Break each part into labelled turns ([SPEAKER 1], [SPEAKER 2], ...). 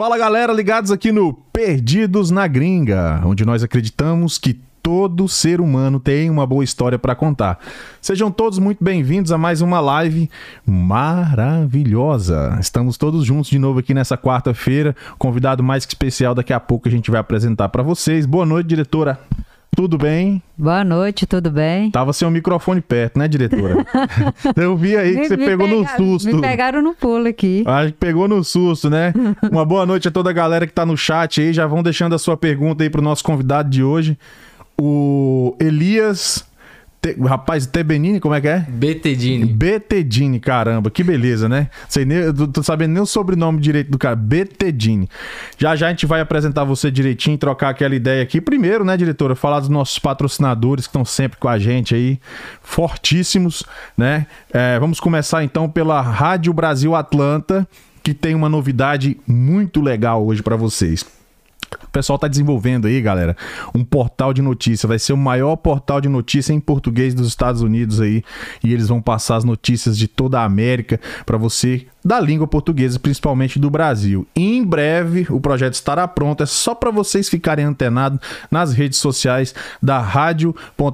[SPEAKER 1] Fala galera, ligados aqui no Perdidos na Gringa, onde nós acreditamos que todo ser humano tem uma boa história para contar. Sejam todos muito bem-vindos a mais uma live maravilhosa. Estamos todos juntos de novo aqui nessa quarta-feira. Convidado mais que especial daqui a pouco a gente vai apresentar para vocês. Boa noite, diretora. Tudo bem?
[SPEAKER 2] Boa noite, tudo bem?
[SPEAKER 1] Tava sem o microfone perto, né, diretora? Eu vi aí que
[SPEAKER 2] Me-
[SPEAKER 1] você
[SPEAKER 2] me
[SPEAKER 1] pegou no
[SPEAKER 2] pega-
[SPEAKER 1] susto.
[SPEAKER 2] Me pegaram no pulo aqui.
[SPEAKER 1] Acho que Ah, pegou no susto, né? Uma boa noite a toda a galera que tá no chat aí. Já vão deixando a sua pergunta aí pro nosso convidado de hoje. O Elias. Te, rapaz, Tebenini, como é que é?
[SPEAKER 3] BTDini.
[SPEAKER 1] Betedini, caramba, que beleza, né? Sei nem, eu tô sabendo nem o sobrenome direito do cara, Betedini. Já já a gente vai apresentar você direitinho, trocar aquela ideia aqui. Primeiro, né, diretora, falar dos nossos patrocinadores que estão sempre com a gente aí, fortíssimos, né? É, vamos começar então pela Rádio Brasil Atlanta, que tem uma novidade muito legal hoje pra vocês. O pessoal tá desenvolvendo aí, galera, um portal de notícia. Vai ser o maior portal de notícia em português dos Estados Unidos aí. E eles vão passar as notícias de toda a América para você da língua portuguesa, principalmente do Brasil. Em breve o projeto estará pronto. É só para vocês ficarem antenados nas redes sociais da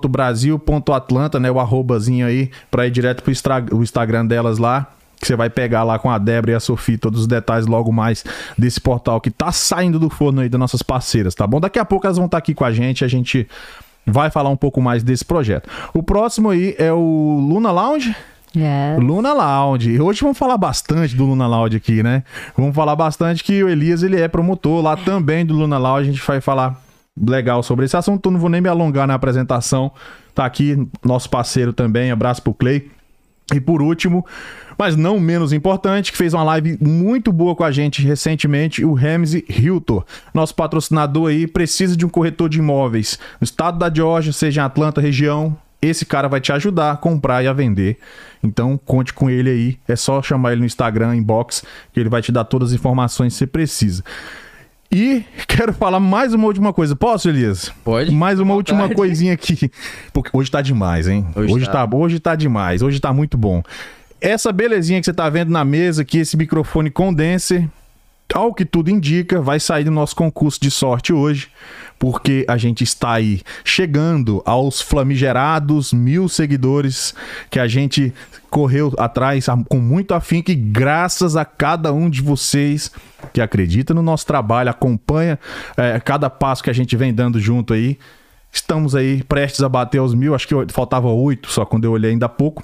[SPEAKER 1] rádio.brasil.atlanta, né? O arrobazinho aí para ir direto pro estra- o Instagram delas lá que você vai pegar lá com a Débora e a Sofia todos os detalhes logo mais desse portal que tá saindo do forno aí das nossas parceiras, tá bom? Daqui a pouco elas vão estar aqui com a gente, a gente vai falar um pouco mais desse projeto. O próximo aí é o Luna Lounge.
[SPEAKER 2] É.
[SPEAKER 1] Luna Lounge. E Hoje vamos falar bastante do Luna Lounge aqui, né? Vamos falar bastante que o Elias ele é promotor lá também do Luna Lounge. A gente vai falar legal sobre esse assunto. Eu não vou nem me alongar na apresentação. Tá aqui nosso parceiro também. Abraço pro Clay. E por último, mas não menos importante, que fez uma live muito boa com a gente recentemente, o Ramsey Hilton. Nosso patrocinador aí precisa de um corretor de imóveis no estado da Georgia, seja em Atlanta, região. Esse cara vai te ajudar a comprar e a vender. Então conte com ele aí. É só chamar ele no Instagram, inbox, que ele vai te dar todas as informações que você precisa. E quero falar mais uma última coisa. Posso, Elias?
[SPEAKER 3] Pode.
[SPEAKER 1] Mais uma
[SPEAKER 3] Boa
[SPEAKER 1] última
[SPEAKER 3] tarde.
[SPEAKER 1] coisinha aqui. Porque hoje tá demais, hein? Hoje,
[SPEAKER 3] Hoje
[SPEAKER 1] tá.
[SPEAKER 3] tá.
[SPEAKER 1] hoje tá demais, hoje tá muito bom. Essa belezinha que você tá vendo na mesa aqui, esse microfone condenser, ao que tudo indica, vai sair do nosso concurso de sorte hoje, porque a gente está aí chegando aos flamigerados mil seguidores que a gente correu atrás com muito afinco e graças a cada um de vocês que acredita no nosso trabalho, acompanha eh, cada passo que a gente vem dando junto aí. Estamos aí prestes a bater os mil, acho que eu- faltava oito só quando eu olhei ainda há pouco.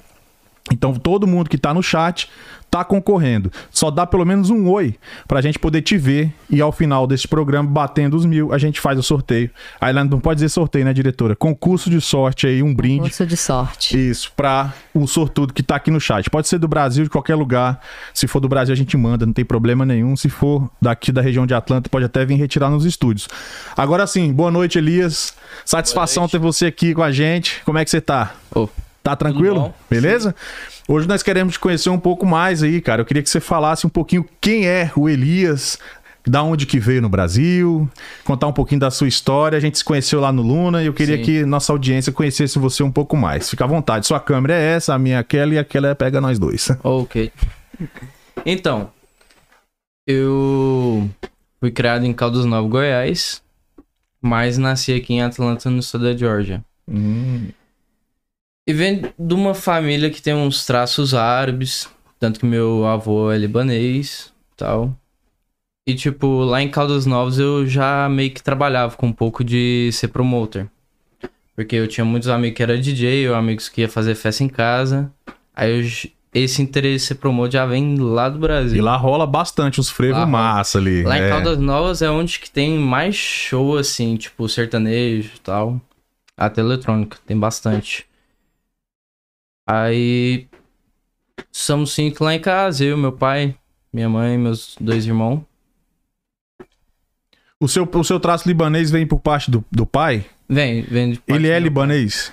[SPEAKER 1] Então todo mundo que tá no chat tá concorrendo. Só dá pelo menos um oi pra gente poder te ver e ao final desse programa, batendo os mil, a gente faz o sorteio. Aí lá não pode dizer sorteio, né, diretora? Concurso de sorte aí, um brinde.
[SPEAKER 2] Curso de sorte.
[SPEAKER 1] Isso, pra o sortudo que tá aqui no chat. Pode ser do Brasil, de qualquer lugar. Se for do Brasil, a gente manda, não tem problema nenhum. Se for daqui da região de Atlanta, pode até vir retirar nos estúdios. Agora sim, boa noite, Elias. Satisfação ter você aqui com a gente. Como é que você tá?
[SPEAKER 3] Ô,
[SPEAKER 1] Tá tranquilo?
[SPEAKER 3] Tudo bom?
[SPEAKER 1] Beleza? Hoje nós queremos te conhecer um pouco mais aí, cara. Eu queria que você falasse um pouquinho quem é o Elias, da onde que veio no Brasil, contar um pouquinho da sua história. A gente se conheceu lá no Luna e eu queria
[SPEAKER 3] Sim.
[SPEAKER 1] que nossa audiência conhecesse você um pouco mais. Fica à vontade. Sua câmera é essa, a minha é aquela e aquela é pega nós dois.
[SPEAKER 3] ok. Então, eu fui criado em Caldas Novas, Goiás, mas nasci aqui em Atlanta, no estado da Georgia. Hum, E venho de uma família que tem uns traços árabes, tanto que meu avô é libanês tal. E, tipo, lá em Caldas Novas eu já meio que trabalhava com um pouco de ser promotor. Porque eu tinha muitos amigos que era DJ, ou amigos que ia fazer festa em casa. Aí eu j- esse interesse em ser promotor já vem lá do Brasil.
[SPEAKER 1] E lá rola bastante os frevos
[SPEAKER 3] Lá rola.
[SPEAKER 1] massa ali.
[SPEAKER 3] Lá em
[SPEAKER 1] é.
[SPEAKER 3] Caldas Novas é onde que tem mais show, assim, tipo sertanejo e tal. Até eletrônica, tem bastante. Aí. Somos cinco lá em casa, eu, meu pai, minha mãe, meus dois irmãos.
[SPEAKER 1] O, seu, o seu traço libanês vem por parte do, do pai?
[SPEAKER 3] Vem, vem. de parte
[SPEAKER 1] ele é
[SPEAKER 3] do-
[SPEAKER 1] libanês?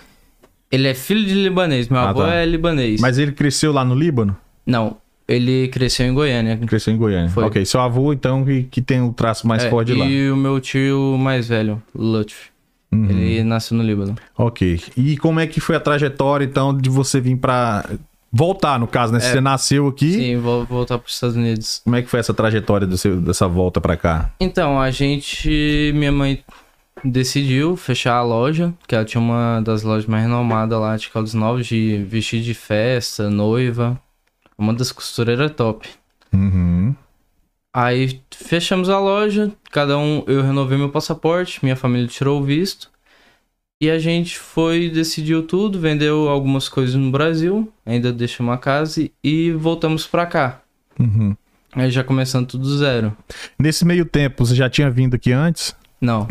[SPEAKER 3] Ele é filho de libanês, meu
[SPEAKER 1] Ah,
[SPEAKER 3] avô
[SPEAKER 1] tá.
[SPEAKER 3] é libanês.
[SPEAKER 1] Mas ele cresceu lá no Líbano?
[SPEAKER 3] Não, ele cresceu em Goiânia.
[SPEAKER 1] Cresceu em Goiânia.
[SPEAKER 3] Foi.
[SPEAKER 1] Ok, seu avô, então, que, que tem o traço mais
[SPEAKER 3] É,
[SPEAKER 1] forte lá.
[SPEAKER 3] E o meu tio mais velho, Lutfi.
[SPEAKER 1] Uhum.
[SPEAKER 3] Ele nasceu no Líbano.
[SPEAKER 1] Ok. E como é que foi a trajetória, então, de você vir pra Voltar, no caso, né? Se
[SPEAKER 3] É.
[SPEAKER 1] Você nasceu aqui.
[SPEAKER 3] Sim, vou voltar para os Estados Unidos.
[SPEAKER 1] Como é que foi essa trajetória do seu- dessa volta pra cá?
[SPEAKER 3] Então, a gente. Minha mãe decidiu fechar a loja, que ela tinha uma das lojas mais renomadas lá de Caldas Novos, de vestido de festa, noiva. Uma das costureiras top.
[SPEAKER 1] Uhum.
[SPEAKER 3] Aí fechamos a loja, cada um. Eu renovei meu passaporte, minha família tirou o visto. E a gente foi, decidiu tudo, vendeu algumas coisas no Brasil, ainda deixou uma casa e voltamos pra cá.
[SPEAKER 1] Uhum.
[SPEAKER 3] Aí já começando tudo do zero.
[SPEAKER 1] Nesse meio tempo, você já tinha vindo aqui antes?
[SPEAKER 3] Não,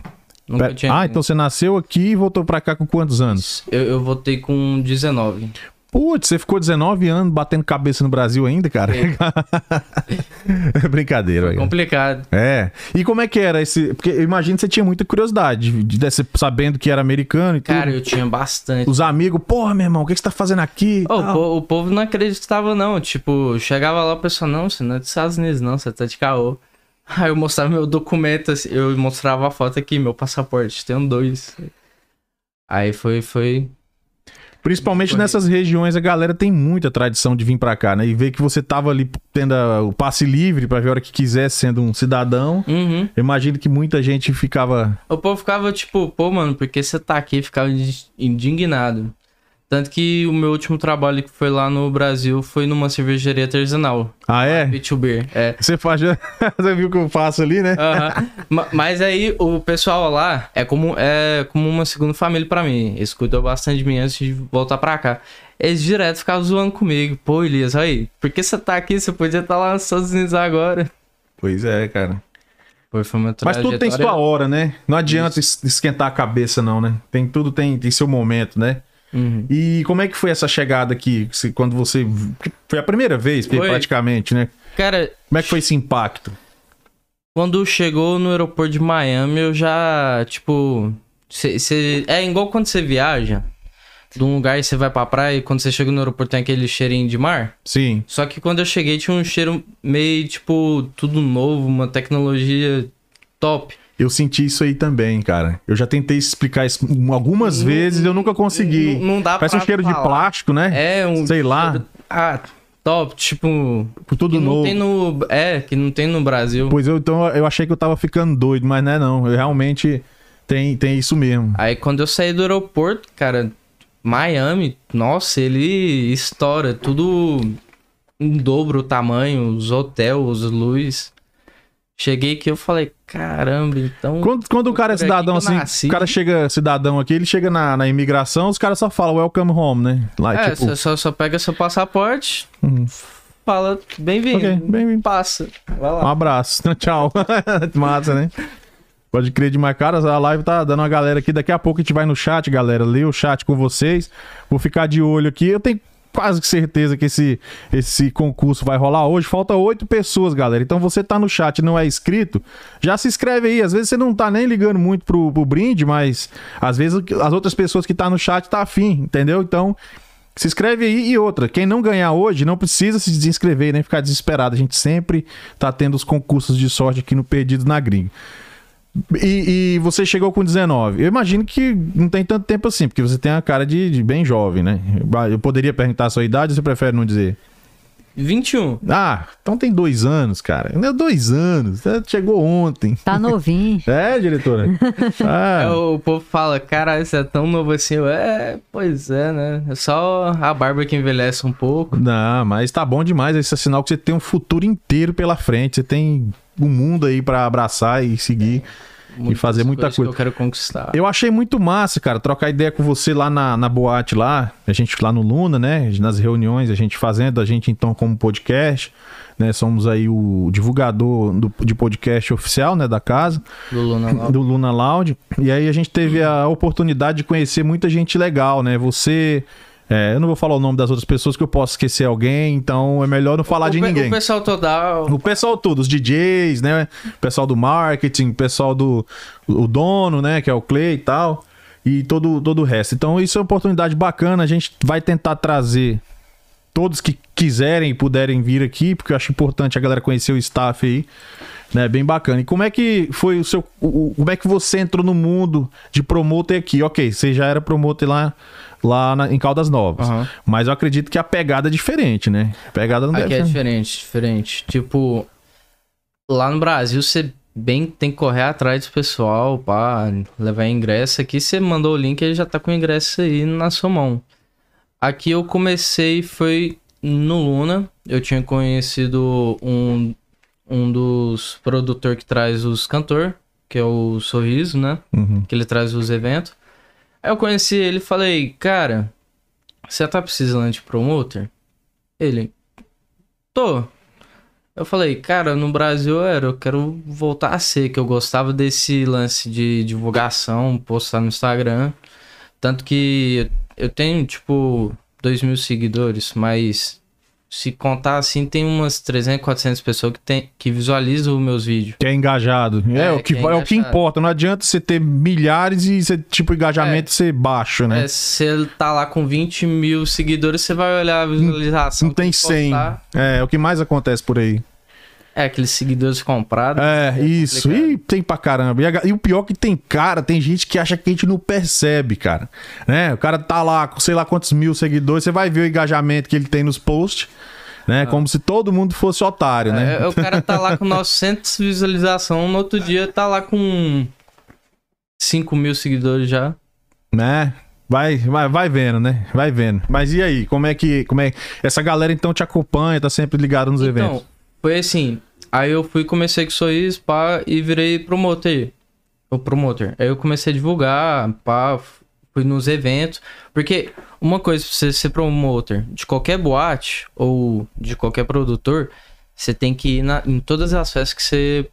[SPEAKER 3] nunca
[SPEAKER 1] Pe-
[SPEAKER 3] tinha.
[SPEAKER 1] Ah, então você nasceu aqui e voltou pra cá com quantos anos?
[SPEAKER 3] Eu, eu voltei com 19.
[SPEAKER 1] Putz, você ficou 19 anos batendo cabeça no Brasil ainda, cara?
[SPEAKER 3] É.
[SPEAKER 1] Brincadeira, velho.
[SPEAKER 3] Complicado.
[SPEAKER 1] É. E como é que era esse. Porque eu imagino que você tinha muita curiosidade, de, de- sabendo que era americano e tudo.
[SPEAKER 3] Cara, eu tinha bastante.
[SPEAKER 1] Os amigos, porra, meu irmão, o que que você tá fazendo aqui?
[SPEAKER 3] Ô, o,
[SPEAKER 1] Tal.
[SPEAKER 3] po- o povo não acreditava, não. Tipo, chegava lá, o pessoal, não, você não é dos Estados Unidos, não, você tá de caô. Aí eu mostrava meu documento, assim, eu mostrava a foto aqui, meu passaporte, tenho dois. Aí foi, foi.
[SPEAKER 1] Principalmente
[SPEAKER 3] Correto.
[SPEAKER 1] nessas regiões, a galera tem muita tradição de vir pra cá, né? E ver que você tava ali tendo a- o passe livre pra ver a hora que quiser, sendo um cidadão.
[SPEAKER 3] Uhum.
[SPEAKER 1] Eu imagino que muita gente ficava.
[SPEAKER 3] O povo ficava tipo, pô, mano, por que você tá aqui? Ficava indi- indignado. Tanto que o meu último trabalho que foi lá no Brasil foi numa cervejaria artesanal,
[SPEAKER 1] Ah, é?
[SPEAKER 3] B2B. É.
[SPEAKER 1] Você faz. você viu o que eu faço ali, né?
[SPEAKER 3] Aham. Ma- Mas aí o pessoal lá é como, é como uma segunda família pra mim. Eles cuidam bastante de mim antes de voltar pra cá. Eles direto ficavam zoando comigo. Pô, Elias, aí, por que você tá aqui? Você podia estar lá nos Estados Unidos agora.
[SPEAKER 1] Pois é, cara.
[SPEAKER 3] Pô, foi uma
[SPEAKER 1] Mas tudo tem sua
[SPEAKER 3] trajetória- é
[SPEAKER 1] hora, né? Não adianta es- esquentar a cabeça, não, né? Tem tudo, tem, tem seu momento, né?
[SPEAKER 3] Uhum.
[SPEAKER 1] E como é que foi essa chegada aqui? Se- Quando você. Foi a primeira vez,
[SPEAKER 3] Foi.
[SPEAKER 1] praticamente, né?
[SPEAKER 3] Cara,
[SPEAKER 1] Como é que foi esse impacto?
[SPEAKER 3] quando chegou no aeroporto de Miami, eu já, tipo. cê- cê- é igual quando você viaja de um lugar e você vai pra praia e quando você chega no aeroporto tem aquele cheirinho de mar.
[SPEAKER 1] Sim.
[SPEAKER 3] Só que quando eu cheguei tinha um cheiro meio, tipo, tudo novo, uma tecnologia top.
[SPEAKER 1] Eu senti isso aí também, cara. Eu já tentei explicar isso algumas vezes eu nunca consegui.
[SPEAKER 3] Não- não dá
[SPEAKER 1] Parece
[SPEAKER 3] pra
[SPEAKER 1] um cheiro de
[SPEAKER 3] falar.
[SPEAKER 1] plástico, né?
[SPEAKER 3] É um.
[SPEAKER 1] Sei lá,
[SPEAKER 3] Ah, top, tipo.
[SPEAKER 1] tudo
[SPEAKER 3] que não
[SPEAKER 1] novo.
[SPEAKER 3] tem no. É, que não tem no Brasil.
[SPEAKER 1] Pois eu, então, eu achei que eu tava ficando doido, mas não é não. Eu realmente tem, tem isso mesmo.
[SPEAKER 3] Aí quando eu saí do aeroporto, cara, Miami, nossa, ele estoura tudo em dobro o tamanho, os hotéis, os luz. Cheguei aqui eu falei, caramba, então.
[SPEAKER 1] Quando, quando o cara é
[SPEAKER 3] Por aqui
[SPEAKER 1] cidadão
[SPEAKER 3] que eu
[SPEAKER 1] assim,
[SPEAKER 3] nasci.
[SPEAKER 1] o cara chega cidadão aqui, ele chega na, na imigração, os caras só falam welcome home, né? Lá,
[SPEAKER 3] É,
[SPEAKER 1] tipo,
[SPEAKER 3] você só, só pega seu passaporte,
[SPEAKER 1] Uhum.
[SPEAKER 3] fala, bem-vindo.
[SPEAKER 1] Ok, bem-vindo.
[SPEAKER 3] Passa. Vai
[SPEAKER 1] um
[SPEAKER 3] lá.
[SPEAKER 1] abraço, tchau. Massa, né? Pode crer demais, cara. A live tá dando uma galera aqui. Daqui a pouco a gente vai no chat, galera. Lê o chat com vocês. Vou ficar de olho aqui. Eu tenho quase que certeza que esse, esse concurso vai rolar hoje. Falta oito pessoas, galera. Então você tá no chat e não é inscrito, já se inscreve aí. Às vezes você não tá nem ligando muito pro, pro brinde, mas às vezes as outras pessoas que tá no chat tá afim, entendeu? Então. Se inscreve aí e outra. Quem não ganhar hoje não precisa se desinscrever nem ficar desesperado. A gente sempre tá tendo os concursos de sorte aqui no Perdidos na Gringa. E, e você chegou com 19. Eu imagino que não tem tanto tempo assim, porque você tem a cara de, de bem jovem, né? Eu poderia perguntar a sua idade, ou você prefere não dizer?
[SPEAKER 3] 21.
[SPEAKER 1] Ah, então tem dois anos, cara. Não é dois anos. é, Chegou ontem.
[SPEAKER 2] Tá novinho.
[SPEAKER 1] É, diretora? Ah,
[SPEAKER 3] É, o povo fala, caralho, você é tão novo assim. Eu, é, pois é, né? É só a barba que envelhece um pouco.
[SPEAKER 1] Não, mas tá bom demais. Esse é sinal que você tem um futuro inteiro pela frente. Você tem um mundo aí pra abraçar e seguir e
[SPEAKER 3] Muitas
[SPEAKER 1] fazer muita
[SPEAKER 3] coisas
[SPEAKER 1] coisa.
[SPEAKER 3] É, Que eu quero conquistar.
[SPEAKER 1] Eu achei muito massa, cara, trocar ideia com você lá na, na boate lá, a gente lá no Luna, né? Nas reuniões, a gente fazendo, a gente então como podcast, né? Somos aí o divulgador do- de podcast oficial, né, da casa
[SPEAKER 3] Do Luna Nova.
[SPEAKER 1] do Luna Loud. E aí a gente teve a oportunidade de conhecer muita gente legal, né? Você. é, eu não vou falar o nome das outras pessoas que eu posso esquecer alguém, então é melhor não falar
[SPEAKER 3] o,
[SPEAKER 1] de
[SPEAKER 3] pe-
[SPEAKER 1] ninguém.
[SPEAKER 3] O pessoal total.
[SPEAKER 1] O pessoal todo, os DJs, né? O pessoal do marketing, o pessoal do o dono, né? Que é o Clay e tal. E todo, todo o resto. Então, isso é uma oportunidade bacana. A gente vai tentar trazer todos que quiserem e puderem vir aqui, porque eu acho importante a galera conhecer o staff aí. Né, bem bacana. E como é que foi o seu. o- o- como é que você entrou no mundo de promoter aqui? Ok, você já era promoter lá, lá na- em Caldas Novas.
[SPEAKER 3] Aham.
[SPEAKER 1] Mas eu acredito que a pegada é diferente, né? A pegada não
[SPEAKER 3] Aqui é
[SPEAKER 1] deve ser.
[SPEAKER 3] diferente, diferente. Tipo, lá no Brasil você bem tem que correr atrás do pessoal, pá, levar ingresso. Aqui você mandou o link, ele já tá com o ingresso aí na sua mão. Aqui eu comecei, foi no Luna. Eu tinha conhecido um, um dos produtores que traz os cantor, que é o Sorriso, né?
[SPEAKER 1] Uhum.
[SPEAKER 3] que ele traz os eventos. Aí eu conheci ele e falei, cara, você tá precisando de promoter? Ele, tô. Eu falei, cara, no Brasil eu era, eu quero voltar a ser, que eu gostava desse lance de divulgação, postar no Instagram. Tanto que eu tenho, tipo, 2 mil seguidores, mas se contar assim, tem umas 300, 400 pessoas que, tem, que visualizam os meus vídeos.
[SPEAKER 1] Que é engajado. É,
[SPEAKER 3] É,
[SPEAKER 1] o que,
[SPEAKER 3] que é
[SPEAKER 1] va- é o que
[SPEAKER 3] engajado.
[SPEAKER 1] importa. Não adianta você ter milhares e você, tipo, engajamento ser baixo, né?
[SPEAKER 3] É, se ele tá lá com 20 mil seguidores, você vai olhar a visualização.
[SPEAKER 1] não tem
[SPEAKER 3] que
[SPEAKER 1] 100.
[SPEAKER 3] postar.
[SPEAKER 1] É, é o que mais acontece por aí.
[SPEAKER 3] É, aqueles seguidores comprados.
[SPEAKER 1] É, isso.
[SPEAKER 3] complicado.
[SPEAKER 1] E tem pra caramba. E, a ga- e o pior é que tem cara, tem gente que acha que a gente não percebe, cara. Né? O cara tá lá com sei lá quantos mil seguidores, você vai ver o engajamento que ele tem nos posts, né? Como se todo mundo fosse otário, né?
[SPEAKER 3] É, o cara tá lá com 900 visualizações, no outro dia tá lá com 5 mil seguidores já.
[SPEAKER 1] né? Vai, vai, vai vendo, né? Vai vendo. Mas e aí, como é que. Como é... Essa galera então te acompanha, tá sempre ligado
[SPEAKER 3] Então,
[SPEAKER 1] nos eventos.
[SPEAKER 3] foi assim. Aí eu fui, comecei com sorriso, pá, e virei promoter. O promoter. Aí eu comecei a divulgar, pá, f- fui nos eventos. Porque uma coisa, pra você ser promoter de qualquer boate ou de qualquer produtor, você tem que ir na- em todas as festas que você.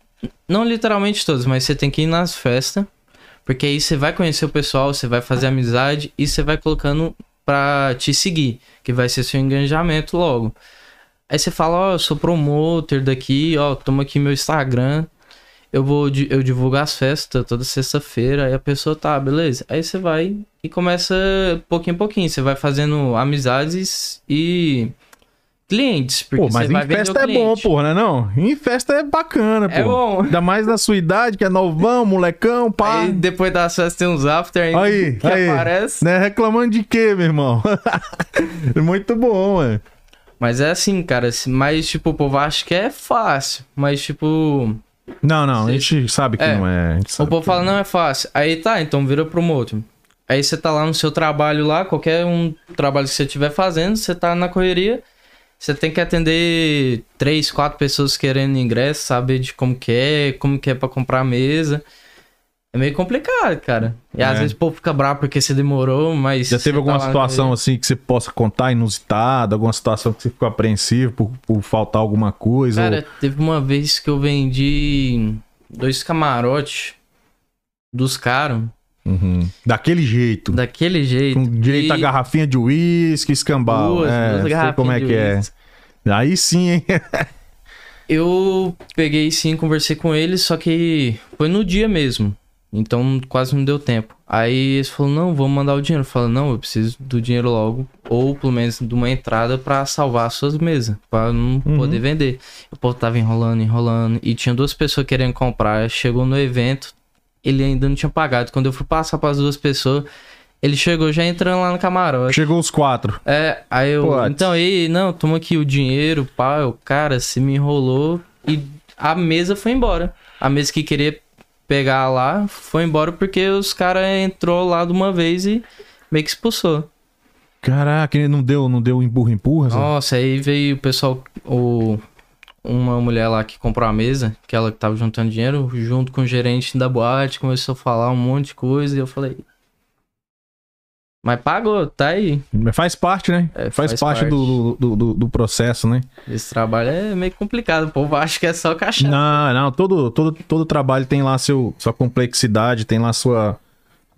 [SPEAKER 3] Não literalmente todas, mas você tem que ir nas festas. Porque aí você vai conhecer o pessoal, você vai fazer amizade e você vai colocando pra te seguir, que vai ser seu engajamento logo. Aí você fala, ó, eu sou promoter daqui, ó, toma aqui meu Instagram. Eu vou di- eu divulgo as festas toda sexta-feira, aí a pessoa tá, beleza. Aí você vai e começa pouquinho em pouquinho, você vai fazendo amizades e clientes, porque
[SPEAKER 1] Pô, mas
[SPEAKER 3] você vai
[SPEAKER 1] em
[SPEAKER 3] vender
[SPEAKER 1] festa
[SPEAKER 3] o
[SPEAKER 1] é bom,
[SPEAKER 3] cliente.
[SPEAKER 1] porra, né? Não, em festa é bacana, pô.
[SPEAKER 3] É bom.
[SPEAKER 1] Ainda mais na sua idade, que é novão, molecão, pá.
[SPEAKER 3] Aí depois da festa tem uns after ainda
[SPEAKER 1] Aí,
[SPEAKER 3] que
[SPEAKER 1] aí.
[SPEAKER 3] aparece.
[SPEAKER 1] Né? Reclamando de quê, meu irmão? Muito bom, mano.
[SPEAKER 3] Mas é assim, cara. se- Mas, tipo, o povo acha que é fácil. Mas, tipo,
[SPEAKER 1] Não, não, a
[SPEAKER 3] Sim.
[SPEAKER 1] gente sabe que
[SPEAKER 3] É.
[SPEAKER 1] não é. a gente
[SPEAKER 3] o
[SPEAKER 1] sabe
[SPEAKER 3] povo
[SPEAKER 1] que-
[SPEAKER 3] fala, não é fácil. Aí tá, então vira promotor. Aí você tá lá no seu trabalho lá, qualquer um trabalho que você estiver fazendo, você tá na correria. Você tem que atender três, quatro pessoas querendo ingresso, saber de como que é, como que é pra comprar a mesa. É meio complicado, cara. E às
[SPEAKER 1] É.
[SPEAKER 3] vezes o povo fica bravo porque você demorou, mas.
[SPEAKER 1] Já
[SPEAKER 3] você
[SPEAKER 1] teve
[SPEAKER 3] tá
[SPEAKER 1] alguma
[SPEAKER 3] lá na
[SPEAKER 1] situação assim que você possa contar inusitada? Alguma situação que você ficou apreensivo por, por faltar alguma coisa? ou-
[SPEAKER 3] Cara, teve uma vez que eu vendi dois camarotes dos caras,
[SPEAKER 1] Uhum. Daquele jeito.
[SPEAKER 3] daquele jeito.
[SPEAKER 1] Com direito a
[SPEAKER 3] e
[SPEAKER 1] garrafinha de uísque, escambau.
[SPEAKER 3] duas,
[SPEAKER 1] é,
[SPEAKER 3] duas
[SPEAKER 1] sei
[SPEAKER 3] garrafinhas
[SPEAKER 1] como é
[SPEAKER 3] de
[SPEAKER 1] que é.
[SPEAKER 3] uísque.
[SPEAKER 1] Aí sim, hein?
[SPEAKER 3] Eu peguei sim, conversei com eles, só que foi no dia mesmo. Então quase não deu tempo. Aí eles falaram, não, vamos mandar o dinheiro. Eu falei, não, eu preciso do dinheiro logo. Ou pelo menos de uma entrada pra salvar as suas mesas. Pra não
[SPEAKER 1] Uhum.
[SPEAKER 3] poder vender. O povo tava enrolando, enrolando. E tinha duas pessoas querendo comprar. Chegou no evento, ele ainda não tinha pagado. Quando eu fui passar pras duas pessoas, ele chegou já entrando lá no camarote.
[SPEAKER 1] Chegou os quatro.
[SPEAKER 3] É, aí eu.
[SPEAKER 1] Putz.
[SPEAKER 3] Então, e não, toma aqui o dinheiro, pá. Eu, cara, se me enrolou. E a mesa foi embora. A mesa que queria pegar lá foi embora porque os caras entrou lá de uma vez e meio que expulsou.
[SPEAKER 1] Caraca, ele não deu, não deu empurra, empurra. sabe?
[SPEAKER 3] Nossa, aí veio o pessoal. O, uma mulher lá que comprou a mesa, que ela que tava juntando dinheiro, junto com o gerente da boate, começou a falar um monte de coisa e eu falei. Mas pagou, tá aí.
[SPEAKER 1] Mas Faz parte, né?
[SPEAKER 3] É,
[SPEAKER 1] faz,
[SPEAKER 3] faz
[SPEAKER 1] parte,
[SPEAKER 3] parte.
[SPEAKER 1] Do, do, do- do processo, né?
[SPEAKER 3] Esse trabalho é meio complicado. O povo acha que é só caixa.
[SPEAKER 1] Não, não, todo, todo, todo trabalho tem lá seu, sua complexidade, tem lá sua.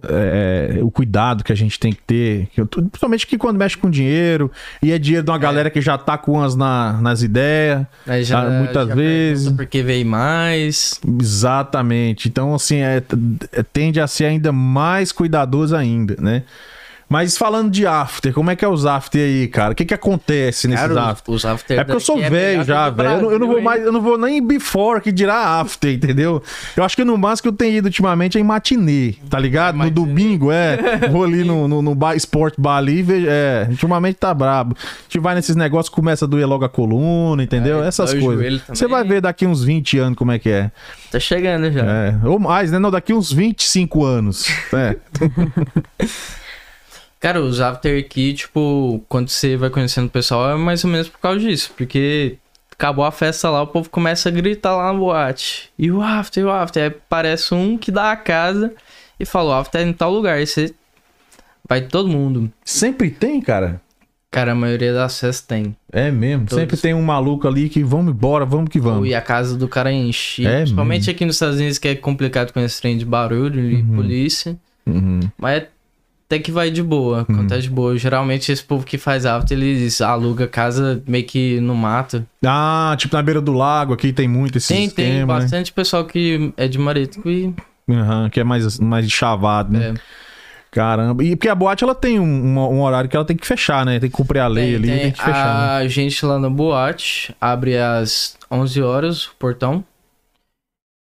[SPEAKER 1] é, o cuidado que a gente tem que ter. que eu- Principalmente que quando mexe com dinheiro, e é dinheiro de uma galera que já tá com as na, nas ideias.
[SPEAKER 3] Aí
[SPEAKER 1] Ah, muitas
[SPEAKER 3] pergunta
[SPEAKER 1] vezes.
[SPEAKER 3] Porque veio mais.
[SPEAKER 1] é, Exatamente. Então, assim, é- t- tende a ser ainda mais cuidadoso ainda, né? Mas falando de after, como é que é os after aí, cara? O que que acontece nesses
[SPEAKER 3] Cara,
[SPEAKER 1] after?
[SPEAKER 3] os, os after
[SPEAKER 1] É porque eu sou
[SPEAKER 3] daqui é
[SPEAKER 1] velho
[SPEAKER 3] melhor
[SPEAKER 1] já,
[SPEAKER 3] que do
[SPEAKER 1] velho. Eu não- Eu não vou
[SPEAKER 3] Brasil,
[SPEAKER 1] mais, eu não vou nem before que dirá after, entendeu? Eu acho que no máximo que eu tenho ido ultimamente é em matinê, tá ligado? No
[SPEAKER 3] Matinê.
[SPEAKER 1] domingo, é. Vou ali no, no, no bar, Sport Bar ali e vejo. É, ultimamente tá brabo. A gente vai nesses negócios, começa a doer logo a coluna, entendeu?
[SPEAKER 3] É,
[SPEAKER 1] Essas
[SPEAKER 3] dói o
[SPEAKER 1] coisas.
[SPEAKER 3] joelho
[SPEAKER 1] Você
[SPEAKER 3] também.
[SPEAKER 1] vai ver daqui uns 20 anos como é que é.
[SPEAKER 3] hein? Tá chegando já.
[SPEAKER 1] É, Ou mais, né? Não, daqui uns 25 anos. É.
[SPEAKER 3] Cara, os after aqui, tipo, quando você vai conhecendo o pessoal, é mais ou menos por causa disso. Porque acabou a festa lá, o povo começa a gritar lá na boate. E o after, o after. Aí parece um que dá a casa e fala, o after é em tal lugar. Aí você vai todo mundo.
[SPEAKER 1] Sempre tem, cara.
[SPEAKER 3] Cara, a maioria das festas tem.
[SPEAKER 1] É mesmo.
[SPEAKER 3] Todos. Oh,
[SPEAKER 1] Sempre tem um maluco ali que vamos embora, vamos que vamos.
[SPEAKER 3] E a casa do cara enche.
[SPEAKER 1] É
[SPEAKER 3] Principalmente aqui nos Estados Unidos, que é complicado com esse trem de barulho e polícia.
[SPEAKER 1] Uhum.
[SPEAKER 3] Mas é até que vai de boa. Acontece de boa. Geralmente esse povo que faz after, eles aluga casa meio que no mato.
[SPEAKER 1] Ah, tipo na beira do lago aqui tem muito esse
[SPEAKER 3] Tem,
[SPEAKER 1] esquema,
[SPEAKER 3] tem
[SPEAKER 1] né?
[SPEAKER 3] bastante pessoal que é de Maretico e
[SPEAKER 1] Aham, que é mais, mais chavado, né?
[SPEAKER 3] É.
[SPEAKER 1] Caramba. E porque a boate ela tem um, um- um horário que ela tem que fechar, né? Tem que cumprir a lei
[SPEAKER 3] tem,
[SPEAKER 1] ali, tem,
[SPEAKER 3] tem. Ah,
[SPEAKER 1] que fechar. né?
[SPEAKER 3] A gente lá na boate abre às 11 horas o portão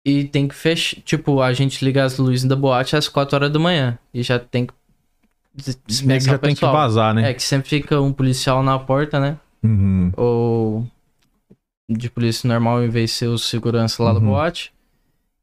[SPEAKER 3] e tem que fechar. Tipo, a gente liga as luzes da boate às 4 horas da manhã e já tem que dis-
[SPEAKER 1] Meio que
[SPEAKER 3] dispensar
[SPEAKER 1] já
[SPEAKER 3] o
[SPEAKER 1] tem que
[SPEAKER 3] pessoal.
[SPEAKER 1] vazar, né?
[SPEAKER 3] É que sempre fica um policial na porta, né?
[SPEAKER 1] Uhum.
[SPEAKER 3] Ou de polícia normal em vez de ser o segurança lá da
[SPEAKER 1] Uhum.
[SPEAKER 3] boate.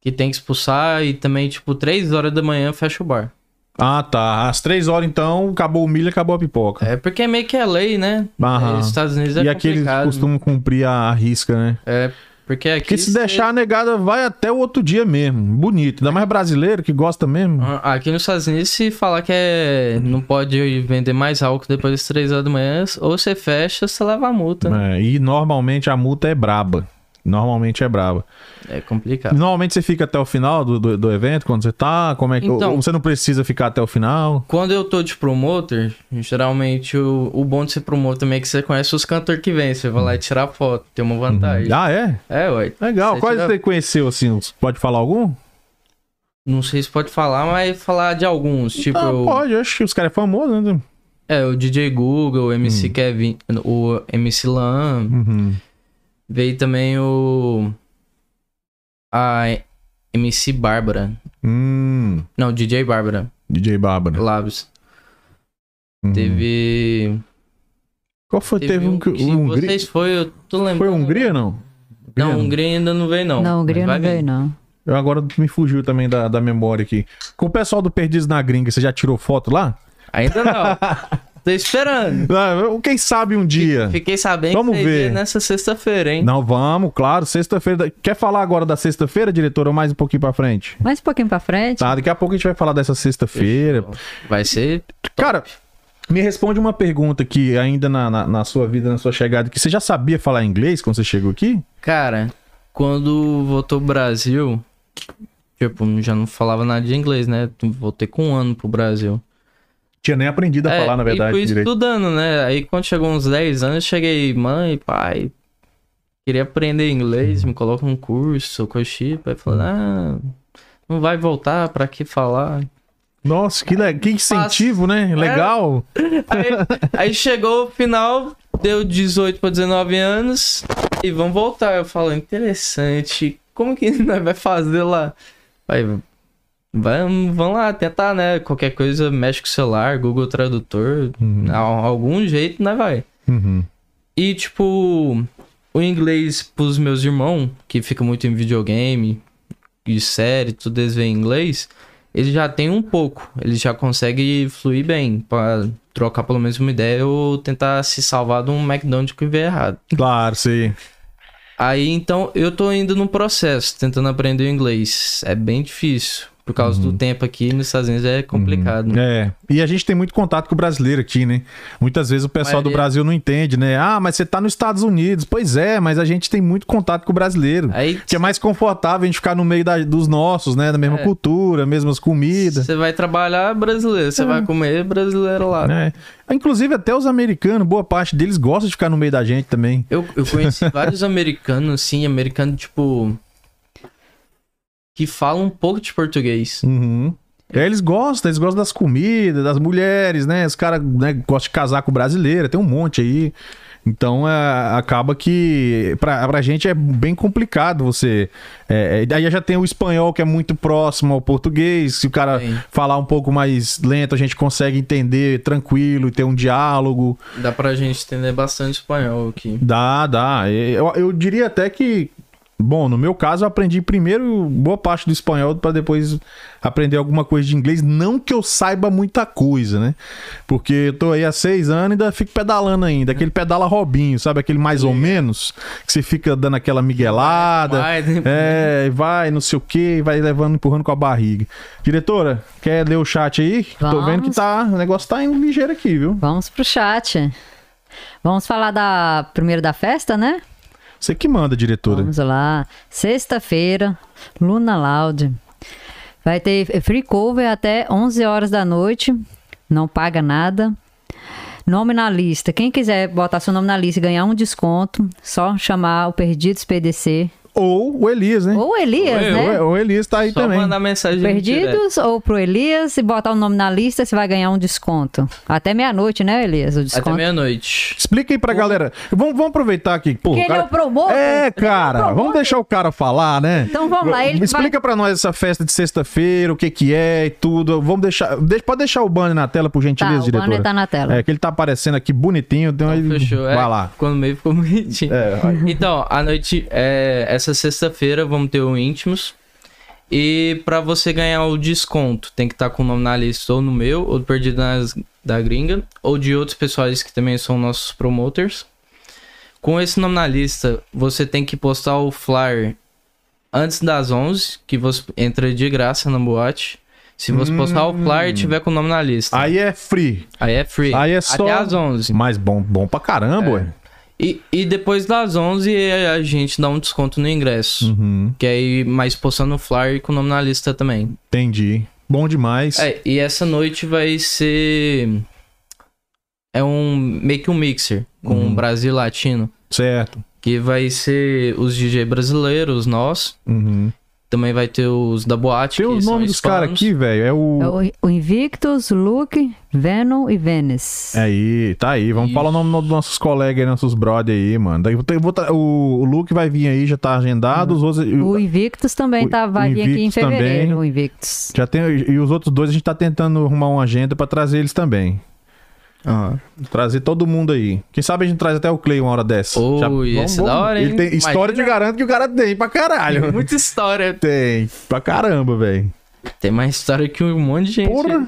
[SPEAKER 3] Que tem que expulsar e também, tipo, 3 horas da manhã fecha o bar.
[SPEAKER 1] Ah, tá. Às três horas, então, acabou o milho, acabou a pipoca.
[SPEAKER 3] É porque meio que é lei, né?
[SPEAKER 1] Aham.
[SPEAKER 3] Os Estados Unidos é
[SPEAKER 1] Tá. e aqui eles
[SPEAKER 3] complicado.
[SPEAKER 1] costumam cumprir a risca, né?
[SPEAKER 3] É, porque aqui...
[SPEAKER 1] Porque se
[SPEAKER 3] cê-
[SPEAKER 1] deixar a negada, vai até o outro dia mesmo. Bonito. Ainda mais brasileiro que gosta mesmo.
[SPEAKER 3] Ah, Aqui nos Estados Unidos, se falar que é... não pode vender mais álcool depois das 3 horas da manhã, ou você fecha, ou você leva a multa. né?
[SPEAKER 1] É, e normalmente a multa é braba. Normalmente é braba.
[SPEAKER 3] É complicado.
[SPEAKER 1] Normalmente você fica até o final do, do, do evento, quando você tá, como é que.
[SPEAKER 3] Então-
[SPEAKER 1] ou você não precisa ficar até o final.
[SPEAKER 3] Quando eu tô de promotor, geralmente o, o bom de ser promotor também é que você conhece os cantores que vêm. Você vai lá e tirar foto, tem uma vantagem.
[SPEAKER 1] Ah, é?
[SPEAKER 3] É, ué.
[SPEAKER 1] Legal.
[SPEAKER 3] Tá Você
[SPEAKER 1] Quais
[SPEAKER 3] tira-
[SPEAKER 1] você conheceu assim? os- Pode falar algum?
[SPEAKER 3] Não sei se pode falar, mas falar de alguns. Tipo,
[SPEAKER 1] ah,
[SPEAKER 3] o-
[SPEAKER 1] pode, acho que os caras são famosos, né?
[SPEAKER 3] é, o DJ Google, o
[SPEAKER 1] Hum.
[SPEAKER 3] MC Kevin, o MC Lan.
[SPEAKER 1] Uhum.
[SPEAKER 3] Veio também o. A MC Bárbara.
[SPEAKER 1] Hum,
[SPEAKER 3] Não, DJ Bárbara.
[SPEAKER 1] DJ Bárbara.
[SPEAKER 3] Labs.
[SPEAKER 1] Uhum.
[SPEAKER 3] Teve.
[SPEAKER 1] Qual foi? Teve, um. que-
[SPEAKER 3] que
[SPEAKER 1] o Hungria.
[SPEAKER 3] Vocês foi, eu tô lembrando.
[SPEAKER 1] Foi um Hungria, não?
[SPEAKER 3] Não, Hungria ainda não veio, não.
[SPEAKER 2] Não, Hungria não
[SPEAKER 3] Mas vai
[SPEAKER 2] veio,
[SPEAKER 3] vir.
[SPEAKER 2] não.
[SPEAKER 1] Eu agora me fugiu também da, da memória aqui. Com o pessoal do Perdidos na Gringa, você já tirou foto lá?
[SPEAKER 3] Ainda não. tô esperando.
[SPEAKER 1] Não, quem sabe um dia.
[SPEAKER 3] Fiquei sabendo
[SPEAKER 1] Vamos
[SPEAKER 3] que vocês
[SPEAKER 1] ver.
[SPEAKER 3] vêm nessa sexta-feira, hein?
[SPEAKER 1] Não, vamos, claro. Sexta-feira. da- Quer falar agora da sexta-feira, diretor, ou mais um pouquinho pra frente?
[SPEAKER 2] Mais um pouquinho pra frente.
[SPEAKER 1] Tá, daqui a pouco a gente vai falar dessa sexta-feira.
[SPEAKER 3] Vai ser.
[SPEAKER 1] Cara, me responde uma pergunta que ainda na, na, na sua vida, na sua chegada, que você já sabia falar inglês quando você chegou aqui?
[SPEAKER 3] Cara, quando voltou pro Brasil, tipo, já não falava nada de inglês, né? Voltei com um ano pro Brasil.
[SPEAKER 1] Tinha nem aprendido a
[SPEAKER 3] É,
[SPEAKER 1] falar, na
[SPEAKER 3] E fui
[SPEAKER 1] verdade, direito.
[SPEAKER 3] estudando, né? Aí quando chegou uns 10 anos, eu cheguei, mãe, pai, queria aprender inglês, me coloca um curso, coisa do tipo. Aí falou, ah, não vai voltar, pra que falar?
[SPEAKER 1] Nossa, que, le- que incentivo, né? Legal.
[SPEAKER 3] Aí, aí chegou o final, deu 18 pra 19 anos e vamos voltar. Eu falo, interessante, como que nós vai fazer lá? Aí, vamos, vamos lá tentar, né? Qualquer coisa, mexe com o celular, Google Tradutor, al- algum jeito, né, vai.
[SPEAKER 1] Uhum.
[SPEAKER 3] E, tipo, o inglês pros meus irmãos, que fica muito em videogame, e série, tudo eles veem inglês, eles já tem um pouco. Eles já conseguem fluir bem, pra trocar pelo menos uma ideia ou tentar se salvar de um McDonald's que vê errado.
[SPEAKER 1] Claro, sim.
[SPEAKER 3] Aí, então, eu tô indo num processo, tentando aprender o inglês. É bem difícil. Por causa do tempo aqui nos Estados Unidos é complicado.
[SPEAKER 1] Uhum. É. E a gente tem muito contato com o brasileiro aqui, né? Muitas vezes o pessoal do
[SPEAKER 3] Maioria.
[SPEAKER 1] Brasil não entende, né? Ah, mas você tá nos Estados Unidos. Pois é, mas a gente tem muito contato com o brasileiro.
[SPEAKER 3] Aí
[SPEAKER 1] Que é mais confortável a gente ficar no meio da- dos nossos, né? Da mesma
[SPEAKER 3] É.
[SPEAKER 1] cultura, mesmas comidas.
[SPEAKER 3] você vai trabalhar brasileiro,
[SPEAKER 1] É.
[SPEAKER 3] você vai comer brasileiro lá.
[SPEAKER 1] né? Inclusive, até os americanos, boa parte deles gosta de ficar no meio da gente também.
[SPEAKER 3] Eu, eu conheci vários americanos, assim, americano, tipo. Que falam um pouco de português.
[SPEAKER 1] Uhum. É, eles gostam, eles gostam das comidas, das mulheres, né? Os caras né, gostam de casar com brasileira, tem um monte aí. Então é, acaba que pra, pra gente é bem complicado você. É, é, aí já tem o espanhol que é muito próximo ao português. Se o cara
[SPEAKER 3] Sim.
[SPEAKER 1] falar um pouco mais lento, a gente consegue entender tranquilo e ter um diálogo.
[SPEAKER 3] Dá pra gente entender bastante espanhol aqui.
[SPEAKER 1] Dá, dá. Eu, eu diria até que. Bom, no meu caso, eu aprendi primeiro boa parte do espanhol para depois aprender alguma coisa de inglês. Não que eu saiba muita coisa, né? Porque eu tô aí há seis anos e ainda fico pedalando ainda. Aquele pedala Robinho, sabe? Aquele mais ou menos, que você fica dando aquela miguelada.
[SPEAKER 3] É. Vai, né?
[SPEAKER 1] É, vai, não sei o que, vai levando, empurrando com a barriga. Diretora, quer ler o chat aí? Tô vendo que
[SPEAKER 2] Vamos.
[SPEAKER 1] tá. O negócio tá indo ligeiro aqui, viu?
[SPEAKER 2] Vamos pro chat. Vamos falar da primeiro da festa, né?
[SPEAKER 1] Você que manda, diretora.
[SPEAKER 2] Vamos lá. Sexta-feira, Luna Loud. Vai ter free cover até 11 horas da noite. Não paga nada. Nome na lista. Quem quiser botar seu nome na lista e ganhar um desconto, só chamar o Perdidos PDC.
[SPEAKER 1] Ou o Elias, né?
[SPEAKER 2] Ou Elias,
[SPEAKER 3] Ou eu,
[SPEAKER 2] né?
[SPEAKER 1] O, o Elias tá aí
[SPEAKER 3] Só
[SPEAKER 1] também.
[SPEAKER 3] mandar mensagem direto.
[SPEAKER 2] Perdidos
[SPEAKER 1] é.
[SPEAKER 2] ou pro Elias e botar o nome na lista, você vai ganhar um desconto. Até meia-noite, né, Elias? O
[SPEAKER 3] Até
[SPEAKER 2] desconto.
[SPEAKER 3] meia-noite.
[SPEAKER 1] Explica aí pra galera. Vamos, vamos aproveitar aqui. Pô, o
[SPEAKER 2] Porque ele
[SPEAKER 1] cara...
[SPEAKER 2] é o promotor.
[SPEAKER 1] É, cara.
[SPEAKER 2] Ele é o
[SPEAKER 1] Vamos
[SPEAKER 2] promotor.
[SPEAKER 1] deixar o cara falar, né?
[SPEAKER 2] Então vamos lá, ele vai-
[SPEAKER 1] Explica pra nós essa festa de sexta-feira, o que que é e tudo. Vamos deixar... de- Pode deixar o banner na tela, por gentileza,
[SPEAKER 2] Tá, o
[SPEAKER 1] diretora.
[SPEAKER 2] banner tá na tela.
[SPEAKER 1] É, que ele tá aparecendo aqui bonitinho. Então, aí...
[SPEAKER 3] Fechou, é.
[SPEAKER 1] Vai lá. É,
[SPEAKER 3] Ficou no meio, ficou bonitinho. Então, a noite, é, essa sexta-feira, vamos ter o Íntimos. E pra você ganhar o desconto, tem que estar com o nome na lista ou no meu, ou do Perdido nas, da Gringa, ou de outros pessoais que também são nossos promoters. Com esse nome na lista, você tem que postar o flyer antes das 11, que você entra de graça na boate. Se você postar o flyer e tiver com o nome na lista, aí,
[SPEAKER 1] Hum. Aí é free.
[SPEAKER 3] é free.
[SPEAKER 1] Aí é só...
[SPEAKER 3] Até às 11.
[SPEAKER 1] Mas bom, bom pra
[SPEAKER 3] É.
[SPEAKER 1] caramba, ué.
[SPEAKER 3] E, e depois das 11 a gente dá um desconto no ingresso.
[SPEAKER 1] Uhum,
[SPEAKER 3] Que aí, mais postando o flyer com o nome na lista também.
[SPEAKER 1] entendi. Bom demais.
[SPEAKER 3] É, e essa noite vai ser. É um. meio que um mixer com
[SPEAKER 1] Uhum.
[SPEAKER 3] Brasil e Latino.
[SPEAKER 1] Certo.
[SPEAKER 3] Que vai ser os DJ brasileiros, nós.
[SPEAKER 1] Uhum.
[SPEAKER 3] Também vai ter os da boate.
[SPEAKER 1] Tem
[SPEAKER 3] que
[SPEAKER 1] o
[SPEAKER 3] são
[SPEAKER 1] nome dos caras
[SPEAKER 3] hispanos.
[SPEAKER 1] aqui, velho. É o...
[SPEAKER 2] É O, o Invictus, Luke, Venom e Venice.
[SPEAKER 1] Aí, tá aí. Vamos
[SPEAKER 3] Isso.
[SPEAKER 1] falar o nome dos nossos colegas aí, nossos brother aí, mano. Daí eu te- eu vou tra- o, o Luke vai vir aí, já tá agendado. Os outros.
[SPEAKER 2] O Invictus também
[SPEAKER 1] o-
[SPEAKER 2] tá, vai
[SPEAKER 1] o
[SPEAKER 2] vir aqui em
[SPEAKER 1] Invictus também.
[SPEAKER 2] fevereiro, o Invictus.
[SPEAKER 1] Já tem, e os outros dois a gente tá tentando arrumar uma agenda pra trazer eles também.
[SPEAKER 3] Ah.
[SPEAKER 1] Trazer todo mundo aí. Quem sabe a gente traz até o Clay uma hora dessa.
[SPEAKER 3] Oi, esse é da hora, hein?
[SPEAKER 1] Ele tem história de
[SPEAKER 3] Imagina.
[SPEAKER 1] garanto que o cara tem pra caralho.
[SPEAKER 3] Muita história.
[SPEAKER 1] Tem, pra caramba, velho.
[SPEAKER 3] Tem mais história que um monte de gente.
[SPEAKER 1] Porra.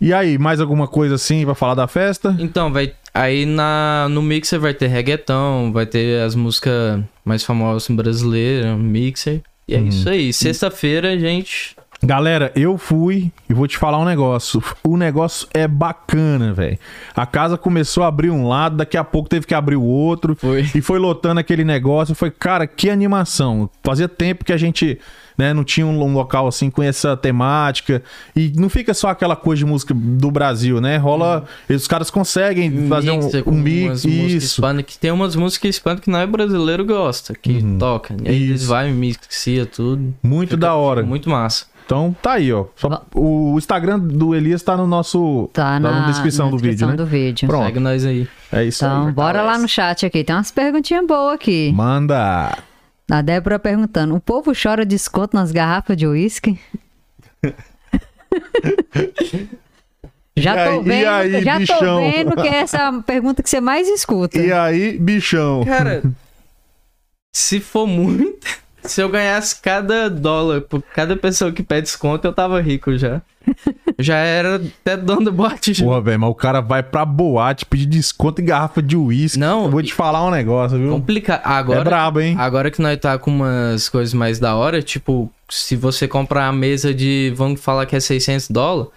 [SPEAKER 1] E aí, mais alguma coisa assim pra falar da festa?
[SPEAKER 3] Então, vai. Aí na, no mixer vai ter reggaeton, vai ter as músicas mais famosas brasileiras, mixer. E
[SPEAKER 1] Uhum.
[SPEAKER 3] é isso aí. Sexta-feira, gente.
[SPEAKER 1] Galera, eu fui e vou te falar um negócio. O negócio é bacana, velho. A casa começou a abrir um lado, daqui a pouco teve que abrir o outro.
[SPEAKER 3] Foi.
[SPEAKER 1] E foi lotando aquele negócio. Foi, cara, que animação. Fazia tempo que a gente né, não tinha um local assim com essa temática. E não fica só aquela coisa de música do Brasil, né? Rola. Os caras conseguem fazer um,
[SPEAKER 3] mixer é com
[SPEAKER 1] um
[SPEAKER 3] umas
[SPEAKER 1] mix.
[SPEAKER 3] músicas
[SPEAKER 1] Isso.
[SPEAKER 3] hispanas, que tem umas músicas hispanas que não é brasileiro gosta, que toca. E aí eles
[SPEAKER 1] Uhum. Isso.
[SPEAKER 3] vai, mixa tudo.
[SPEAKER 1] Muito da hora.
[SPEAKER 3] Muito massa.
[SPEAKER 1] Então tá aí, ó. Só-
[SPEAKER 2] Va-
[SPEAKER 1] o Instagram do Elias tá no nosso.
[SPEAKER 2] Tá na,
[SPEAKER 1] na descrição do vídeo,
[SPEAKER 2] descrição
[SPEAKER 1] né?
[SPEAKER 2] do vídeo.
[SPEAKER 1] Pronto.
[SPEAKER 3] Segue nós aí.
[SPEAKER 1] É isso
[SPEAKER 2] Então,
[SPEAKER 1] aí.
[SPEAKER 2] bora lá no chat aqui. Tem umas perguntinhas boas aqui.
[SPEAKER 1] Manda!
[SPEAKER 2] A Débora perguntando: o povo chora desconto nas garrafas de uísque? já
[SPEAKER 1] E aí-
[SPEAKER 2] tô
[SPEAKER 1] e
[SPEAKER 2] vendo,
[SPEAKER 1] aí,
[SPEAKER 2] já
[SPEAKER 1] bichão?
[SPEAKER 2] tô vendo que essa é a pergunta que você mais escuta.
[SPEAKER 1] E aí, bichão?
[SPEAKER 3] Então. Cara, se for muito. Se eu ganhasse cada dólar por cada pessoa que pede desconto, eu tava rico já. Já era até dono do bote já.
[SPEAKER 1] Porra, velho, mas o cara vai pra boate pedir desconto em garrafa de uísque.
[SPEAKER 3] Não,
[SPEAKER 1] Eu Vou te falar um negócio, viu?
[SPEAKER 3] Complicado. Agora,
[SPEAKER 1] É brabo, hein?
[SPEAKER 3] agora que nós tá com umas coisas mais da hora, tipo, se você comprar a mesa de, vamos falar que é 600 dólares,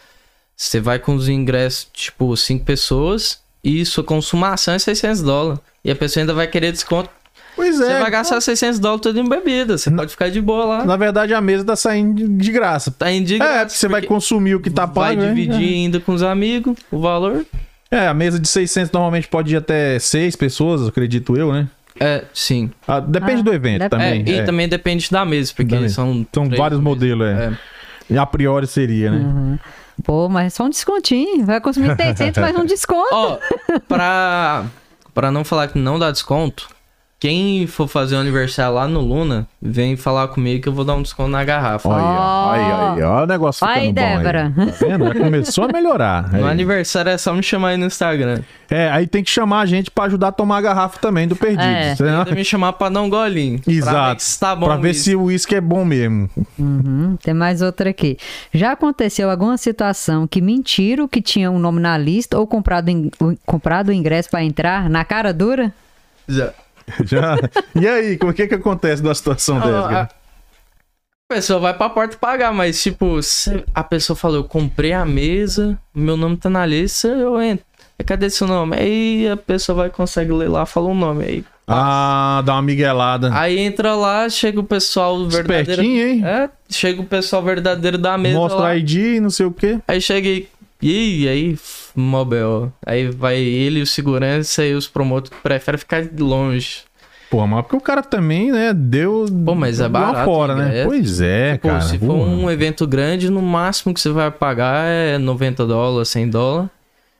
[SPEAKER 3] você vai com os ingressos, tipo, 5 pessoas e sua consumação é 600 dólares. E a pessoa ainda vai querer desconto.
[SPEAKER 1] Pois
[SPEAKER 3] Você
[SPEAKER 1] é.
[SPEAKER 3] vai gastar 600 dólares todo em bebida. Você pode ficar de boa lá.
[SPEAKER 1] Na verdade, a mesa tá saindo de- de graça.
[SPEAKER 3] Tá em de
[SPEAKER 1] é,
[SPEAKER 3] graça,
[SPEAKER 1] você vai
[SPEAKER 3] porque
[SPEAKER 1] consumir o que tá
[SPEAKER 3] vai
[SPEAKER 1] pago. né?
[SPEAKER 3] dividir ainda com os amigos o valor.
[SPEAKER 1] É, a mesa de 600 normalmente pode ir até seis pessoas, acredito eu, né?
[SPEAKER 3] É, sim.
[SPEAKER 1] Ah, depende
[SPEAKER 2] Ah,
[SPEAKER 1] do evento
[SPEAKER 2] dep-
[SPEAKER 1] também.
[SPEAKER 3] É, e
[SPEAKER 1] é.
[SPEAKER 3] também depende da mesa, porque
[SPEAKER 1] Da mesa.
[SPEAKER 3] são
[SPEAKER 1] São
[SPEAKER 3] três
[SPEAKER 1] vários
[SPEAKER 3] mesas.
[SPEAKER 1] modelos, é.
[SPEAKER 3] É.
[SPEAKER 1] E a priori seria, né?
[SPEAKER 2] Uhum. Pô, mas só um descontinho. Vai consumir 600, mas um desconto.
[SPEAKER 3] Ó, pra, pra não falar que não dá desconto, quem for fazer o aniversário lá no Luna, vem falar comigo que eu vou dar um desconto na garrafa.
[SPEAKER 1] Olha, aí, ó, olha aí, ó, olha o negócio
[SPEAKER 2] Vai,
[SPEAKER 1] ficando
[SPEAKER 2] Débora.
[SPEAKER 1] bom aí. Tá vendo? Já começou a melhorar.
[SPEAKER 3] No
[SPEAKER 1] Aí.
[SPEAKER 3] aniversário é só me chamar aí no Instagram.
[SPEAKER 1] É, aí tem que chamar a gente pra ajudar a tomar a garrafa também do Perdido.
[SPEAKER 2] É.
[SPEAKER 1] senão-
[SPEAKER 3] Ainda me chamar pra dar um golinho. Pra ver
[SPEAKER 1] Exato.
[SPEAKER 3] se tá bom
[SPEAKER 1] pra ver
[SPEAKER 3] mesmo.
[SPEAKER 1] se o uísque é bom mesmo.
[SPEAKER 2] Uhum, tem mais outra aqui. Já aconteceu alguma situação que mentiram que tinha um nome na lista ou comprado, in- o- comprado o ingresso pra entrar na cara dura?
[SPEAKER 3] Já.
[SPEAKER 1] Já. E aí, como é que que acontece numa situação dessa?
[SPEAKER 3] a,
[SPEAKER 1] cara?
[SPEAKER 3] a pessoa vai pra porta pagar, mas tipo, se a pessoa fala, eu comprei a mesa, meu nome tá na lista, eu entro. Aí, Cadê seu nome? Aí a pessoa vai consegue ler lá, fala o nome. Aí,
[SPEAKER 1] Ah, dá uma miguelada.
[SPEAKER 3] aí entra lá, chega o pessoal verdadeiro.
[SPEAKER 1] Espertinho, hein?
[SPEAKER 3] É, chega o pessoal verdadeiro da mesa.
[SPEAKER 1] Mostra
[SPEAKER 3] lá.
[SPEAKER 1] ID e não sei o quê.
[SPEAKER 3] Aí chega e. E aí, f- Mobel. Aí vai ele, o segurança e os promotores que preferem ficar de longe.
[SPEAKER 1] Pô, mas é porque o cara também, né, deu.
[SPEAKER 3] Pô, mas é
[SPEAKER 1] deu
[SPEAKER 3] barato
[SPEAKER 1] fora,
[SPEAKER 3] o
[SPEAKER 1] né?
[SPEAKER 3] ingresso.
[SPEAKER 1] Pois é,
[SPEAKER 3] Pô,
[SPEAKER 1] cara.
[SPEAKER 3] se for
[SPEAKER 1] Pô.
[SPEAKER 3] um evento grande, no máximo que você vai pagar é 90 dólares, 100 dólares.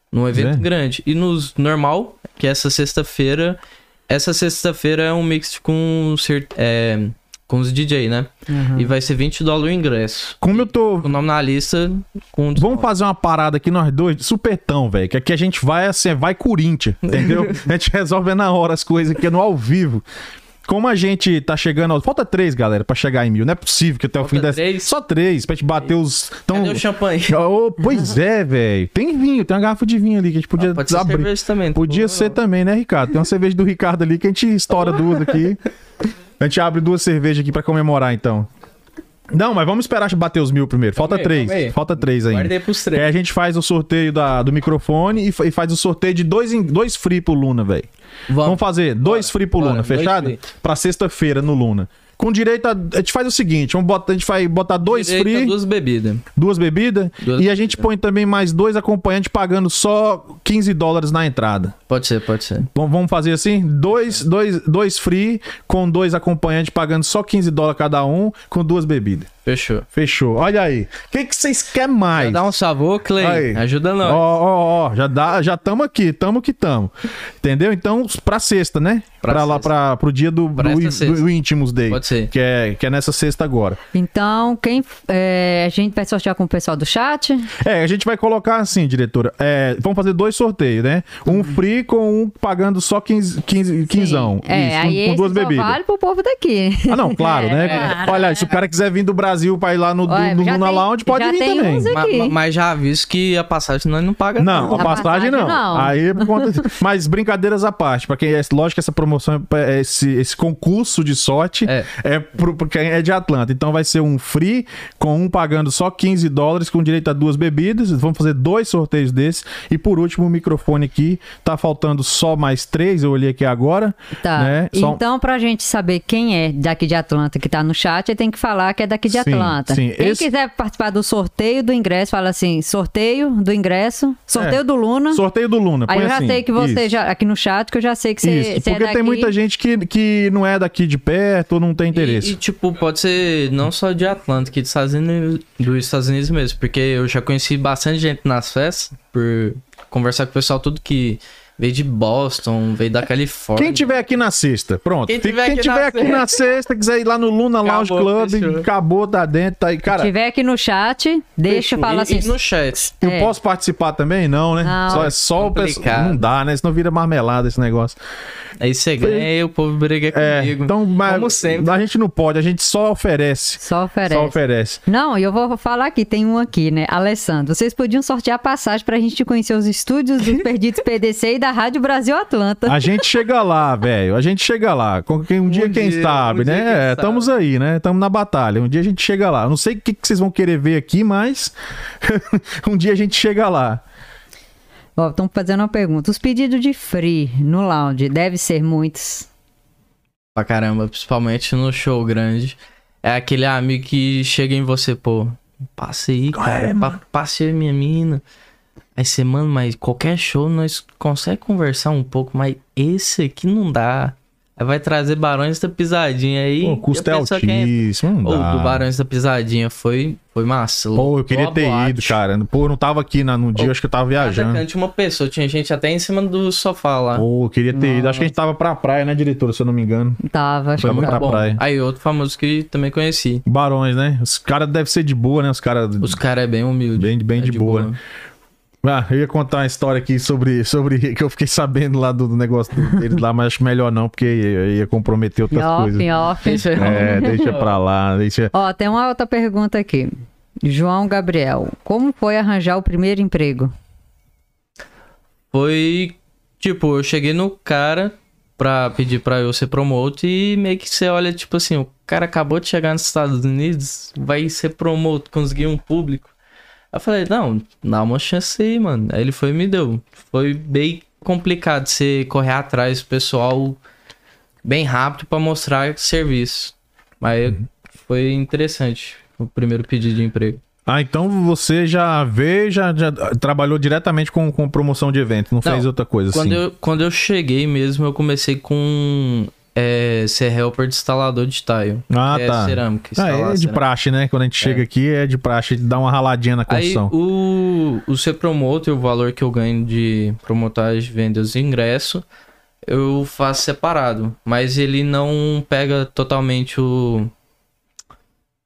[SPEAKER 3] Num evento
[SPEAKER 1] É.
[SPEAKER 3] grande. E nos normal, que é essa sexta-feira. Essa sexta-feira é um mix com, cer- é, com os DJ, né? E vai ser 20 dólares o ingresso.
[SPEAKER 1] Como eu tô
[SPEAKER 3] O nome na lista com um
[SPEAKER 1] Vamos fazer uma parada aqui nós dois, de supetão, velho. Que aqui a gente vai assim, vai Corinthians, entendeu? a gente resolve na hora as coisas aqui no ao vivo. Como a gente tá chegando. ao- Falta três, galera, pra chegar em mil. Não é possível que até o
[SPEAKER 3] Falta
[SPEAKER 1] fim dessa.
[SPEAKER 3] três?
[SPEAKER 1] Só três, pra gente bater os. Tão...
[SPEAKER 3] Cadê o champanhe?
[SPEAKER 1] Ô, pois é, velho. Tem vinho, tem uma garrafa de vinho ali que a gente podia
[SPEAKER 3] Ah, Pode ser
[SPEAKER 1] abrir.
[SPEAKER 3] cerveja também. então.
[SPEAKER 1] Podia
[SPEAKER 3] Pô,
[SPEAKER 1] ser também, né, Ricardo? Tem uma cerveja do Ricardo ali que a gente estoura duas aqui. A gente abre duas cervejas aqui pra comemorar, então. Não, mas vamos esperar bater os mil primeiro. Falta
[SPEAKER 3] aí,
[SPEAKER 1] três.
[SPEAKER 3] calma aí.
[SPEAKER 1] Falta três ainda.
[SPEAKER 3] Guardei pros
[SPEAKER 1] Aí
[SPEAKER 3] três.
[SPEAKER 1] É, a gente faz o sorteio da- do microfone e, fa- e faz o sorteio de dois, in- dois free pro Luna, velho. Vamos fazer dois free pro
[SPEAKER 3] bora,
[SPEAKER 1] Luna,
[SPEAKER 3] dois
[SPEAKER 1] fechado?
[SPEAKER 3] free.
[SPEAKER 1] Pra sexta-feira no Luna. Com direito a. A gente faz o seguinte: vamos botar, a gente vai botar dois
[SPEAKER 3] Direito a
[SPEAKER 1] free, duas,
[SPEAKER 3] Duas bebidas.
[SPEAKER 1] bebidas,
[SPEAKER 3] Duas
[SPEAKER 1] e a gente põe também mais dois acompanhantes pagando só 15 dólares na entrada.
[SPEAKER 3] Pode ser, pode ser.
[SPEAKER 1] Bom, Vamos fazer assim? Dois, dois, dois free com dois acompanhantes pagando só 15 dólares cada um, com duas bebidas.
[SPEAKER 3] Fechou.
[SPEAKER 1] Fechou. Olha aí. O que que vocês querem
[SPEAKER 3] Quer
[SPEAKER 1] mais?
[SPEAKER 3] dar um sabor, Clay?
[SPEAKER 1] Aí.
[SPEAKER 3] Ajuda
[SPEAKER 1] Ó,
[SPEAKER 3] nós.
[SPEAKER 1] ó, ó, já dá, já tamo aqui, tamo que tamo. Entendeu? Então, pra sexta, né? Pra,
[SPEAKER 3] Pra
[SPEAKER 1] lá,
[SPEAKER 3] sexta.
[SPEAKER 1] pra, pro dia do,
[SPEAKER 3] Pra
[SPEAKER 1] do,
[SPEAKER 3] essa
[SPEAKER 1] do
[SPEAKER 3] sexta.
[SPEAKER 1] Intimus Day.
[SPEAKER 3] Pode ser.
[SPEAKER 1] Que é, que é nessa sexta agora.
[SPEAKER 2] Então, quem é, a gente vai sortear com o pessoal do chat?
[SPEAKER 1] É, a gente vai colocar assim, diretora. É, vamos fazer dois sorteios, né?
[SPEAKER 3] Uhum.
[SPEAKER 1] Um free com um pagando só 15, 15, quinzão.
[SPEAKER 2] É,
[SPEAKER 1] Isso,
[SPEAKER 2] aí
[SPEAKER 1] com, com
[SPEAKER 2] esse
[SPEAKER 1] duas
[SPEAKER 2] só
[SPEAKER 1] bebidas.
[SPEAKER 2] vale pro povo daqui.
[SPEAKER 1] Ah, não, claro, né?
[SPEAKER 2] É.
[SPEAKER 1] Olha, se o cara quiser vir do Brasil pra ir lá no,
[SPEAKER 2] Olha,
[SPEAKER 1] no
[SPEAKER 2] já
[SPEAKER 1] Luna
[SPEAKER 2] tem-
[SPEAKER 1] Lounge, pode
[SPEAKER 2] já
[SPEAKER 1] vir
[SPEAKER 2] tem
[SPEAKER 1] também.
[SPEAKER 2] uns
[SPEAKER 3] Ma-
[SPEAKER 2] aqui.
[SPEAKER 3] ma- mas já aviso que a passagem nós não paga.
[SPEAKER 1] Não, a
[SPEAKER 2] A
[SPEAKER 1] passagem
[SPEAKER 2] passagem
[SPEAKER 1] não.
[SPEAKER 2] não.
[SPEAKER 1] Aí é por conta. Mas brincadeiras à parte, para quem é, lógico que essa promoção, é pra- é esse, esse concurso de sorte é,
[SPEAKER 3] É.
[SPEAKER 1] pro, pra quem é de Atlanta. Então vai ser um free com um pagando só 15 dólares com direito a duas bebidas. Vamos fazer dois sorteios desses e por último o microfone aqui tá faltando só mais três. Eu olhei aqui agora.
[SPEAKER 2] Tá.
[SPEAKER 1] Né? Só-
[SPEAKER 2] Então, pra gente saber quem é daqui de Atlanta que tá no chat, aí tem que falar que é daqui de
[SPEAKER 1] Sim,
[SPEAKER 2] Atlanta.
[SPEAKER 1] sim.
[SPEAKER 2] Quem
[SPEAKER 1] Esse-
[SPEAKER 2] quiser participar do sorteio do ingresso, fala assim: sorteio do ingresso, sorteio
[SPEAKER 1] É.
[SPEAKER 2] do Luna.
[SPEAKER 1] Sorteio do Luna.
[SPEAKER 2] Então, Aí
[SPEAKER 1] põe
[SPEAKER 2] eu já
[SPEAKER 1] assim.
[SPEAKER 2] sei que você
[SPEAKER 1] Isso.
[SPEAKER 2] já. Aqui no chat, que eu já sei que você,
[SPEAKER 1] Isso,
[SPEAKER 2] você
[SPEAKER 1] porque
[SPEAKER 2] é daqui.
[SPEAKER 1] tem muita gente que, que não é daqui de perto ou não tem interesse.
[SPEAKER 3] E, e, tipo, pode ser não só de Atlanta, que dos Estados, Unidos, dos Estados Unidos mesmo. Porque eu já conheci bastante gente nas festas, por conversar com o pessoal tudo que veio de Boston, veio da Califórnia.
[SPEAKER 1] É, Quem tiver aqui na sexta, pronto. Quem
[SPEAKER 3] Quem
[SPEAKER 1] tiver, Quem
[SPEAKER 3] tiver aqui
[SPEAKER 1] tiver
[SPEAKER 3] na
[SPEAKER 1] aqui na sexta, quiser ir lá no Luna Lounge
[SPEAKER 3] Acabou,
[SPEAKER 1] Club,
[SPEAKER 3] fechou.
[SPEAKER 1] acabou, tá dentro, tá aí. Cara,
[SPEAKER 2] Se tiver aqui no chat, deixa eu
[SPEAKER 3] E-
[SPEAKER 2] falar assim.
[SPEAKER 3] E no chat.
[SPEAKER 1] eu
[SPEAKER 2] É.
[SPEAKER 1] posso participar também? Não, né?
[SPEAKER 2] Não.
[SPEAKER 1] Só, é só o pessoal.
[SPEAKER 3] Complicado.
[SPEAKER 1] Não dá, né? Senão vira marmelada esse negócio.
[SPEAKER 3] Aí você ganha, o povo briga
[SPEAKER 1] É,
[SPEAKER 3] comigo.
[SPEAKER 1] então, mas
[SPEAKER 3] Como sempre.
[SPEAKER 1] a gente não pode, a gente só oferece.
[SPEAKER 2] Só oferece.
[SPEAKER 1] Só oferece.
[SPEAKER 2] Não, e eu vou falar aqui, tem um aqui, né? Alessandro, vocês podiam sortear passagem pra gente conhecer os estúdios dos Perdidos PDC e da Rádio Brasil Atlanta.
[SPEAKER 1] A gente chega lá, velho. A gente chega lá. Com- que- Um, dia, quem
[SPEAKER 3] dia,
[SPEAKER 1] sabe,
[SPEAKER 3] um dia
[SPEAKER 1] né?
[SPEAKER 3] quem
[SPEAKER 1] é,
[SPEAKER 3] sabe.
[SPEAKER 1] estamos aí, né? Estamos na batalha. Um dia a gente chega lá. Eu não sei o que, que vocês vão querer ver aqui, mas um dia a gente chega lá.
[SPEAKER 2] Ó, estão fazendo uma pergunta. Os pedidos de free no lounge devem ser muitos?
[SPEAKER 3] Pra caramba, principalmente no show grande. É aquele amigo que chega em você, pô, passa aí,
[SPEAKER 1] é,
[SPEAKER 3] cara, pa- passe aí minha mina. Aí você, mano, mas qualquer show nós consegue conversar um pouco, mas esse aqui não dá. Aí vai trazer Barões da Pisadinha aí.
[SPEAKER 1] Pô, o custo
[SPEAKER 3] e
[SPEAKER 1] é
[SPEAKER 3] a pessoa quer-
[SPEAKER 1] altíssimo. Não
[SPEAKER 3] Ou
[SPEAKER 1] dá.
[SPEAKER 3] do Barões da Pisadinha foi, foi massa.
[SPEAKER 1] Pô, eu queria
[SPEAKER 3] Boa
[SPEAKER 1] ter
[SPEAKER 3] boate.
[SPEAKER 1] ido, cara. Pô, eu não tava aqui na, no dia, eu acho que eu tava
[SPEAKER 3] Cada
[SPEAKER 1] viajando.
[SPEAKER 3] canto uma pessoa. Tinha gente até em cima do sofá lá.
[SPEAKER 1] Pô, eu queria ter ido. Acho que a gente tava pra praia, né, diretora, se eu não me engano.
[SPEAKER 2] Tava, acho
[SPEAKER 1] Foi
[SPEAKER 2] que
[SPEAKER 1] muito
[SPEAKER 2] tava.
[SPEAKER 1] pra praia.
[SPEAKER 3] Tá Aí outro famoso que também conheci.
[SPEAKER 1] Barões, né? Os caras devem ser de boa, né? Os caras.
[SPEAKER 3] Os caras é bem humilde.
[SPEAKER 1] Bem, bem
[SPEAKER 3] é
[SPEAKER 1] de, boa, né? Ah, eu ia contar uma história aqui sobre, sobre que eu fiquei sabendo lá do, do negócio do- deles lá, mas acho melhor não, porque ia, ia comprometer outras
[SPEAKER 2] Em off,
[SPEAKER 1] coisas.
[SPEAKER 2] em off.
[SPEAKER 3] Esse
[SPEAKER 1] É, deixa pra lá, deixa.
[SPEAKER 2] Ó, tem uma outra pergunta aqui. João Gabriel, como foi arranjar o primeiro emprego?
[SPEAKER 3] Foi tipo, eu cheguei no cara pra pedir pra eu ser promoto e meio que você olha, tipo assim, o cara acabou de chegar nos Estados Unidos, vai ser promoto, conseguir um público. Aí Eu falei, não, dá uma chance aí, mano. Aí ele foi e me deu. Foi bem complicado você correr atrás do pessoal bem rápido pra mostrar serviço. Mas
[SPEAKER 1] Uhum.
[SPEAKER 3] foi interessante o primeiro pedido de emprego.
[SPEAKER 1] Ah, então você já veio, já, já trabalhou diretamente com, com promoção de evento, não,
[SPEAKER 3] Não,
[SPEAKER 1] fez outra coisa
[SPEAKER 3] Quando
[SPEAKER 1] assim.
[SPEAKER 3] eu, quando eu cheguei mesmo, eu comecei com é, ser helper de instalador de tile.
[SPEAKER 1] Ah,
[SPEAKER 3] que é
[SPEAKER 1] tá.
[SPEAKER 3] cerâmica,
[SPEAKER 1] Ah,
[SPEAKER 3] instalar
[SPEAKER 1] é de
[SPEAKER 3] cerâmica.
[SPEAKER 1] praxe, né? Quando a gente chega aqui, é de praxe, dá uma raladinha na
[SPEAKER 3] Aí
[SPEAKER 1] construção.
[SPEAKER 3] o, o ser promotor, o valor que eu ganho de promotagem, vendas e ingresso, eu faço separado. Mas ele não pega totalmente o.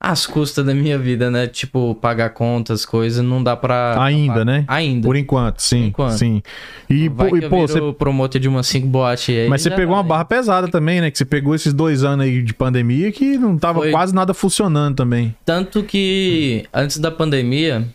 [SPEAKER 3] As custas da minha vida, né? Tipo, pagar contas, coisas, não dá pra.
[SPEAKER 1] Ainda, né?
[SPEAKER 3] Ainda.
[SPEAKER 1] Por enquanto, sim.
[SPEAKER 3] enquanto.
[SPEAKER 1] Sim. E,
[SPEAKER 3] Vai
[SPEAKER 1] pô,
[SPEAKER 3] que
[SPEAKER 1] e,
[SPEAKER 3] eu
[SPEAKER 1] pô,
[SPEAKER 3] viro né,
[SPEAKER 1] você
[SPEAKER 3] promotor de umas 5 boate aí.
[SPEAKER 1] Mas você
[SPEAKER 3] já
[SPEAKER 1] pegou uma
[SPEAKER 3] vai.
[SPEAKER 1] barra pesada também, né? Que você pegou esses dois anos aí de pandemia que não tava
[SPEAKER 3] Foi.
[SPEAKER 1] quase nada funcionando também.
[SPEAKER 3] Tanto que antes da pandemia,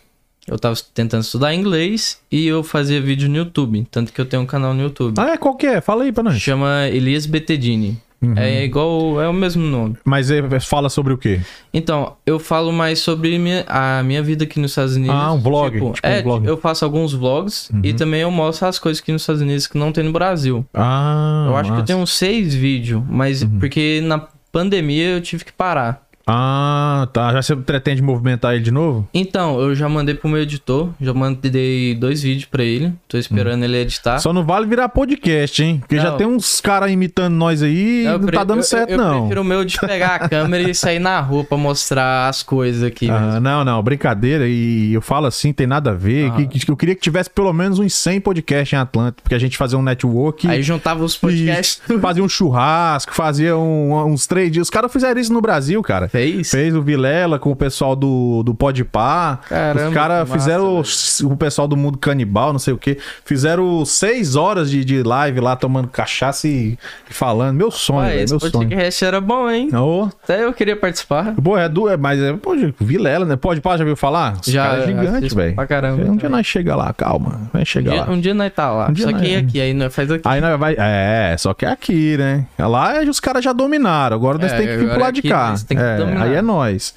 [SPEAKER 3] eu tava tentando estudar inglês e eu fazia vídeo no YouTube. Tanto que eu tenho um canal no YouTube.
[SPEAKER 1] Ah, é? Qual que é? Fala aí pra nós.
[SPEAKER 3] Chama Elias Betedini.
[SPEAKER 1] Uhum.
[SPEAKER 3] É igual, é o mesmo nome.
[SPEAKER 1] Mas é- fala sobre o quê?
[SPEAKER 3] Então, eu falo mais sobre minha- a minha vida aqui nos Estados Unidos.
[SPEAKER 1] Ah, um vlog, tipo um
[SPEAKER 3] é,
[SPEAKER 1] vlog. Uhum.
[SPEAKER 3] eu faço alguns vlogs e também eu mostro as coisas aqui nos Estados Unidos que não tem no Brasil.
[SPEAKER 1] Ah,
[SPEAKER 3] eu acho
[SPEAKER 1] massa.
[SPEAKER 3] que um-
[SPEAKER 1] Uhum.
[SPEAKER 3] eu tenho uns seis vídeos, mas porque na pandemia eu tive que parar.
[SPEAKER 1] Ah, tá. Já você pretende movimentar ele de novo?
[SPEAKER 3] Então, eu já mandei pro meu editor, já mandei dois vídeos pra ele, tô esperando ele editar.
[SPEAKER 1] Só não vale virar podcast, hein? Porque já
[SPEAKER 3] Tá. Não.
[SPEAKER 1] tem uns caras imitando nós aí e
[SPEAKER 3] Eu
[SPEAKER 1] não
[SPEAKER 3] pre-
[SPEAKER 1] tá dando
[SPEAKER 3] eu-
[SPEAKER 1] certo,
[SPEAKER 3] eu, eu
[SPEAKER 1] não.
[SPEAKER 3] prefiro o meu de pegar a câmera e sair na rua pra mostrar as coisas aqui.
[SPEAKER 1] Ah,
[SPEAKER 3] mesmo.
[SPEAKER 1] não, não, brincadeira. E eu falo assim, tem nada a ver. que- que- que eu queria que tivesse pelo menos uns 100 podcasts em Atlanta, porque a gente fazia um network.
[SPEAKER 3] Aí juntava os podcasts.
[SPEAKER 1] Isso. Fazia um churrasco, fazia um- uns três dias. Os caras fizeram isso no Brasil, cara.
[SPEAKER 3] Fez?
[SPEAKER 1] Fez o Vilela com o pessoal do, do Podpah.
[SPEAKER 3] Caramba,
[SPEAKER 1] Os
[SPEAKER 3] que
[SPEAKER 1] caras
[SPEAKER 3] massa,
[SPEAKER 1] fizeram o, o pessoal do mundo canibal, não sei o quê. Fizeram seis horas de, de live lá tomando cachaça e falando. Meu sonho,
[SPEAKER 3] Ué,
[SPEAKER 1] velho,
[SPEAKER 3] esse
[SPEAKER 1] meu sonho.
[SPEAKER 3] podcast era bom, hein?
[SPEAKER 1] Ô,
[SPEAKER 3] Até eu queria participar.
[SPEAKER 1] Pô, é do. É, mas é. Pô, Vilela, né? Podpah já viu falar? Os
[SPEAKER 3] Já,
[SPEAKER 1] caras é gigante,
[SPEAKER 3] assisto
[SPEAKER 1] velho.
[SPEAKER 3] pra caramba
[SPEAKER 1] Um dia
[SPEAKER 3] também.
[SPEAKER 1] nós chega lá, calma. Vai
[SPEAKER 3] Um
[SPEAKER 1] chegar
[SPEAKER 3] dia,
[SPEAKER 1] lá.
[SPEAKER 3] um dia nós tá lá.
[SPEAKER 1] Um dia
[SPEAKER 3] Só
[SPEAKER 1] nós-
[SPEAKER 3] que aqui, aí nós faz aqui.
[SPEAKER 1] Aí nós vai. É, só que é aqui, né? Lá os caras já dominaram. Agora nós
[SPEAKER 3] É,
[SPEAKER 1] temos que vir pro
[SPEAKER 3] agora
[SPEAKER 1] lado de
[SPEAKER 3] aqui
[SPEAKER 1] cá.
[SPEAKER 3] nós tem que
[SPEAKER 1] É,
[SPEAKER 3] dominar.
[SPEAKER 1] aí é nós.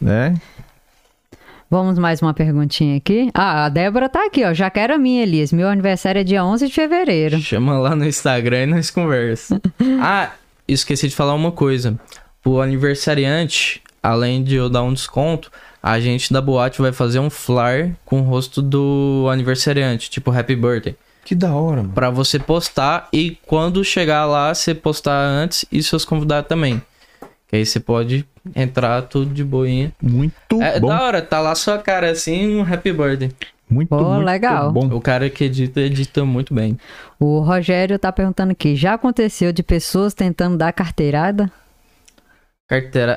[SPEAKER 1] Né?
[SPEAKER 2] Vamos mais uma perguntinha aqui. Ah, a Débora tá aqui, ó. Já quero a minha, Elias. Meu aniversário é dia 11 de fevereiro.
[SPEAKER 3] Chama lá no Instagram e nós conversa. ah, esqueci de falar uma coisa. O aniversariante, além de eu dar um desconto, a gente da boate vai fazer um flyer com o rosto do aniversariante, tipo Happy Birthday.
[SPEAKER 1] Que da hora, mano.
[SPEAKER 3] Pra você postar e quando chegar lá, você postar antes e seus convidados também. Que aí você pode entrar tudo de boinha.
[SPEAKER 1] Muito
[SPEAKER 3] É
[SPEAKER 1] bom.
[SPEAKER 3] da hora, tá lá sua cara assim, um Happy Birthday.
[SPEAKER 1] Muito,
[SPEAKER 2] Pô,
[SPEAKER 1] muito
[SPEAKER 2] legal.
[SPEAKER 1] bom.
[SPEAKER 3] O cara que edita, edita muito bem.
[SPEAKER 2] O Rogério tá perguntando aqui: já aconteceu de pessoas tentando dar carteirada?
[SPEAKER 3] Carteira.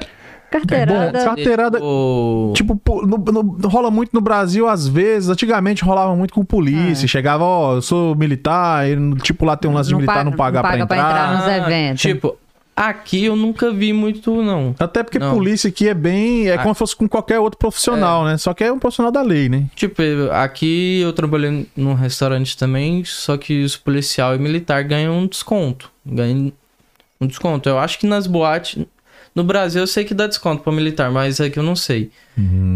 [SPEAKER 2] Carteirada.
[SPEAKER 1] É
[SPEAKER 3] né?
[SPEAKER 1] bom, Carteirada-
[SPEAKER 3] Tipo,
[SPEAKER 1] Tipo, pô, no- no- rola muito no Brasil, às vezes. Antigamente rolava muito com polícia. Chegava, ó, eu sou militar. e, tipo, lá tem um lance de
[SPEAKER 2] É. Não
[SPEAKER 1] militar,
[SPEAKER 2] paga-
[SPEAKER 1] não pagar
[SPEAKER 2] não
[SPEAKER 1] pra,
[SPEAKER 2] paga pra
[SPEAKER 1] entrar.
[SPEAKER 2] entrar, nos eventos.
[SPEAKER 3] Tipo, aqui eu nunca vi muito, não.
[SPEAKER 1] Até porque
[SPEAKER 3] Não. Ah.
[SPEAKER 1] polícia aqui é bem. É como se fosse com qualquer outro profissional, né? Só que é um profissional da lei, né?
[SPEAKER 3] Tipo, eu- aqui eu trabalhei num restaurante também, só que os policial e militar ganham um desconto. Ganham um desconto. Eu acho que nas boates. No Brasil eu sei que dá desconto pra militar, mas aqui eu não sei.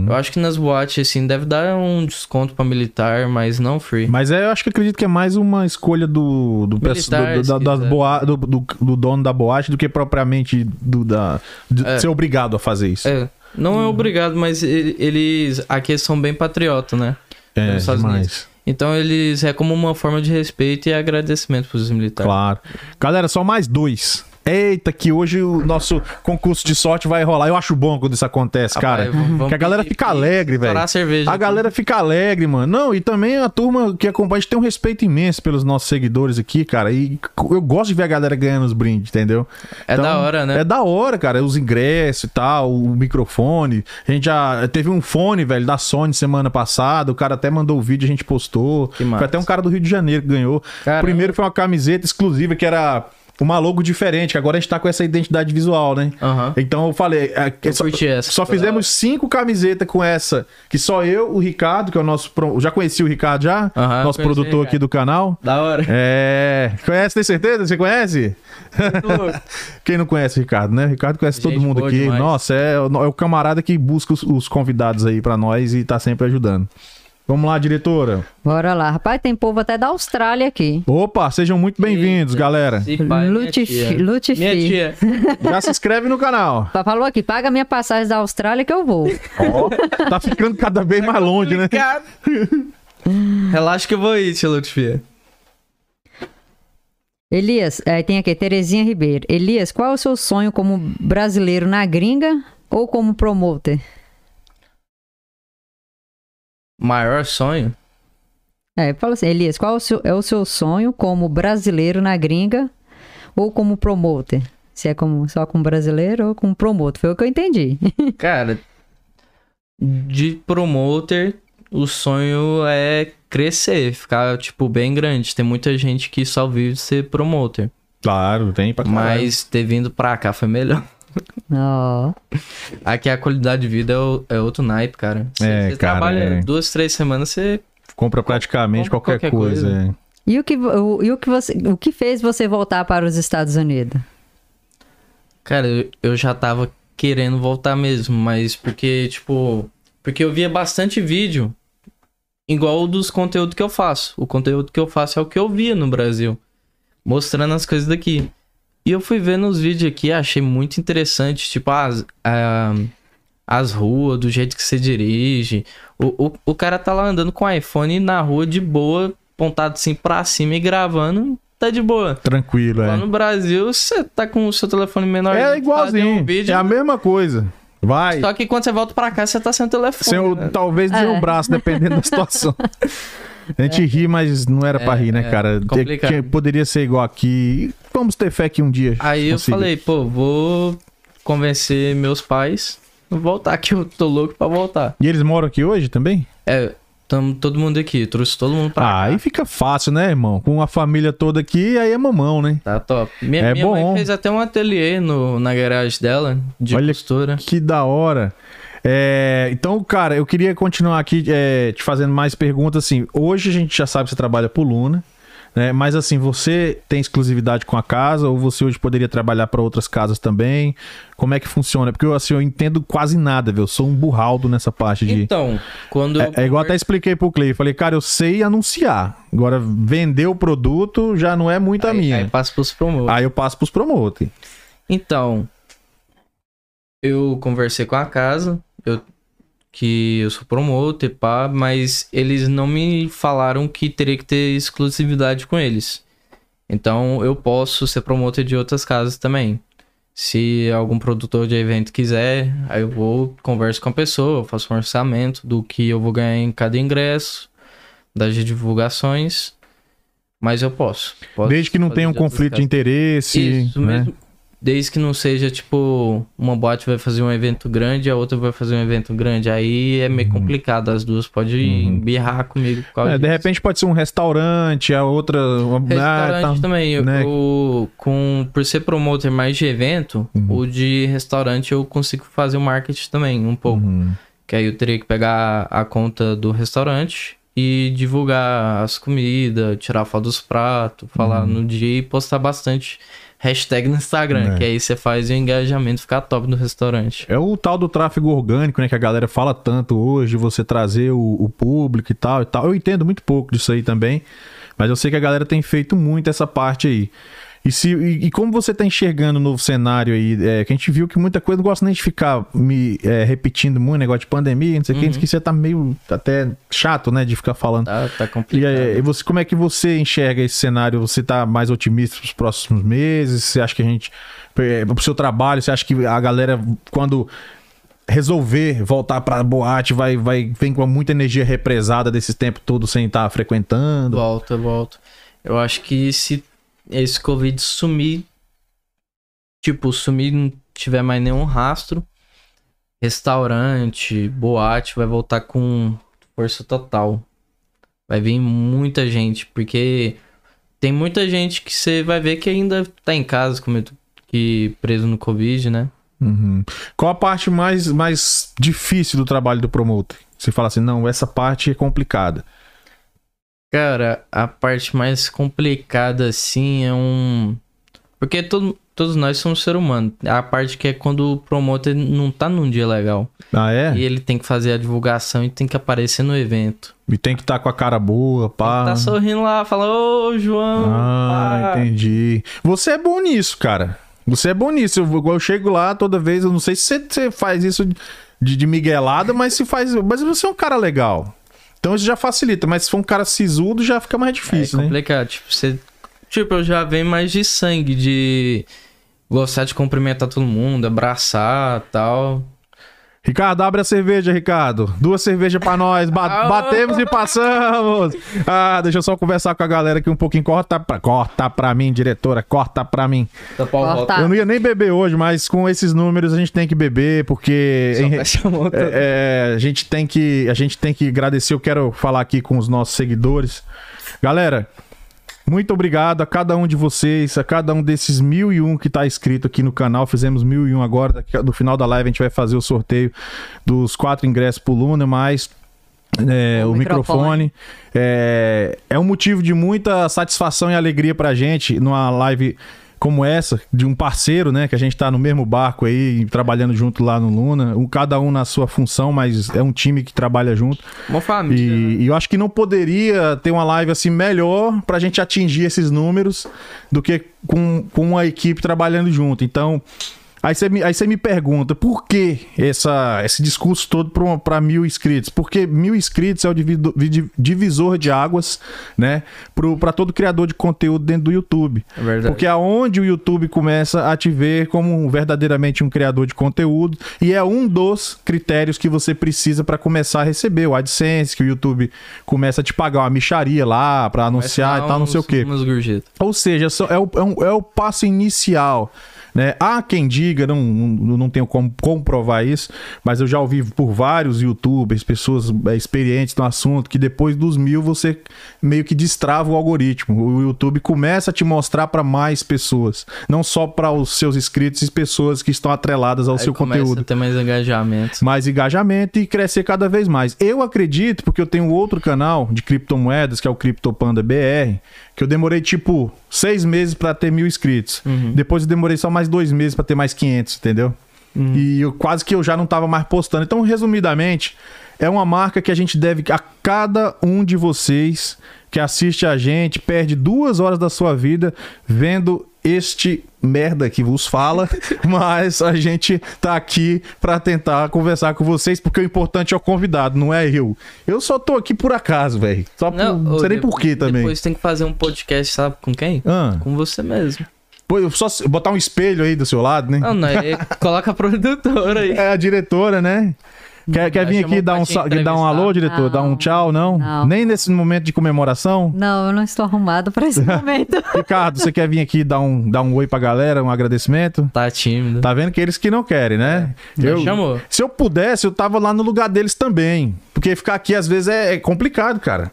[SPEAKER 3] Eu acho que nas boates, assim, deve dar um desconto pra militar, mas não free.
[SPEAKER 1] Mas é, eu acho que acredito que é mais uma escolha do do, peço- do-
[SPEAKER 3] Militar, é.
[SPEAKER 1] do- da-
[SPEAKER 3] se
[SPEAKER 1] das
[SPEAKER 3] quiser.
[SPEAKER 1] boa- do, do- do dono da boate do que propriamente do da de ser obrigado a fazer isso.
[SPEAKER 3] É, não é obrigado, mas e- eles aqui eles são bem patriota, né?
[SPEAKER 1] É,
[SPEAKER 3] nos Estados
[SPEAKER 1] demais.
[SPEAKER 3] Então eles é como uma forma de respeito e agradecimento pros militares.
[SPEAKER 1] Claro. Galera, só mais dois. Eita, que hoje o nosso concurso de sorte vai rolar. Eu acho bom quando isso acontece, cara.
[SPEAKER 3] Rapaz, vamos-
[SPEAKER 1] Que a galera
[SPEAKER 3] pedir
[SPEAKER 1] fica
[SPEAKER 3] pra
[SPEAKER 1] alegre, velho.
[SPEAKER 3] estourar A, cerveja
[SPEAKER 1] A
[SPEAKER 3] aqui.
[SPEAKER 1] galera fica alegre, mano. Não, e também a turma que acompanha, a gente tem um respeito imenso pelos nossos seguidores aqui, cara. E eu gosto de ver a galera ganhando os brindes, entendeu?
[SPEAKER 3] É da hora, né?
[SPEAKER 1] É da hora, cara. Os ingressos e tal, o microfone. A gente já teve um fone, velho, da Sony semana passada. O cara até mandou o vídeo, a gente postou.
[SPEAKER 3] Que massa.
[SPEAKER 1] Foi até um cara do Rio de Janeiro que ganhou.
[SPEAKER 3] Caramba.
[SPEAKER 1] Primeiro foi uma camiseta exclusiva que era uma logo diferente, que agora a gente tá com essa identidade visual, né?
[SPEAKER 3] Aham.
[SPEAKER 1] Então eu falei, é, que
[SPEAKER 3] Eu
[SPEAKER 1] só,
[SPEAKER 3] curti essa.
[SPEAKER 1] só fizemos cinco camisetas com essa, que só eu, o Ricardo, que é o nosso. pro- Já conheci o Ricardo já?
[SPEAKER 3] Aham,
[SPEAKER 1] nosso
[SPEAKER 3] conheci o
[SPEAKER 1] produtor aqui
[SPEAKER 3] Ricardo.
[SPEAKER 1] do canal.
[SPEAKER 3] Da hora.
[SPEAKER 1] É. Conhece, tem certeza? Você conhece? É. Quem não conhece o Ricardo, né? O Ricardo conhece todo
[SPEAKER 3] Gente
[SPEAKER 1] mundo
[SPEAKER 3] boa
[SPEAKER 1] aqui.
[SPEAKER 3] demais.
[SPEAKER 1] Nossa, é, o- é o camarada que busca os, os convidados aí pra nós e tá sempre ajudando. Vamos lá, diretora.
[SPEAKER 2] Bora lá. Rapaz, tem povo até da Austrália aqui.
[SPEAKER 1] Opa, sejam muito bem-vindos, galera.
[SPEAKER 3] Se pá, é minha
[SPEAKER 2] Lutifi-
[SPEAKER 3] tia.
[SPEAKER 2] Lutifi.
[SPEAKER 3] Minha tia.
[SPEAKER 1] Né? Já se inscreve no canal.
[SPEAKER 2] Pa- Falou aqui, paga minha passagem da Austrália que eu vou.
[SPEAKER 1] Tá ficando cada vez mais longe, né?
[SPEAKER 3] Obrigado. Relaxa que eu vou ir, tia Lutifi.
[SPEAKER 2] Elias, é, tem aqui, Terezinha Ribeiro. Elias, qual é o seu sonho como brasileiro na gringa ou como promoter?
[SPEAKER 3] Maior sonho?
[SPEAKER 2] É, fala assim, Elias, qual é o seu, é o seu sonho como brasileiro na gringa ou como promoter? Se é como, só como brasileiro ou como promotor? Foi o que eu entendi.
[SPEAKER 3] Cara, de promoter, o sonho é crescer, ficar, tipo, bem grande. Tem muita gente que só vive de ser promoter.
[SPEAKER 1] Claro, tem pra caralho.
[SPEAKER 3] Mas ter vindo pra cá foi melhor.
[SPEAKER 2] Ó,
[SPEAKER 3] Aqui a qualidade de vida é, o- é outro naipe, cara. Você,
[SPEAKER 1] É,
[SPEAKER 3] você
[SPEAKER 1] cara,
[SPEAKER 3] trabalha
[SPEAKER 1] é.
[SPEAKER 3] duas, três semanas, você.
[SPEAKER 1] Compra praticamente
[SPEAKER 3] Compra
[SPEAKER 1] qualquer,
[SPEAKER 3] qualquer
[SPEAKER 1] coisa.
[SPEAKER 3] coisa.
[SPEAKER 1] é.
[SPEAKER 2] E o que, o, e o que você, o que fez você voltar para os Estados Unidos?
[SPEAKER 3] Cara, eu, eu já tava querendo voltar mesmo, mas porque, tipo. Porque eu via bastante vídeo, igual o dos conteúdos que eu faço. O conteúdo que eu faço é o que eu via no Brasil, mostrando as coisas daqui. E eu fui vendo os vídeos aqui, achei muito interessante, tipo, as, a- as ruas, do jeito que você dirige. O, o, o cara tá lá andando com o iPhone na rua de boa, pontado assim pra cima e gravando, tá de boa.
[SPEAKER 1] Tranquilo,
[SPEAKER 3] Lá
[SPEAKER 1] é.
[SPEAKER 3] no Brasil, você tá com o seu telefone menor.
[SPEAKER 1] É
[SPEAKER 3] fazer
[SPEAKER 1] igualzinho.
[SPEAKER 3] Um vídeo,
[SPEAKER 1] É a mesma coisa. Vai.
[SPEAKER 3] Só que quando você volta pra cá, você tá sem o telefone.
[SPEAKER 1] Sem o-
[SPEAKER 3] né?
[SPEAKER 1] talvez
[SPEAKER 2] É.
[SPEAKER 1] dê o braço, dependendo da situação. A
[SPEAKER 3] É.
[SPEAKER 1] gente ri, mas não era pra rir, né, cara? Te-
[SPEAKER 3] complicado.
[SPEAKER 1] tinha- poderia ser igual aqui. Vamos ter fé que um dia.
[SPEAKER 3] Aí eu
[SPEAKER 1] consiga.
[SPEAKER 3] falei, pô, vou convencer meus pais a voltar, que eu tô louco pra voltar.
[SPEAKER 1] E eles moram aqui hoje também?
[SPEAKER 3] É, tamo todo mundo aqui, trouxe todo mundo pra
[SPEAKER 1] ah,
[SPEAKER 3] cá.
[SPEAKER 1] aí fica fácil, né, irmão? Com a família toda aqui, aí é mamão, né?
[SPEAKER 3] Tá top. Minha,
[SPEAKER 1] É
[SPEAKER 3] minha
[SPEAKER 1] bom.
[SPEAKER 3] mãe fez até um ateliê no, na garagem dela, de
[SPEAKER 1] Olha-
[SPEAKER 3] costura.
[SPEAKER 1] Que da hora. É, então, cara, eu queria continuar aqui é, te fazendo mais perguntas. Assim, hoje a gente já sabe que você trabalha por Luna, né? Mas assim, você tem exclusividade com a casa ou você hoje poderia trabalhar para outras casas também? Como é que funciona? Porque eu assim, eu entendo quase nada, viu? Eu sou um burraldo nessa parte de.
[SPEAKER 3] Então, quando eu...
[SPEAKER 1] É, é igual até expliquei pro Clay, falei, cara, eu sei anunciar. Agora, vender o produto já não é muito a
[SPEAKER 3] aí,
[SPEAKER 1] minha.
[SPEAKER 3] aí passa pros promotores.
[SPEAKER 1] Aí eu passo pros promoter.
[SPEAKER 3] Então, eu conversei com a casa, eu, que eu sou promotor, pá, mas eles não me falaram que teria que ter exclusividade com eles. Então, eu posso ser promotor de outras casas também. Se algum produtor de evento quiser, aí eu vou, converso com a pessoa, faço um orçamento do que eu vou ganhar em cada ingresso, das divulgações, mas eu posso. posso
[SPEAKER 1] Desde que não
[SPEAKER 3] fazer
[SPEAKER 1] tenha um
[SPEAKER 3] de outras
[SPEAKER 1] conflito de
[SPEAKER 3] casas.
[SPEAKER 1] interesse.
[SPEAKER 3] Isso
[SPEAKER 1] né?
[SPEAKER 3] mesmo. Desde que não seja tipo, uma boate vai fazer um evento grande, a outra vai fazer um evento grande. Aí é meio complicado, as duas podem
[SPEAKER 1] Uhum.
[SPEAKER 3] birrar comigo. por causa
[SPEAKER 1] É, de
[SPEAKER 3] disso.
[SPEAKER 1] repente pode ser um restaurante, a outra. uma-
[SPEAKER 3] Restaurante
[SPEAKER 1] Ah, tá.
[SPEAKER 3] também. Eu,
[SPEAKER 1] né?
[SPEAKER 3] eu- com, por ser promotor mais de evento,
[SPEAKER 1] Uhum.
[SPEAKER 3] o de restaurante eu consigo fazer o marketing também, um pouco.
[SPEAKER 1] Uhum.
[SPEAKER 3] Que aí eu teria que pegar a conta do restaurante e divulgar as comidas, tirar foto dos pratos,
[SPEAKER 1] Uhum.
[SPEAKER 3] falar no dia e postar bastante hashtag no Instagram.
[SPEAKER 1] É.
[SPEAKER 3] Que aí você faz o engajamento ficar top no restaurante.
[SPEAKER 1] É o tal do tráfego orgânico, né? Que a galera fala tanto hoje, você trazer o, o público e tal e tal. Eu entendo muito pouco disso aí também, mas eu sei que a galera tem feito muito essa parte aí. E, se, e, e como você tá enxergando o novo cenário aí? É, que a gente viu que muita coisa, não gosto nem de ficar me é, repetindo muito, negócio de pandemia, não sei o
[SPEAKER 3] Uhum.
[SPEAKER 1] que, que você tá meio até chato, né, de ficar falando.
[SPEAKER 3] Tá, tá
[SPEAKER 1] E,
[SPEAKER 3] complicado.
[SPEAKER 1] é, e você, como é que você enxerga esse cenário? Você tá mais otimista pros próximos meses? Você acha que a gente. É, pro seu trabalho, você acha que a galera, quando resolver voltar pra boate, vai, vai, vem com muita energia represada desse tempo todo sem estar frequentando?
[SPEAKER 3] Volta, volta. Eu acho que se esse Covid sumir, tipo, sumir, não tiver mais nenhum rastro, restaurante, boate, vai voltar com força total. Vai vir muita gente, porque tem muita gente que você vai ver que ainda tá em casa, como eu tô- que preso no Covid, né?
[SPEAKER 1] Uhum. Qual a parte mais, mais difícil do trabalho do promotor? Você fala assim, não, essa parte é complicada.
[SPEAKER 3] Cara, a parte mais complicada assim é um. Porque todo, todos nós somos ser humano. A parte que é quando o promotor não tá num dia legal.
[SPEAKER 1] Ah, é?
[SPEAKER 3] E
[SPEAKER 1] E,
[SPEAKER 3] ele tem que fazer a divulgação e tem que aparecer no evento.
[SPEAKER 1] tem que estar com a cara boa, pá.
[SPEAKER 3] Tá sorrindo lá, fala, ô João.
[SPEAKER 1] Ah,
[SPEAKER 3] pá."
[SPEAKER 1] entendi. Você é bom nisso, cara. Você é bom nisso. Eu, eu chego lá toda vez, eu não sei se você, você faz isso de, de miguelada, mas se faz. Mas você é um cara legal. Então isso já facilita, mas se for um cara sisudo, já fica mais
[SPEAKER 3] É
[SPEAKER 1] difícil, né?
[SPEAKER 3] complicado. Tipo, você. Tipo, eu já venho mais de sangue, de gostar de cumprimentar todo mundo, abraçar tal.
[SPEAKER 1] Ricardo, abre a cerveja, Ricardo. Duas cervejas pra nós. Ba-
[SPEAKER 3] Ah!
[SPEAKER 1] batemos e passamos. Ah, deixa eu só conversar com a galera aqui um pouquinho. Corta pra, corta pra mim, diretora. Corta pra mim.
[SPEAKER 3] Tapar
[SPEAKER 2] Corta.
[SPEAKER 3] o rock.
[SPEAKER 1] Eu não ia nem beber hoje, mas com esses números a gente tem que beber, porque.
[SPEAKER 3] Só
[SPEAKER 1] em-
[SPEAKER 3] fecha a mão, tá?
[SPEAKER 1] É, é, a gente tem que a gente tem que agradecer. Eu quero falar aqui com os nossos seguidores, galera. Muito obrigado a cada um de vocês, a cada um desses mil e um que tá inscrito aqui no canal. Fizemos mil e um agora. Daqui- No final da live a gente vai fazer o sorteio dos quatro ingressos pro Luna, mais é,
[SPEAKER 2] O
[SPEAKER 1] o microfone.
[SPEAKER 2] microfone.
[SPEAKER 1] É, é um motivo de muita satisfação e alegria pra gente numa live como essa, de um parceiro, né? Que a gente tá no mesmo barco aí, trabalhando junto lá no Luna. Um, cada um na sua função, mas é um time que trabalha junto.
[SPEAKER 3] Uma família. né?
[SPEAKER 1] E, e eu acho que não poderia ter uma live assim melhor pra gente atingir esses números do que com, com uma equipe trabalhando junto. Então, aí você me, aí você me pergunta por que essa, esse discurso todo pra, uma- pra mil inscritos? Porque mil inscritos é o divido- vidi- divisor de águas, né? Pro, pra todo criador de conteúdo dentro do YouTube.
[SPEAKER 3] É verdade.
[SPEAKER 1] Porque é onde o YouTube começa a te ver como um- verdadeiramente um criador de conteúdo e é um dos critérios que você precisa para começar a receber o AdSense, que o YouTube começa a te pagar uma micharia lá para anunciar e tal, não sei o quê.
[SPEAKER 3] Umas gorjetas.
[SPEAKER 1] Ou seja, só- é o, é um- é o passo inicial. Né? Há quem diga, não, não não tenho como comprovar isso, mas eu já ouvi por vários youtubers, pessoas é, experientes no assunto, que depois dos mil você meio que destrava o algoritmo. O YouTube começa a te mostrar para mais pessoas, não só para os seus inscritos e pessoas que estão atreladas ao
[SPEAKER 3] Aí
[SPEAKER 1] seu
[SPEAKER 3] começa
[SPEAKER 1] conteúdo
[SPEAKER 3] a ter mais engajamento.
[SPEAKER 1] mais engajamento e crescer cada vez mais. Eu acredito, porque eu tenho outro canal de criptomoedas, que é o CryptoPanda BR, que eu demorei tipo seis meses pra ter mil inscritos. Depois eu demorei só mais dois meses pra ter mais 500, entendeu? E eu, quase que eu já não tava mais postando. Então, resumidamente, é uma marca que a gente deve a cada um de vocês que assiste a gente, perde duas horas da sua vida vendo este merda que vos fala, mas a gente tá aqui pra tentar conversar com vocês, porque o importante é o convidado, não é eu. Eu só tô aqui por acaso, velho. Só por, não,
[SPEAKER 3] ô,
[SPEAKER 1] sei nem
[SPEAKER 3] de-
[SPEAKER 1] por quê também.
[SPEAKER 3] Depois tem que fazer um podcast, sabe com quem?
[SPEAKER 1] Ah,
[SPEAKER 3] Com você mesmo.
[SPEAKER 1] pô, eu só se- botar um espelho aí do seu lado, né?
[SPEAKER 3] Não, não, é, coloca a produtora aí.
[SPEAKER 1] É a diretora, né? Quer, quer
[SPEAKER 3] Vai
[SPEAKER 1] vir
[SPEAKER 3] chamar
[SPEAKER 1] aqui
[SPEAKER 3] o
[SPEAKER 1] dar um,
[SPEAKER 3] Patinho
[SPEAKER 1] sal- dar um
[SPEAKER 3] entrevistar.
[SPEAKER 1] alô, diretor? Dar um
[SPEAKER 2] Não,
[SPEAKER 1] tchau, não?
[SPEAKER 2] não.
[SPEAKER 1] Nem nesse momento de comemoração?
[SPEAKER 2] Não, eu não estou arrumada para esse momento.
[SPEAKER 1] Ricardo, você quer vir aqui dar um, dar um oi pra galera, um agradecimento?
[SPEAKER 3] Tá tímido.
[SPEAKER 1] Tá vendo que eles que não querem, né?
[SPEAKER 3] Mas chamou.
[SPEAKER 1] Se eu pudesse, eu tava lá no lugar deles também. Porque ficar aqui às vezes é, é complicado, cara.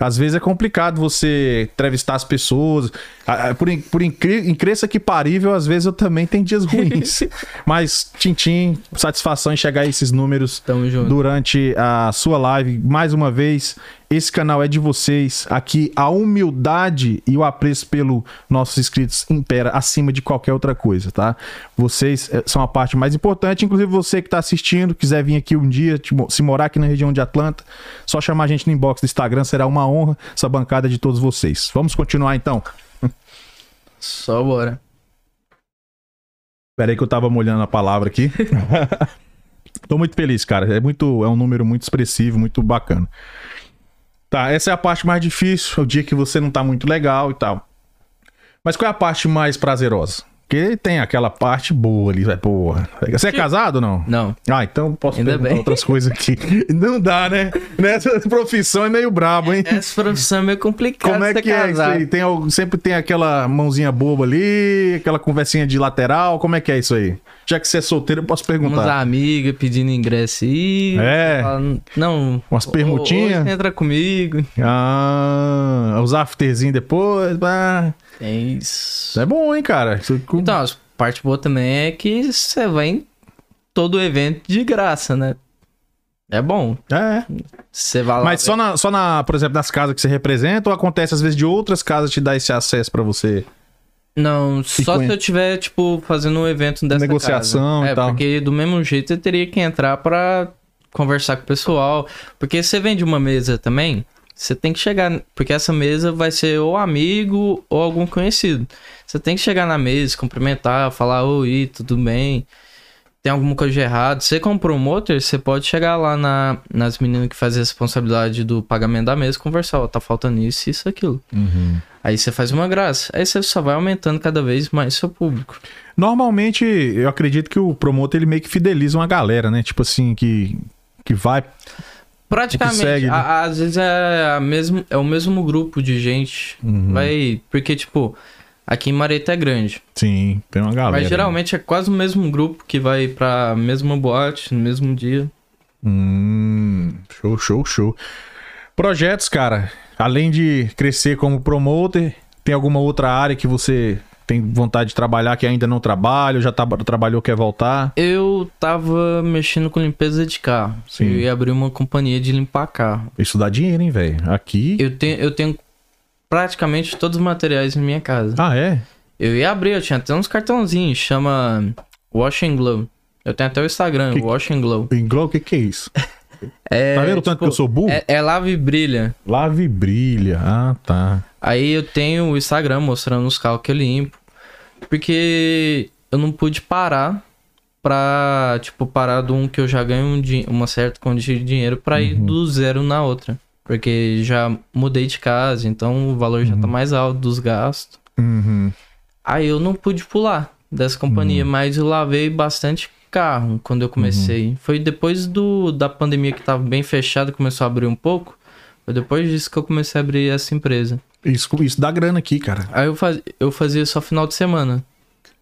[SPEAKER 1] Às vezes é complicado você entrevistar as pessoas. Ah, ah, Por, in- por incri- incrível que parível, às vezes eu também tenho dias ruins. Mas, Tintim, satisfação em chegar a esses números
[SPEAKER 3] Tamo junto.
[SPEAKER 1] durante a sua live. Mais uma vez, esse canal é de vocês. Aqui a humildade e o apreço pelo nossos inscritos impera acima de qualquer outra coisa, tá? Vocês eh, são a parte mais importante. Inclusive, você que está assistindo, quiser vir aqui um dia, te mo- se morar aqui na região de Atlanta, só chamar a gente no inbox do Instagram, será uma honra essa bancada de todos vocês. Vamos continuar então.
[SPEAKER 3] Só bora.
[SPEAKER 1] Peraí que eu tava molhando a palavra aqui. Tô muito feliz, cara. É muito, é um número muito expressivo, muito bacana. Tá, essa é a parte mais difícil, é o dia que você não tá muito legal e tal. Mas qual é a parte mais prazerosa? Porque tem aquela parte boa ali, vai, porra. Você é casado ou não?
[SPEAKER 3] Não.
[SPEAKER 1] Ah, então posso
[SPEAKER 3] Tipo- Ainda
[SPEAKER 1] perguntar
[SPEAKER 3] bem.
[SPEAKER 1] outras coisas aqui. Não dá, né? Nessa profissão é meio brabo, hein?
[SPEAKER 3] Essa profissão é meio complicada
[SPEAKER 1] Como é
[SPEAKER 3] você
[SPEAKER 1] que é isso
[SPEAKER 3] casar.
[SPEAKER 1] aí? Tem, al- sempre tem aquela mãozinha boba ali, aquela conversinha de lateral. Como é que é isso aí? Já que você é solteiro, eu posso
[SPEAKER 3] Umas
[SPEAKER 1] perguntar.
[SPEAKER 3] amigas pedindo ingresso aí.
[SPEAKER 1] É.
[SPEAKER 3] falando, Não.
[SPEAKER 1] Umas
[SPEAKER 3] ho-
[SPEAKER 1] permutinhas?
[SPEAKER 3] hoje você Entra comigo.
[SPEAKER 1] Ah, os afterzinhos depois. pá.
[SPEAKER 3] Tem isso.
[SPEAKER 1] Isso é bom, hein, cara? Isso-
[SPEAKER 3] Então, a parte boa também é que você vai em todo evento de graça, né? É bom.
[SPEAKER 1] é.
[SPEAKER 3] Você vai lá.
[SPEAKER 1] Mas só na, só na, por exemplo, nas casas que você representa ou acontece às vezes de outras casas te dar esse acesso pra você?
[SPEAKER 3] Não, só
[SPEAKER 1] conhe-
[SPEAKER 3] se eu tiver, tipo, fazendo um evento dessa
[SPEAKER 1] Negociação
[SPEAKER 3] casa.
[SPEAKER 1] e tal.
[SPEAKER 3] É, porque do mesmo jeito eu teria que entrar pra conversar com o pessoal. Porque você vende uma mesa também, você tem que chegar... Porque essa mesa vai ser ou amigo ou algum conhecido. Você tem que chegar na mesa, cumprimentar, falar, oi, tudo bem? Tem alguma coisa de errado? Você como promotor, você pode chegar lá na, nas meninas que fazem a responsabilidade do pagamento da mesa, conversar, ó, tá faltando isso, isso, aquilo.
[SPEAKER 1] Uhum.
[SPEAKER 3] Aí você faz uma graça. Aí você só vai aumentando cada vez mais seu público.
[SPEAKER 1] Normalmente, eu acredito que o promotor ele meio que fideliza uma galera, né? Tipo assim, que, que vai.
[SPEAKER 3] Praticamente,
[SPEAKER 1] É que segue, né?
[SPEAKER 3] a- a- às vezes é, a mesmo, é o mesmo grupo de gente.
[SPEAKER 1] Uhum.
[SPEAKER 3] Vai. Porque, tipo, aqui em Mareta é grande.
[SPEAKER 1] Sim, tem uma galera. né?
[SPEAKER 3] mas geralmente é quase o mesmo grupo que vai pra mesma boate no mesmo dia.
[SPEAKER 1] Hum, show, show, show. Projetos, cara, além de crescer como promoter, tem alguma outra área que você tem vontade de trabalhar que ainda não trabalha, ou já tá- trabalhou, quer voltar?
[SPEAKER 3] Eu tava mexendo com limpeza de carro.
[SPEAKER 1] Sim.
[SPEAKER 3] Eu ia abrir uma companhia de limpar carro.
[SPEAKER 1] Isso dá dinheiro, hein, velho? Aqui.
[SPEAKER 3] Eu tenho, eu tenho praticamente todos os materiais na minha casa.
[SPEAKER 1] Ah, é?
[SPEAKER 3] Eu ia abrir, eu tinha até uns cartãozinhos, chama Wash and Glow. Eu tenho até o Instagram,
[SPEAKER 1] Que-
[SPEAKER 3] Wash and Glow.
[SPEAKER 1] Englow, o que, que é isso?
[SPEAKER 3] É,
[SPEAKER 1] tá vendo o tanto que eu sou burro?
[SPEAKER 3] É, é lava e brilha.
[SPEAKER 1] Lave e brilha. Ah, tá.
[SPEAKER 3] Aí eu tenho o Instagram mostrando os carros que eu limpo. Porque eu não pude parar pra, tipo, parar de um que eu já ganho um din- uma certa quantia de dinheiro pra ir do zero na outra. Porque já mudei de casa, então o valor já tá mais alto dos gastos.
[SPEAKER 1] Uhum.
[SPEAKER 3] Aí eu não pude pular dessa companhia, mas eu lavei bastante carro quando eu comecei. Foi depois do, da pandemia que tava bem fechado, começou a abrir um pouco. Foi depois disso que eu comecei a abrir essa empresa.
[SPEAKER 1] Isso, isso dá grana aqui, cara.
[SPEAKER 3] Aí eu, faz, eu fazia só final de semana.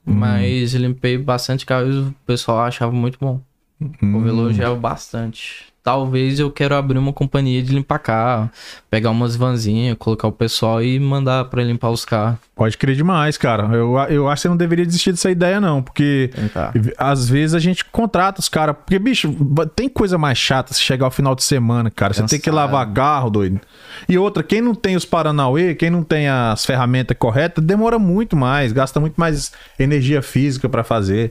[SPEAKER 1] Uhum.
[SPEAKER 3] Mas eu limpei bastante carro e o pessoal achava muito bom. O
[SPEAKER 1] Uhum.
[SPEAKER 3] povo
[SPEAKER 1] Hum,
[SPEAKER 3] elogiava bastante. Talvez eu quero abrir uma companhia de limpar carro, pegar umas vanzinhas, colocar o pessoal e mandar pra limpar os carros.
[SPEAKER 1] Pode crer demais, cara. Eu, eu acho que você não deveria desistir dessa ideia, não, porque
[SPEAKER 3] Tentar.
[SPEAKER 1] Às vezes a gente contrata os caras. Porque, bicho, ba- tem coisa mais chata se chegar ao final de semana, cara. Você tem que
[SPEAKER 3] Cansado.
[SPEAKER 1] lavar carro, doido. E outra, quem não tem os Paranauê, quem não tem as ferramentas corretas, demora muito mais, gasta muito mais energia física pra fazer.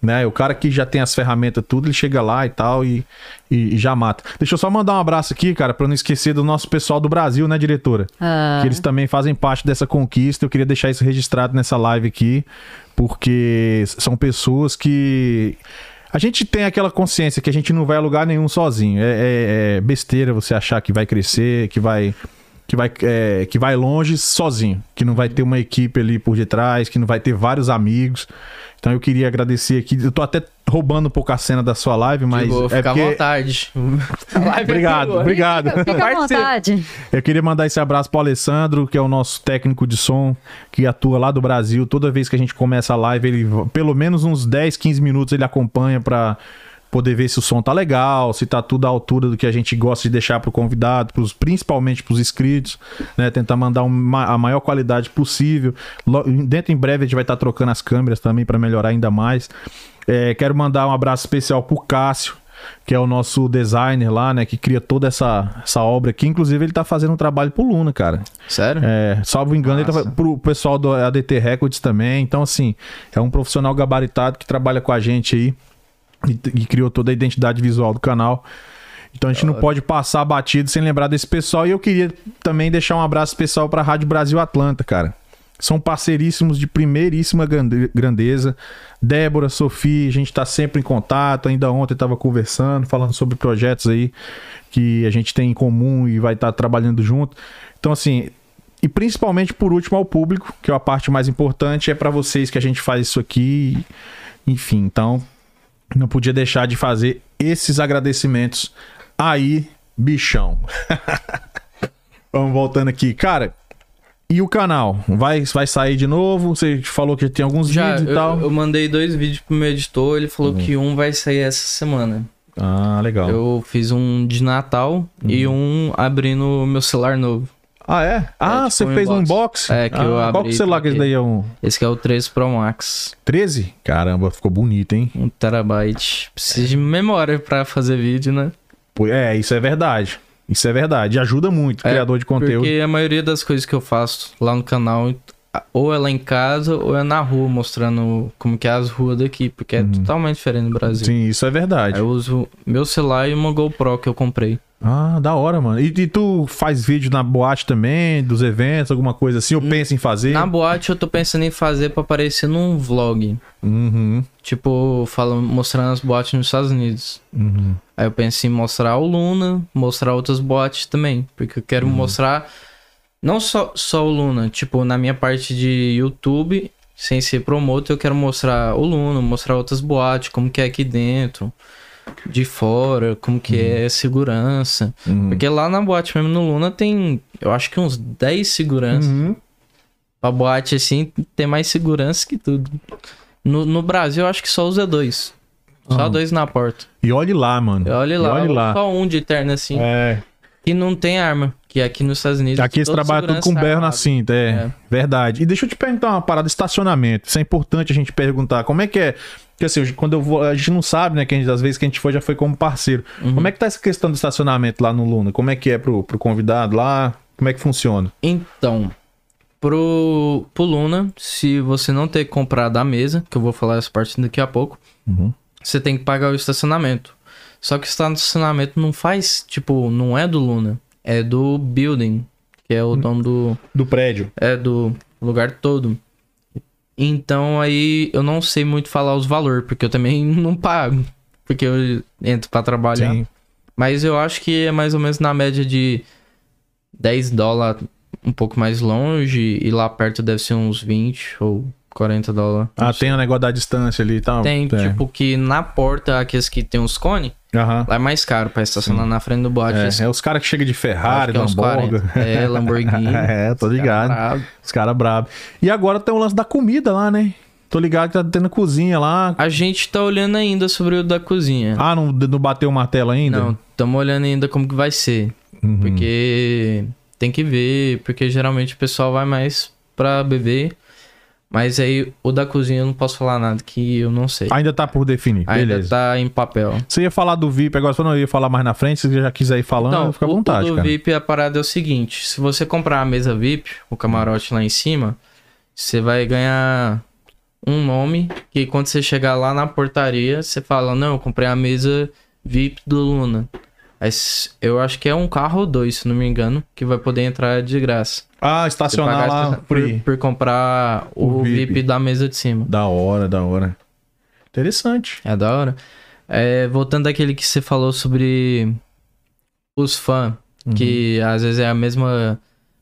[SPEAKER 1] Né? O cara que já tem as ferramentas tudo, ele chega lá e tal e, e, e já mata. Deixa eu só mandar um abraço aqui, cara, pra não esquecer do nosso pessoal do Brasil, né, diretora?
[SPEAKER 2] Ah,
[SPEAKER 1] que eles também fazem parte dessa conquista. Eu queria deixar isso registrado nessa live aqui, porque são pessoas que. A gente tem aquela consciência que a gente não vai a lugar nenhum sozinho. É, é- é besteira você achar que vai crescer, que vai. Que vai, é, que vai longe sozinho, que não vai ter uma equipe ali por detrás, que não vai ter vários amigos. Então eu queria agradecer aqui. Eu tô até roubando um pouco a cena da sua live, mas.
[SPEAKER 3] Digo,
[SPEAKER 1] é
[SPEAKER 3] fica à
[SPEAKER 1] porque...
[SPEAKER 3] vontade. é
[SPEAKER 1] Obrigado, obrigado.
[SPEAKER 2] Fica à
[SPEAKER 3] Participa.
[SPEAKER 2] vontade.
[SPEAKER 1] Eu queria mandar esse abraço pro Alessandro, que é o nosso técnico de som, que atua lá do Brasil. Toda vez que a gente começa a live, ele pelo menos uns 10, 15 minutos ele acompanha pra poder ver se o som tá legal, se tá tudo à altura do que a gente gosta de deixar pro convidado, pros, principalmente pros inscritos, né? Tentar mandar um ma- a maior qualidade possível. Lo- Dentro em breve a gente vai estar trocando as câmeras também pra melhorar ainda mais. É, quero mandar um abraço especial pro Cássio, que é o nosso designer lá, né? Que cria toda essa, essa obra aqui. Inclusive, ele tá fazendo um trabalho pro Luna, cara.
[SPEAKER 3] Sério?
[SPEAKER 1] É, salvo engano, ele tá
[SPEAKER 3] Massa.
[SPEAKER 1] fa- pro pessoal do ADT Records também. Então, assim, é um profissional gabaritado que trabalha com a gente aí e, e criou toda a identidade visual do canal. Então a gente não pode passar batido sem lembrar desse pessoal. E eu queria também deixar um abraço especial pra Rádio Brasil Atlanta, cara. São parceiríssimos de primeiríssima grande- grandeza. Débora, Sofia, a gente tá sempre em contato. Ainda ontem tava conversando, falando sobre projetos aí que a gente tem em comum e vai estar trabalhando junto. Então, assim, e principalmente por último ao público, que é a parte mais importante, é para vocês que a gente faz isso aqui. Enfim, então não podia deixar de fazer esses agradecimentos aí, bichão. Vamos voltando aqui, cara. E o canal? Vai, vai sair de novo? Você falou que tem alguns
[SPEAKER 3] Já,
[SPEAKER 1] vídeos
[SPEAKER 3] eu,
[SPEAKER 1] É. e tal. Uhum.
[SPEAKER 3] eu mandei dois vídeos pro meu editor, ele falou que um vai sair essa semana.
[SPEAKER 1] Ah, legal.
[SPEAKER 3] Eu fiz um de Natal e
[SPEAKER 1] Uhum.
[SPEAKER 3] um abrindo o meu celular novo.
[SPEAKER 1] Ah, é? ah,
[SPEAKER 3] tipo
[SPEAKER 1] você
[SPEAKER 3] um
[SPEAKER 1] fez um
[SPEAKER 3] inbox.
[SPEAKER 1] unboxing?
[SPEAKER 3] É, que
[SPEAKER 1] ah,
[SPEAKER 3] eu
[SPEAKER 1] Qual
[SPEAKER 3] abri
[SPEAKER 1] que celular que esse daí é um?
[SPEAKER 3] Esse que é o 13 Pro Max,
[SPEAKER 1] 13? Caramba, ficou bonito, hein?
[SPEAKER 3] um terabyte. Precisa de memória pra fazer vídeo, né?
[SPEAKER 1] Pô, É, isso é verdade. Isso é verdade. E Ajuda muito,
[SPEAKER 3] É,
[SPEAKER 1] criador de conteúdo.
[SPEAKER 3] Porque a maioria das coisas que eu faço lá no canal, ou é lá em casa, ou é na rua, mostrando como que é as ruas daqui, porque é totalmente diferente no Brasil.
[SPEAKER 1] Uhum. Sim, isso é verdade.
[SPEAKER 3] Aí eu uso meu celular e uma GoPro que eu comprei.
[SPEAKER 1] Ah, da hora, mano. E, e tu faz vídeo na boate também, dos eventos, alguma coisa assim? Ou pensa em fazer?
[SPEAKER 3] Hum. Na boate eu tô pensando em fazer pra aparecer num vlog.
[SPEAKER 1] Uhum,
[SPEAKER 3] Tipo, falando, mostrando as boates nos Estados Unidos.
[SPEAKER 1] uhum.
[SPEAKER 3] Aí eu pensei em mostrar o Luna, mostrar outras boates também. Porque eu quero
[SPEAKER 1] Uhum.
[SPEAKER 3] mostrar não só, só o Luna, tipo, na minha parte de YouTube, sem ser promotor, eu quero mostrar o Luna, mostrar outras boates, como que é aqui dentro, de fora, como que é a segurança.
[SPEAKER 1] Uhum.
[SPEAKER 3] Porque lá na boate mesmo no Luna tem, eu acho que uns 10 seguranças.
[SPEAKER 1] Uhum.
[SPEAKER 3] Pra boate assim tem mais segurança que tudo. No, no Brasil, eu acho que só usa dois. Só dois na porta.
[SPEAKER 1] E olhe lá, mano.
[SPEAKER 3] E olha lá,
[SPEAKER 1] E olhe lá.
[SPEAKER 3] só um de terno assim.
[SPEAKER 1] É,
[SPEAKER 3] Que não tem arma. Que aqui nos Estados Unidos.
[SPEAKER 1] aqui eles
[SPEAKER 3] todo
[SPEAKER 1] trabalham tudo com
[SPEAKER 3] segurança
[SPEAKER 1] berro na
[SPEAKER 3] armado.
[SPEAKER 1] cinta, é,
[SPEAKER 3] É.
[SPEAKER 1] Verdade. E deixa eu te perguntar uma parada, estacionamento. Isso é importante a gente perguntar. Como é que é? Porque assim, quando eu vou, a gente não sabe, né? Que a gente, às vezes que a gente foi, já foi como parceiro.
[SPEAKER 3] Uhum.
[SPEAKER 1] Como é que tá essa questão do estacionamento lá no Luna? Como é que é pro, pro convidado lá? Como é que funciona?
[SPEAKER 3] Então, pro, pro Luna, se você não ter comprado a mesa, que eu vou falar essa parte daqui a pouco,
[SPEAKER 1] Uhum.
[SPEAKER 3] você tem que pagar o estacionamento. Só que o estacionamento não faz, tipo, não é do Luna. É do Building, que é o
[SPEAKER 1] Hum.
[SPEAKER 3] dono do.
[SPEAKER 1] Do prédio.
[SPEAKER 3] É, do lugar todo. Então aí eu não sei muito falar os valores, porque eu também não pago. Porque eu entro pra trabalhar.
[SPEAKER 1] Sim.
[SPEAKER 3] Mas eu acho que é mais ou menos na média de 10 dólares um pouco mais longe. E lá perto deve ser uns 20 ou 40 dólares.
[SPEAKER 1] Ah, tem o negócio da distância ali e tal.
[SPEAKER 3] Tem, tipo, que na porta, aqueles que tem uns cones,
[SPEAKER 1] Aham.
[SPEAKER 3] lá é mais caro pra estacionar na frente do boate.
[SPEAKER 1] É,
[SPEAKER 3] Acho
[SPEAKER 1] é os caras que chegam de Ferrari,
[SPEAKER 3] que é uns 40.
[SPEAKER 1] Lamborghini.
[SPEAKER 3] É, Lamborghini.
[SPEAKER 1] É, tô ligado.
[SPEAKER 3] Caralho.
[SPEAKER 1] Os caras brabo. E agora tem o lance da comida lá, né? Tô ligado que tá tendo cozinha lá.
[SPEAKER 3] A gente tá olhando ainda sobre o da cozinha.
[SPEAKER 1] Ah, não, não bateu o martelo ainda?
[SPEAKER 3] Não, estamos olhando ainda como que vai ser.
[SPEAKER 1] Uhum.
[SPEAKER 3] Porque tem que ver, porque geralmente o pessoal vai mais pra beber. Mas aí o da cozinha eu não posso falar nada, que eu não sei.
[SPEAKER 1] Ainda tá por definir.
[SPEAKER 3] Ainda
[SPEAKER 1] Beleza.
[SPEAKER 3] tá em papel.
[SPEAKER 1] Você ia falar do VIP, agora você não ia falar mais na frente. Se você já quiser ir falando,
[SPEAKER 3] Então,
[SPEAKER 1] fica à
[SPEAKER 3] o-
[SPEAKER 1] vontade,
[SPEAKER 3] o do
[SPEAKER 1] cara.
[SPEAKER 3] VIP, a parada é o seguinte: se você comprar a mesa VIP, o camarote lá em cima, você vai ganhar um nome. Que quando você chegar lá na portaria, você fala: Não, eu comprei a mesa VIP do Luna. Aí s- eu acho que é um carro ou dois, se não me engano, que vai poder entrar de graça.
[SPEAKER 1] Ah,
[SPEAKER 3] Você
[SPEAKER 1] estacionar
[SPEAKER 3] pagar
[SPEAKER 1] lá
[SPEAKER 3] essa-
[SPEAKER 1] por
[SPEAKER 3] por,
[SPEAKER 1] aí.
[SPEAKER 3] por comprar o,
[SPEAKER 1] O VIP.
[SPEAKER 3] VIP. da mesa de cima.
[SPEAKER 1] Da hora, da hora. Interessante.
[SPEAKER 3] É da hora. É, voltando àquele que você falou sobre os fãs, que às vezes é a mesma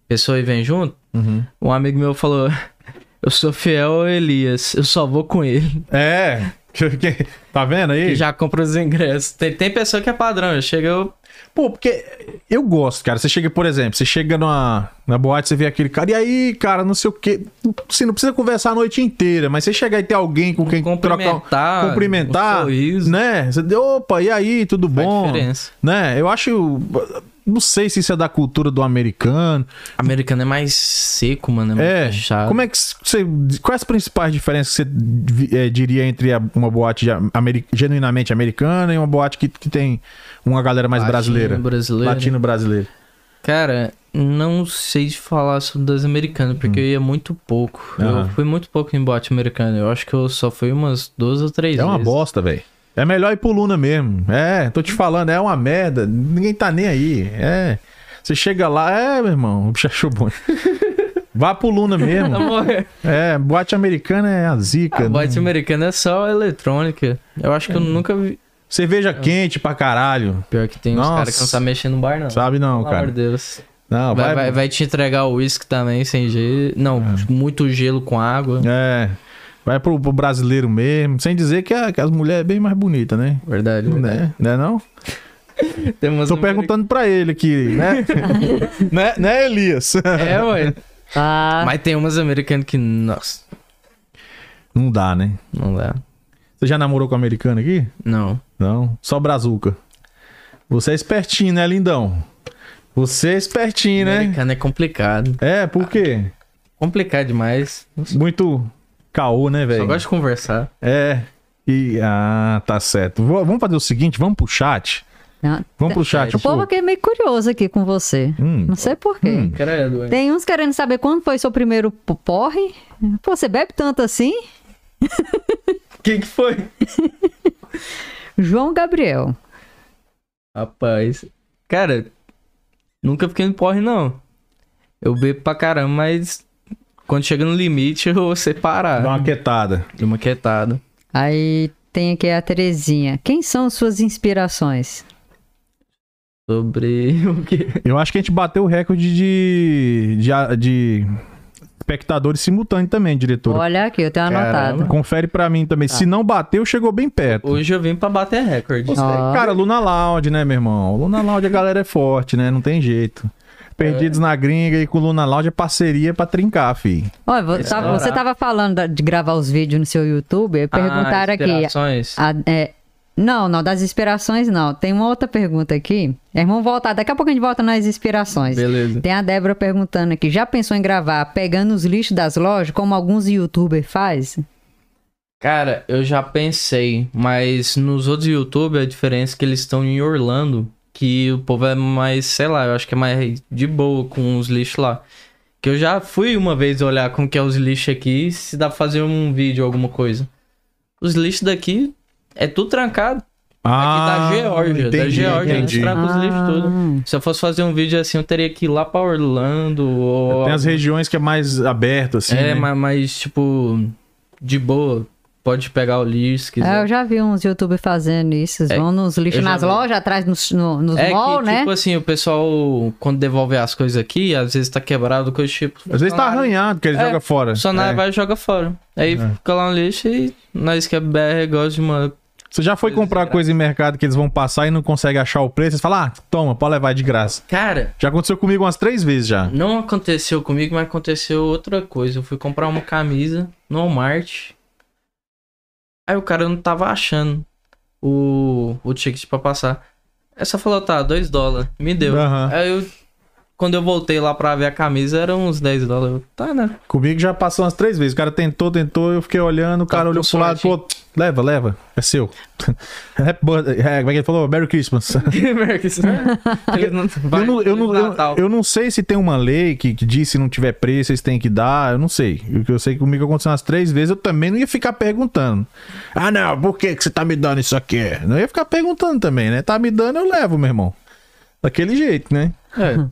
[SPEAKER 3] pessoa e vem junto.
[SPEAKER 1] Uhum.
[SPEAKER 3] Um amigo meu falou: Eu sou fiel ao Elias, eu só vou com ele.
[SPEAKER 1] É. que- tá vendo aí?
[SPEAKER 3] E já compra os ingressos. Tem, tem pessoa que é padrão, chega eu.
[SPEAKER 1] Pô, porque eu gosto, cara. Você chega, por exemplo, você chega numa, na boate, você vê aquele cara, e aí, cara, não sei o quê. Você não precisa conversar a noite inteira, mas você chegar e ter alguém com quem
[SPEAKER 3] Cumprimentar,
[SPEAKER 1] trocar. um- Cumprimentar.
[SPEAKER 3] um sorriso.
[SPEAKER 1] né? Você, opa, e aí, tudo
[SPEAKER 3] Faz
[SPEAKER 1] bom?
[SPEAKER 3] diferença.
[SPEAKER 1] Né? Eu acho. Não sei se isso é da cultura do americano.
[SPEAKER 3] Americano é mais seco, mano. É, mais
[SPEAKER 1] É.
[SPEAKER 3] fechado.
[SPEAKER 1] Como é que você. Quais as principais diferenças que você eh, diria entre a- uma boate de ameri- genuinamente americana e uma boate que, que tem uma galera é mais
[SPEAKER 3] Latino, né?
[SPEAKER 1] brasileira?
[SPEAKER 3] brasileira.
[SPEAKER 1] Latino brasileiro.
[SPEAKER 3] Cara, não sei de falar sobre das americanas, porque eu ia muito pouco.
[SPEAKER 1] Hum. Aham.
[SPEAKER 3] Eu fui muito pouco em boate americano. Eu acho que eu só fui umas duas ou três
[SPEAKER 1] É uma
[SPEAKER 3] vezes.
[SPEAKER 1] bosta, velho. É melhor ir pro Luna mesmo. É, tô te falando, é uma merda. Ninguém tá nem aí. É. Você chega lá, é, meu irmão, o bicho achou bom. Vá pro Luna mesmo.
[SPEAKER 3] Amor,
[SPEAKER 1] É, boate americana é a zica.
[SPEAKER 3] a
[SPEAKER 1] né?
[SPEAKER 3] boate americana é só eletrônica. Eu acho
[SPEAKER 1] É.
[SPEAKER 3] que eu nunca vi. É.
[SPEAKER 1] Cerveja quente pra caralho.
[SPEAKER 3] Pior que tem uns
[SPEAKER 1] Nossa.
[SPEAKER 3] caras que não sabem mexer no bar, não.
[SPEAKER 1] Sabe não,
[SPEAKER 3] Pelo amor
[SPEAKER 1] cara.
[SPEAKER 3] de Deus.
[SPEAKER 1] Não,
[SPEAKER 3] Vai,
[SPEAKER 1] vai,
[SPEAKER 3] vai, vai te entregar o uísque também, sem gelo. Não, tipo, muito gelo com água.
[SPEAKER 1] É. Vai pro, pro brasileiro mesmo. Sem dizer que, a- que as mulheres é bem mais bonitas, né?
[SPEAKER 3] Verdade, verdade.
[SPEAKER 1] Né? Né não?
[SPEAKER 3] Tem umas
[SPEAKER 1] Tô
[SPEAKER 3] americanas-
[SPEAKER 1] perguntando pra ele aqui, né? né, né, Elias?
[SPEAKER 3] É, ué.
[SPEAKER 2] Ah,
[SPEAKER 3] Mas tem umas americanas que, nossa,
[SPEAKER 1] Não dá, né?
[SPEAKER 3] não dá.
[SPEAKER 1] Você já namorou com americana aqui?
[SPEAKER 3] Não.
[SPEAKER 1] Não. Só brazuca. Você é espertinho, né, lindão? Você é espertinho, né?
[SPEAKER 3] Americano é complicado.
[SPEAKER 1] É, por quê?
[SPEAKER 3] Complicado demais.
[SPEAKER 1] Muito caô, né,
[SPEAKER 3] Só
[SPEAKER 1] velho?
[SPEAKER 3] gosto de conversar.
[SPEAKER 1] É. E, ah, tá certo. Vo- Vamos fazer o seguinte, vamos pro chat.
[SPEAKER 2] não.
[SPEAKER 1] Vamos pro chat.
[SPEAKER 2] o povo aqui é meio curioso aqui com você.
[SPEAKER 1] Hum.
[SPEAKER 2] Não sei porquê.
[SPEAKER 1] Hum.
[SPEAKER 3] Credo, ué.
[SPEAKER 2] Tem uns querendo saber quando foi seu primeiro po- porre. Pô, você bebe tanto assim?
[SPEAKER 3] O que que foi?
[SPEAKER 2] João Gabriel.
[SPEAKER 3] Rapaz. Cara, nunca fiquei no porre, não. Eu bebo pra caramba, mas quando chega no limite eu vou separar.
[SPEAKER 1] Dá uma quietada.
[SPEAKER 3] De uma quietada.
[SPEAKER 2] Aí tem aqui a Terezinha. Quem são suas inspirações?
[SPEAKER 3] Sobre o quê?
[SPEAKER 1] Eu acho que a gente bateu o recorde de, de, de espectadores simultâneos também, diretora.
[SPEAKER 2] Olha aqui, eu tenho
[SPEAKER 3] Caramba.
[SPEAKER 2] anotado.
[SPEAKER 1] Confere pra mim também. Se não bateu, chegou bem perto.
[SPEAKER 3] Tá. Hoje eu vim pra bater recorde.
[SPEAKER 2] Ó.
[SPEAKER 1] Cara, Luna Lounge, né, meu irmão? Luna Lounge a galera é forte, né? Não tem jeito.
[SPEAKER 3] É.
[SPEAKER 1] Perdidos na gringa e com Luna Lounge é parceria pra trincar, fi.
[SPEAKER 2] Olha, vo- tava-
[SPEAKER 3] é
[SPEAKER 2] você
[SPEAKER 3] brabo.
[SPEAKER 2] tava falando da- de gravar os vídeos no seu YouTube. e Perguntaram
[SPEAKER 3] Ah,
[SPEAKER 2] aqui.
[SPEAKER 3] inspirações.
[SPEAKER 2] a- é, não, não, das inspirações não. Tem uma outra pergunta aqui. É, vamos voltar. Daqui a pouco a gente volta nas inspirações.
[SPEAKER 3] Beleza.
[SPEAKER 2] Tem a Débora perguntando aqui. Já pensou em gravar pegando os lixos das lojas, como alguns youtubers faz?
[SPEAKER 3] Cara, eu já pensei, mas nos outros YouTube a diferença é que eles estão em Orlando, que o povo é mais, sei lá, eu acho que é mais de boa com os lixos lá. Que eu já fui uma vez olhar como que é os lixos aqui, se dá pra fazer um vídeo ou alguma coisa. Os lixos daqui é tudo trancado.
[SPEAKER 1] Ah,
[SPEAKER 3] Aqui da Geórgia, da
[SPEAKER 1] entendi,
[SPEAKER 3] Geórgia, eles
[SPEAKER 1] entendi.
[SPEAKER 3] trancam os lixos tudo. Se eu fosse fazer um vídeo assim, eu teria que ir lá pra Orlando ou
[SPEAKER 1] Tem as regiões que é mais aberto, assim. né?
[SPEAKER 3] É, ma- mas, tipo, de boa, pode pegar o lixo se
[SPEAKER 2] É,
[SPEAKER 3] quiser.
[SPEAKER 2] eu já vi uns youtubers fazendo isso. Eles
[SPEAKER 3] É,
[SPEAKER 2] vão nos lixos
[SPEAKER 3] eu já
[SPEAKER 2] nas
[SPEAKER 3] vi.
[SPEAKER 2] lojas, atrás nos, no, nos
[SPEAKER 3] É
[SPEAKER 2] mall,
[SPEAKER 3] que,
[SPEAKER 2] né?
[SPEAKER 3] tipo assim, o pessoal, quando devolve as coisas aqui, às vezes tá quebrado, coisa tipo.
[SPEAKER 1] Às vezes tá arranhado, que ele
[SPEAKER 3] É,
[SPEAKER 1] joga
[SPEAKER 3] O
[SPEAKER 1] fora.
[SPEAKER 3] funcionário
[SPEAKER 1] É.
[SPEAKER 3] vai e joga fora. Aí fica lá no lixo e nós que é BR gosta de uma.
[SPEAKER 1] Você já foi comprar coisa em mercado que eles vão passar e não consegue achar o preço? Você fala, ah, toma, pode levar de graça.
[SPEAKER 3] Cara,
[SPEAKER 1] Já aconteceu comigo umas três vezes já.
[SPEAKER 3] não aconteceu comigo, mas aconteceu outra coisa. Eu fui comprar uma camisa no Walmart. Aí o cara não tava achando o, o ticket pra passar. Aí só falou, tá, 2 dólares. Me deu.
[SPEAKER 1] Aham.
[SPEAKER 3] Aí eu. Quando eu voltei lá pra ver a camisa, eram uns 10 dólares. Eu, Tá, né?
[SPEAKER 1] Comigo já passou umas três vezes. O cara tentou, tentou, eu fiquei olhando, o cara
[SPEAKER 3] Tá
[SPEAKER 1] olhou
[SPEAKER 3] com
[SPEAKER 1] pro lado,
[SPEAKER 3] sorte,
[SPEAKER 1] pô, leva, leva, é seu. Happy birthday. É, como é que ele falou? Merry Christmas.
[SPEAKER 3] é? Ele não- vai-
[SPEAKER 1] eu, não, eu, não, eu,
[SPEAKER 3] Natal.
[SPEAKER 1] eu não sei se tem uma lei que, que diz se não tiver preço, eles têm que dar, eu não sei. O que eu sei é que comigo aconteceu umas três vezes, eu também não ia ficar perguntando. Ah, não, por que, que você tá me dando isso aqui? Não ia ficar perguntando também, né? Tá me dando, eu levo, meu irmão. Daquele jeito, né?
[SPEAKER 3] É.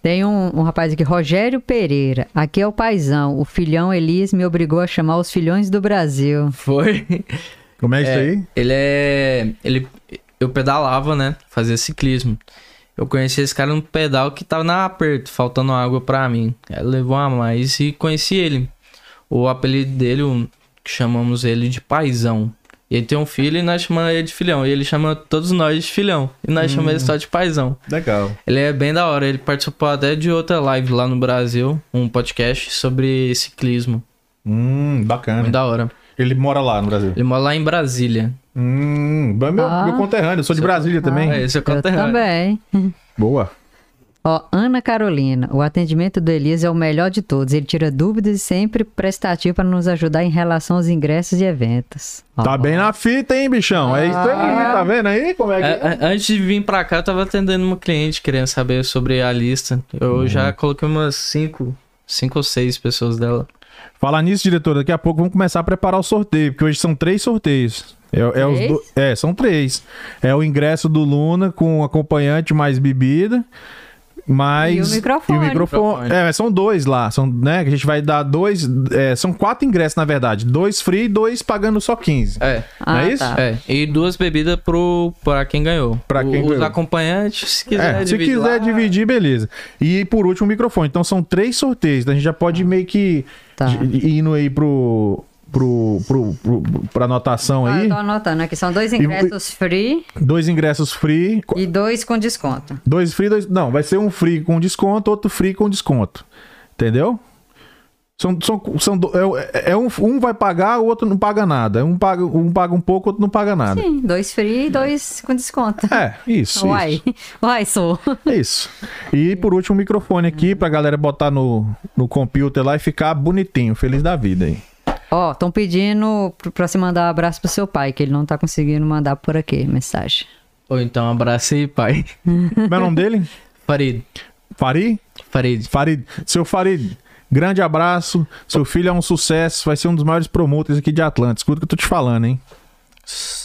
[SPEAKER 2] Tem um, um rapaz aqui, Rogério Pereira. Aqui é o paizão. O filhão Elias me obrigou a chamar os filhões do Brasil.
[SPEAKER 3] Foi.
[SPEAKER 1] Como é,
[SPEAKER 3] É,
[SPEAKER 1] isso aí?
[SPEAKER 3] ele é. Ele, eu pedalava, né? Fazia ciclismo. Eu conheci esse cara num pedal que tava na aperto, faltando água pra mim. Aí levou a mais e conheci ele. O apelido dele, o- que chamamos ele de paizão. E ele tem um filho e nós chamamos ele de filhão. E ele chama todos nós de filhão. E
[SPEAKER 1] Hum.
[SPEAKER 3] nós chamamos ele só de paizão.
[SPEAKER 1] Legal.
[SPEAKER 3] Ele é bem da hora, ele participou até de outra live lá no Brasil, um podcast sobre ciclismo.
[SPEAKER 1] Hum, bacana.
[SPEAKER 3] Bem da hora.
[SPEAKER 1] Ele mora lá no Brasil.
[SPEAKER 3] Ele mora lá em Brasília.
[SPEAKER 1] Hum, meu, meu-
[SPEAKER 2] Ah.
[SPEAKER 1] meu conterrâneo, eu sou de Brasília também.
[SPEAKER 3] É, esse é o
[SPEAKER 2] Eu
[SPEAKER 3] conterrâneo.
[SPEAKER 2] também.
[SPEAKER 1] Boa.
[SPEAKER 2] Ó, Ana Carolina, o atendimento do Elias é o melhor de todos. Ele tira dúvidas e sempre prestativo para nos ajudar em relação aos ingressos e eventos. Ó,
[SPEAKER 1] Tá bem na fita, hein, bichão? É isso aí, tá vendo aí? Como é que.
[SPEAKER 3] É, a- antes de vir pra cá, eu tava atendendo uma cliente querendo saber sobre a lista.
[SPEAKER 1] Uhum.
[SPEAKER 3] Eu já coloquei umas cinco, cinco ou seis pessoas dela.
[SPEAKER 1] Falar nisso, diretor, daqui a pouco vamos começar a preparar o sorteio, porque hoje são três sorteios. É, é os
[SPEAKER 2] Três?
[SPEAKER 1] do- é, são três. É o ingresso do Luna com acompanhante mais bebida. Mas.
[SPEAKER 2] E o microfone.
[SPEAKER 1] e o microfone. É, mas são dois lá. São, né? Que a gente vai dar dois. é, são quatro ingressos, na verdade. Dois free e dois pagando só 15.
[SPEAKER 3] É.
[SPEAKER 1] Não é isso?
[SPEAKER 2] tá.
[SPEAKER 3] É, e duas bebidas pro, pra quem ganhou.
[SPEAKER 1] Pra
[SPEAKER 3] O-
[SPEAKER 1] quem
[SPEAKER 3] Os
[SPEAKER 1] ganhou.
[SPEAKER 3] acompanhantes, se quiser
[SPEAKER 1] É, se
[SPEAKER 3] dividir
[SPEAKER 1] quiser
[SPEAKER 3] lá.
[SPEAKER 1] dividir, beleza. E por último, o microfone. Então são três sorteios. Então a gente já pode meio que
[SPEAKER 2] Tá.
[SPEAKER 1] de- indo aí pro, pro, pro, pro, pra anotação
[SPEAKER 2] Ah, eu
[SPEAKER 1] um aí. um
[SPEAKER 2] tô anotando aqui. São dois ingressos free
[SPEAKER 1] Dois ingressos free. qu-
[SPEAKER 2] e dois com desconto.
[SPEAKER 1] Dois free, dois. Não, vai ser um free com desconto, outro free com desconto. Entendeu? São, são, são do- é, é um, um vai pagar, o outro não paga nada. Um paga um, paga um pouco, o outro não paga nada.
[SPEAKER 2] Sim, dois free e dois com desconto.
[SPEAKER 1] É, isso. isso.
[SPEAKER 2] Uai, uai, sou.
[SPEAKER 1] É Isso. E por último, o microfone aqui pra galera botar no, no computer lá e ficar bonitinho, feliz da vida aí.
[SPEAKER 2] Ó, estão pedindo pr- pra se mandar um abraço pro seu pai, que ele não tá conseguindo mandar por aqui mensagem.
[SPEAKER 3] Ou então um abraço aí, pai.
[SPEAKER 1] Como é o nome dele?
[SPEAKER 3] Farid.
[SPEAKER 1] Farid?
[SPEAKER 3] Farid.
[SPEAKER 1] Farid. Seu Farid, grande abraço. Seu filho é um sucesso, vai ser um dos maiores promotores aqui de Atlanta. Escuta o que eu tô te falando, hein?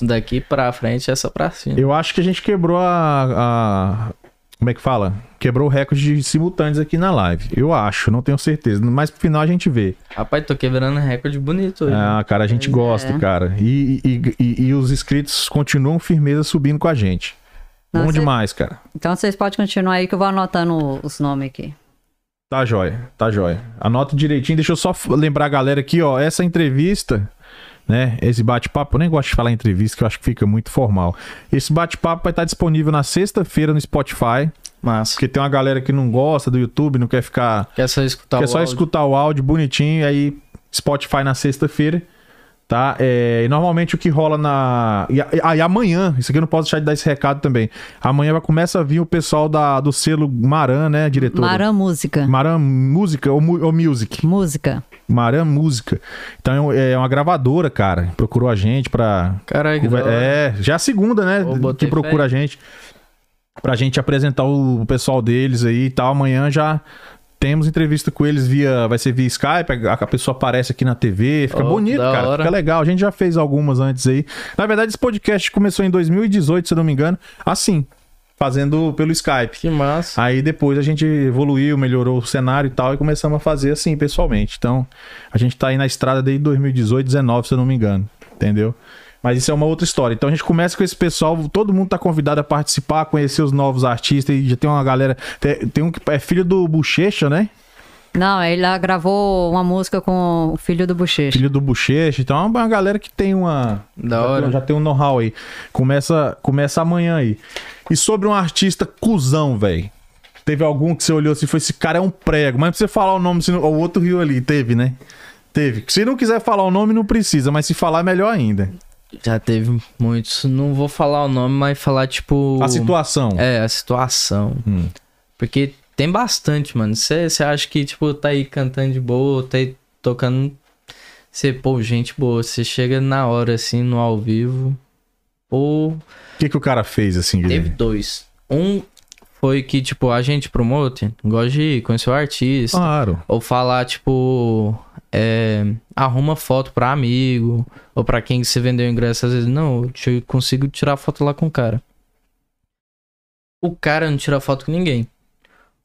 [SPEAKER 3] Daqui pra frente é só pra cima.
[SPEAKER 1] Eu acho que a gente quebrou a. a- Como é que fala? Quebrou o recorde de simultâneos aqui na live. Eu acho, não tenho certeza. Mas pro final a gente vê.
[SPEAKER 3] Rapaz, tô quebrando recorde bonito hoje. né?
[SPEAKER 1] Ah, cara, a gente gosta,
[SPEAKER 2] é.
[SPEAKER 1] cara. E, e- e- e os inscritos continuam firmeza subindo com a gente.
[SPEAKER 2] Não,
[SPEAKER 1] Bom
[SPEAKER 2] cê-
[SPEAKER 1] demais, cara.
[SPEAKER 2] Então vocês podem continuar aí que eu vou anotando os nomes aqui.
[SPEAKER 1] Tá jóia, tá jóia. Anota direitinho. Deixa eu só f- lembrar a galera aqui, ó. Essa entrevista, né? Esse bate-papo, eu nem gosto de falar entrevista, que eu acho que fica muito formal. Esse bate-papo vai estar disponível na sexta-feira no Spotify.
[SPEAKER 3] Massa.
[SPEAKER 1] Porque tem uma galera que não gosta do YouTube, não quer ficar.
[SPEAKER 3] Quer só escutar
[SPEAKER 1] quer
[SPEAKER 3] Tá o
[SPEAKER 1] é só
[SPEAKER 3] áudio?
[SPEAKER 1] escutar o áudio bonitinho. Aí, Spotify na sexta-feira. Tá? É, e normalmente o que rola na. E, a- ah, e amanhã, isso aqui eu não posso deixar de dar esse recado também. Amanhã vai começa a vir o pessoal da, do selo Maran, né, diretor?
[SPEAKER 2] Maran Música.
[SPEAKER 1] Maran Música ou, Mu- ou Music?
[SPEAKER 2] Música.
[SPEAKER 1] Maran Música. Então é um- é uma gravadora, cara. Procurou a gente pra.
[SPEAKER 3] Caralho, que da hora.
[SPEAKER 1] É, já é a segunda, né?
[SPEAKER 3] Ô, botei
[SPEAKER 1] Que procura a gente. Pra gente apresentar o pessoal deles aí e tal. Amanhã já temos entrevista com eles via. Vai ser via Skype. A, a pessoa aparece aqui na TV. Fica
[SPEAKER 3] Ô,
[SPEAKER 1] bonito,
[SPEAKER 3] da
[SPEAKER 1] cara.
[SPEAKER 3] hora.
[SPEAKER 1] Fica legal. A gente já fez algumas antes aí. Na verdade, esse podcast começou em 2018, se eu não me engano. Assim. Fazendo pelo Skype.
[SPEAKER 3] Que massa.
[SPEAKER 1] Aí depois a gente evoluiu, melhorou o cenário e tal, e começamos a fazer assim, pessoalmente. Então, a gente tá aí na estrada desde 2018, 19, se eu não me engano. Entendeu? Mas isso é uma outra história. Então a gente começa com esse pessoal, todo mundo tá convidado a participar, a conhecer os novos artistas, e já tem uma galera. Tem, tem um que é filho do Bochecha, né?
[SPEAKER 2] Não, ele lá gravou uma música com o filho do Bochecha.
[SPEAKER 1] Filho do Bochecha. Então é uma galera que tem uma.
[SPEAKER 3] Da
[SPEAKER 1] já,
[SPEAKER 3] hora.
[SPEAKER 1] já tem um know-how aí. Começa, começa amanhã aí. E sobre um artista cuzão, velho. Teve algum que você olhou assim e falou: esse cara é um prego. Mas não precisa falar o nome, senão... o outro riu ali. Teve, né? Teve. Se não quiser falar o nome, não precisa, mas se falar, melhor ainda.
[SPEAKER 3] Já teve muitos. Não vou falar o nome, mas falar, tipo.
[SPEAKER 1] A situação.
[SPEAKER 3] É, a situação.
[SPEAKER 1] Hum.
[SPEAKER 3] Porque tem bastante, mano. Você acha que, tipo, tá aí cantando de boa, tá aí tocando. Você, pô, gente boa. Você chega na hora, assim, no ao vivo. Ou.
[SPEAKER 1] O que, que o cara fez assim,
[SPEAKER 3] Teve
[SPEAKER 1] Guilherme?
[SPEAKER 3] dois. Um foi que, tipo, a gente promote, gosta de conhecer o artista.
[SPEAKER 1] Claro.
[SPEAKER 3] Ou falar, tipo, é, arruma foto pra amigo, ou pra quem que você vendeu o ingresso, às vezes, não, eu te- consigo tirar foto lá com o cara. O cara não tira foto com ninguém.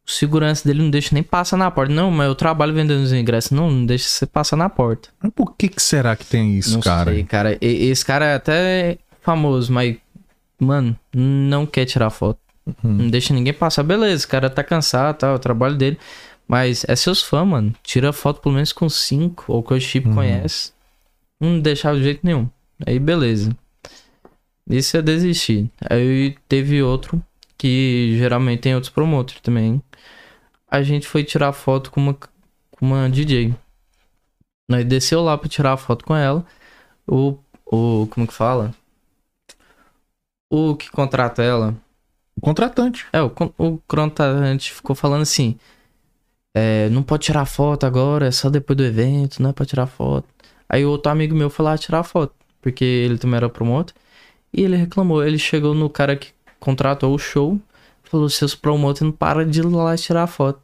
[SPEAKER 3] O segurança dele não deixa nem passar na porta. Não, mas eu trabalho vendendo os ingressos. Não, não deixa você passar na porta.
[SPEAKER 1] Mas por que, que será que tem isso,
[SPEAKER 3] não
[SPEAKER 1] cara?
[SPEAKER 3] sei, cara. E- esse cara é até famoso, mas, mano, não quer tirar foto. Não deixa ninguém passar. Beleza, o cara tá cansado, tá, o trabalho dele. Mas é seus fãs, mano. Tira foto pelo menos com cinco, ou que o Chip conhece. Não deixava de jeito nenhum. Aí beleza. Isso eu desisti. Aí teve outro, que geralmente tem outros promotores também. A gente foi tirar foto com uma, com uma DJ. Nós desceu lá pra tirar a foto com ela. O. O. Como que fala? O que contrata ela.
[SPEAKER 1] O contratante.
[SPEAKER 3] É, o, con- o contratante ficou falando assim: é, não pode tirar foto agora, é só depois do evento, não é pra tirar foto. Aí outro amigo meu foi lá tirar foto, porque ele também era promotor. E ele reclamou. Ele chegou no cara que contratou o show, falou: seus promotores não param de ir lá tirar foto.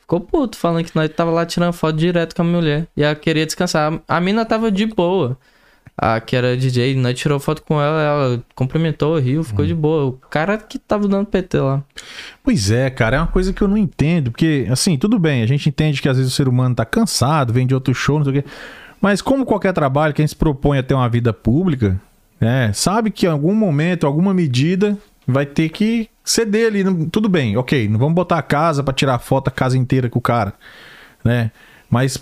[SPEAKER 3] Ficou puto, falando que nós tava lá tirando foto direto com a mulher. E ela queria descansar. A mina tava de boa. a que era DJ, nós tirou foto com ela, ela cumprimentou, riu, ficou de boa. O cara que tava dando PT lá.
[SPEAKER 1] Pois é, cara, é uma coisa que eu não entendo, porque, assim, tudo bem, a gente entende que às vezes o ser humano tá cansado, vem de outro show, não sei o quê. Mas como qualquer trabalho que a gente se propõe a ter uma vida pública, né, sabe que em algum momento, alguma medida, vai ter que ceder ali. não- Tudo bem, ok, não vamos botar a casa pra tirar foto a casa inteira com o cara, né? Mas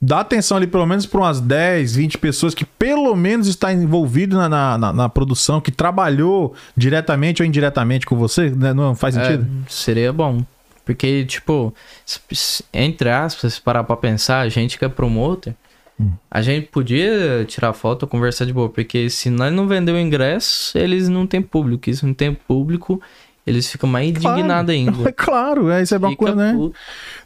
[SPEAKER 1] dá atenção ali pelo menos para umas 10, 20 pessoas que pelo menos está envolvido na, na, na- na produção, que trabalhou diretamente ou indiretamente com você, né? não faz sentido?
[SPEAKER 3] É, seria bom. Porque, tipo, se- se- entre aspas, se parar pra pensar, a gente que é promotor,
[SPEAKER 1] Hum.
[SPEAKER 3] a gente podia tirar foto, conversar de boa. Porque se nós não vender o ingresso, eles não têm público. E se não tem público, eles ficam mais
[SPEAKER 1] Claro.
[SPEAKER 3] indignados
[SPEAKER 1] É
[SPEAKER 3] ainda.
[SPEAKER 1] claro, é, isso é uma
[SPEAKER 3] Fica
[SPEAKER 1] coisa, né?
[SPEAKER 3] puto.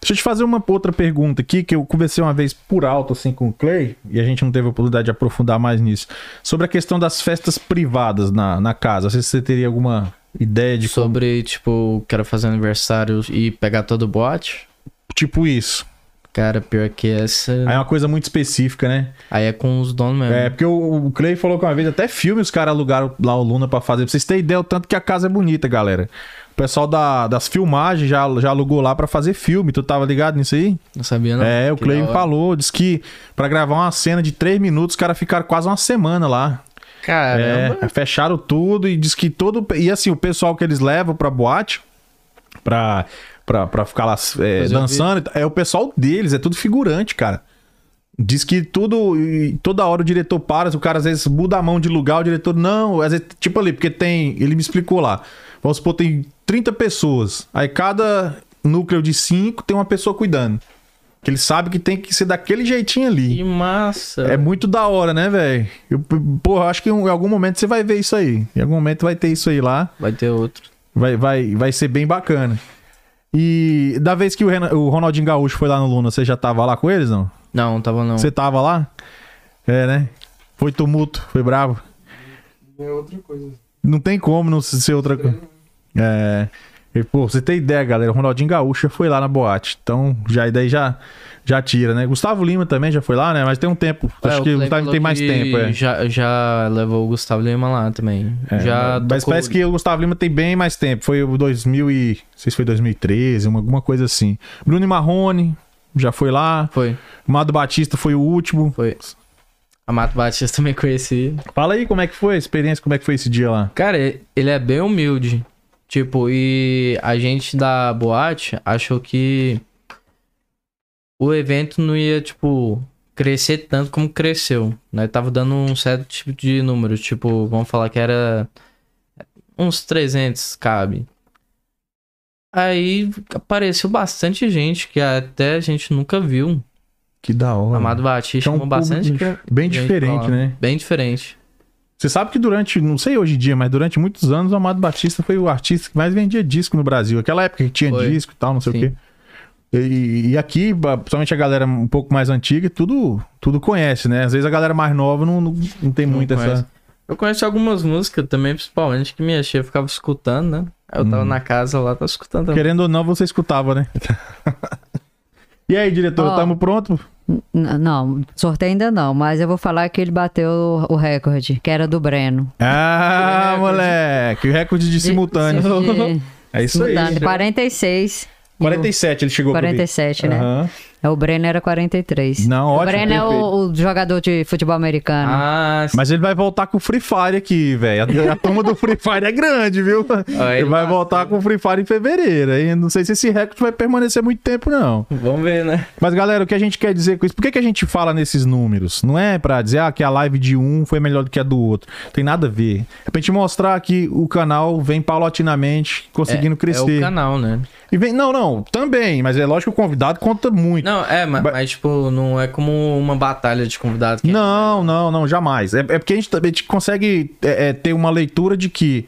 [SPEAKER 1] Deixa eu te fazer uma outra pergunta aqui, que eu conversei uma vez por alto assim com o Clay, e a gente não teve a oportunidade de aprofundar mais nisso. Sobre a questão das festas privadas na, na casa. Se você teria alguma ideia de como-
[SPEAKER 3] Sobre, tipo, quero fazer aniversário e pegar todo o bote.
[SPEAKER 1] tipo isso.
[SPEAKER 3] Cara, pior que essa.
[SPEAKER 1] Aí é uma coisa muito específica, né?
[SPEAKER 3] Aí é com os donos mesmo.
[SPEAKER 1] É, porque o, o Clay falou que uma vez até filme os caras alugaram lá o Luna pra fazer. Pra vocês terem ideia o tanto que a casa é bonita, galera. O pessoal da- das filmagens já, já alugou lá pra fazer filme. Tu tava ligado nisso aí?
[SPEAKER 3] Não sabia, não.
[SPEAKER 1] é, o
[SPEAKER 3] Que da
[SPEAKER 1] Clay
[SPEAKER 3] hora.
[SPEAKER 1] falou. Disse que pra gravar uma cena de três minutos, os caras ficaram quase uma semana lá.
[SPEAKER 3] Caramba.
[SPEAKER 1] É, fecharam tudo e diz que todo. E assim, o pessoal que eles levam pra boate, pra, pra, pra ficar lá é,
[SPEAKER 3] Fazer o
[SPEAKER 1] dançando, e tal, é o pessoal deles, é tudo figurante, cara. Diz que tudo. e Toda hora o diretor para, o cara às vezes muda a mão de lugar, o diretor. Não, às vezes, tipo ali, porque tem. Ele me explicou lá. Vamos supor, tem 30 pessoas. Aí cada núcleo de 5 tem uma pessoa cuidando. Que ele sabe que tem que ser daquele jeitinho ali.
[SPEAKER 3] Que massa.
[SPEAKER 1] É muito da hora, né, velho? Eu, porra, eu acho que em algum momento você vai ver isso aí. Em algum momento vai ter isso aí lá.
[SPEAKER 3] Vai ter outro.
[SPEAKER 1] Vai, vai, vai ser bem bacana. E da vez que o, Renan- o Ronaldinho Gaúcho foi lá no Luna, você já tava lá com eles, não?
[SPEAKER 3] Não, tava não.
[SPEAKER 1] Você tava lá? É, né? Foi tumulto, foi bravo.
[SPEAKER 4] É outra coisa.
[SPEAKER 1] Não tem como não ser outra coisa. É. E, pô, você tem ideia, galera. O Ronaldinho Gaúcho já foi lá na boate. Então, já, daí já, já tira, né? Gustavo Lima também já foi lá, né? Mas tem um tempo.
[SPEAKER 3] É,
[SPEAKER 1] acho
[SPEAKER 3] o
[SPEAKER 1] que o
[SPEAKER 3] Clay
[SPEAKER 1] Gustavo Lima
[SPEAKER 3] falou
[SPEAKER 1] tem mais
[SPEAKER 3] que
[SPEAKER 1] tempo, é.
[SPEAKER 3] Já, já levou o Gustavo Lima lá também.
[SPEAKER 1] É,
[SPEAKER 3] já
[SPEAKER 1] mas
[SPEAKER 3] tocou-
[SPEAKER 1] parece que o Gustavo Lima tem bem mais tempo. Foi o 2000 e... Não sei se foi 2013, uma- alguma coisa assim. Bruno Marrone já foi lá.
[SPEAKER 3] Foi,
[SPEAKER 1] Mado Batista foi o último.
[SPEAKER 3] foi. A Mato Batista também conheci.
[SPEAKER 1] Fala aí como é que foi a experiência, como é que foi esse dia lá.
[SPEAKER 3] Cara, ele é bem humilde. Tipo, e a gente da boate achou que o evento não ia, tipo, crescer tanto como cresceu. Né? Tava dando um certo tipo de número. Tipo, vamos falar que era uns 300, cabe. Aí apareceu bastante gente que até a gente nunca viu.
[SPEAKER 1] Que da hora.
[SPEAKER 3] Amado Batista
[SPEAKER 1] Então,
[SPEAKER 3] chamou bastante.
[SPEAKER 1] público bem
[SPEAKER 3] gente
[SPEAKER 1] diferente,
[SPEAKER 3] pra lá.
[SPEAKER 1] né?
[SPEAKER 3] Bem diferente.
[SPEAKER 1] Você sabe que durante, não sei hoje em dia, mas durante muitos anos o Amado Batista foi o artista que mais vendia disco no Brasil. Aquela época que tinha
[SPEAKER 3] Foi.
[SPEAKER 1] disco e tal, não sei
[SPEAKER 3] Sim.
[SPEAKER 1] o quê. E, e aqui, ba- principalmente a galera um pouco mais antiga, tudo, tudo conhece, né? Às vezes a galera mais nova não, não, não tem
[SPEAKER 3] Não
[SPEAKER 1] muito
[SPEAKER 3] conhece.
[SPEAKER 1] essa.
[SPEAKER 3] Eu conheço algumas músicas também, principalmente, que minha cheia ficava escutando, né? Aí Eu
[SPEAKER 1] Hum.
[SPEAKER 3] tava na casa lá, tava escutando também.
[SPEAKER 1] Querendo ou não, você escutava, né? e aí, diretor,
[SPEAKER 2] Ó.
[SPEAKER 1] tamo pronto?
[SPEAKER 2] N- Não, sorteio ainda não, mas eu vou falar que ele bateu o- o recorde, que era do Breno.
[SPEAKER 1] Ah,
[SPEAKER 3] recorde.
[SPEAKER 1] moleque, o recorde de simultâneo.
[SPEAKER 2] De-
[SPEAKER 1] É isso aí.
[SPEAKER 2] simultâneo, 46.
[SPEAKER 1] 47 ele chegou pra mim.
[SPEAKER 2] 47, né?
[SPEAKER 1] Aham.
[SPEAKER 2] É, O Breno era 43.
[SPEAKER 1] Não,
[SPEAKER 2] o
[SPEAKER 1] ótimo,
[SPEAKER 2] Breno é
[SPEAKER 1] perfeito.
[SPEAKER 2] o, o jogador de futebol americano.
[SPEAKER 3] Ah,
[SPEAKER 1] Mas ele vai voltar com o Free Fire aqui, velho. A, a turma do Free Fire é grande, viu?
[SPEAKER 3] Aí
[SPEAKER 1] ele vai
[SPEAKER 3] passa,
[SPEAKER 1] voltar com o Free Fire em fevereiro. Aí não sei se esse recorde vai permanecer muito tempo, não.
[SPEAKER 3] vamos ver, né?
[SPEAKER 1] Mas, galera, o que a gente quer dizer com isso? Por que, que a gente fala nesses números? Não é pra dizer ah, que a live de um foi melhor do que a do outro. Tem nada a ver. É pra gente mostrar que o canal vem paulatinamente conseguindo
[SPEAKER 3] É o
[SPEAKER 1] crescer.
[SPEAKER 3] canal, né?
[SPEAKER 1] e vem... Não, não, também, mas é lógico que o convidado conta muito.
[SPEAKER 3] Não, é, ma- mas,
[SPEAKER 1] Ba-
[SPEAKER 3] tipo, não é como uma batalha de convidados. que- é
[SPEAKER 1] Não, não, não, jamais. É, é porque a gente, também- a gente consegue é, é, ter uma leitura de que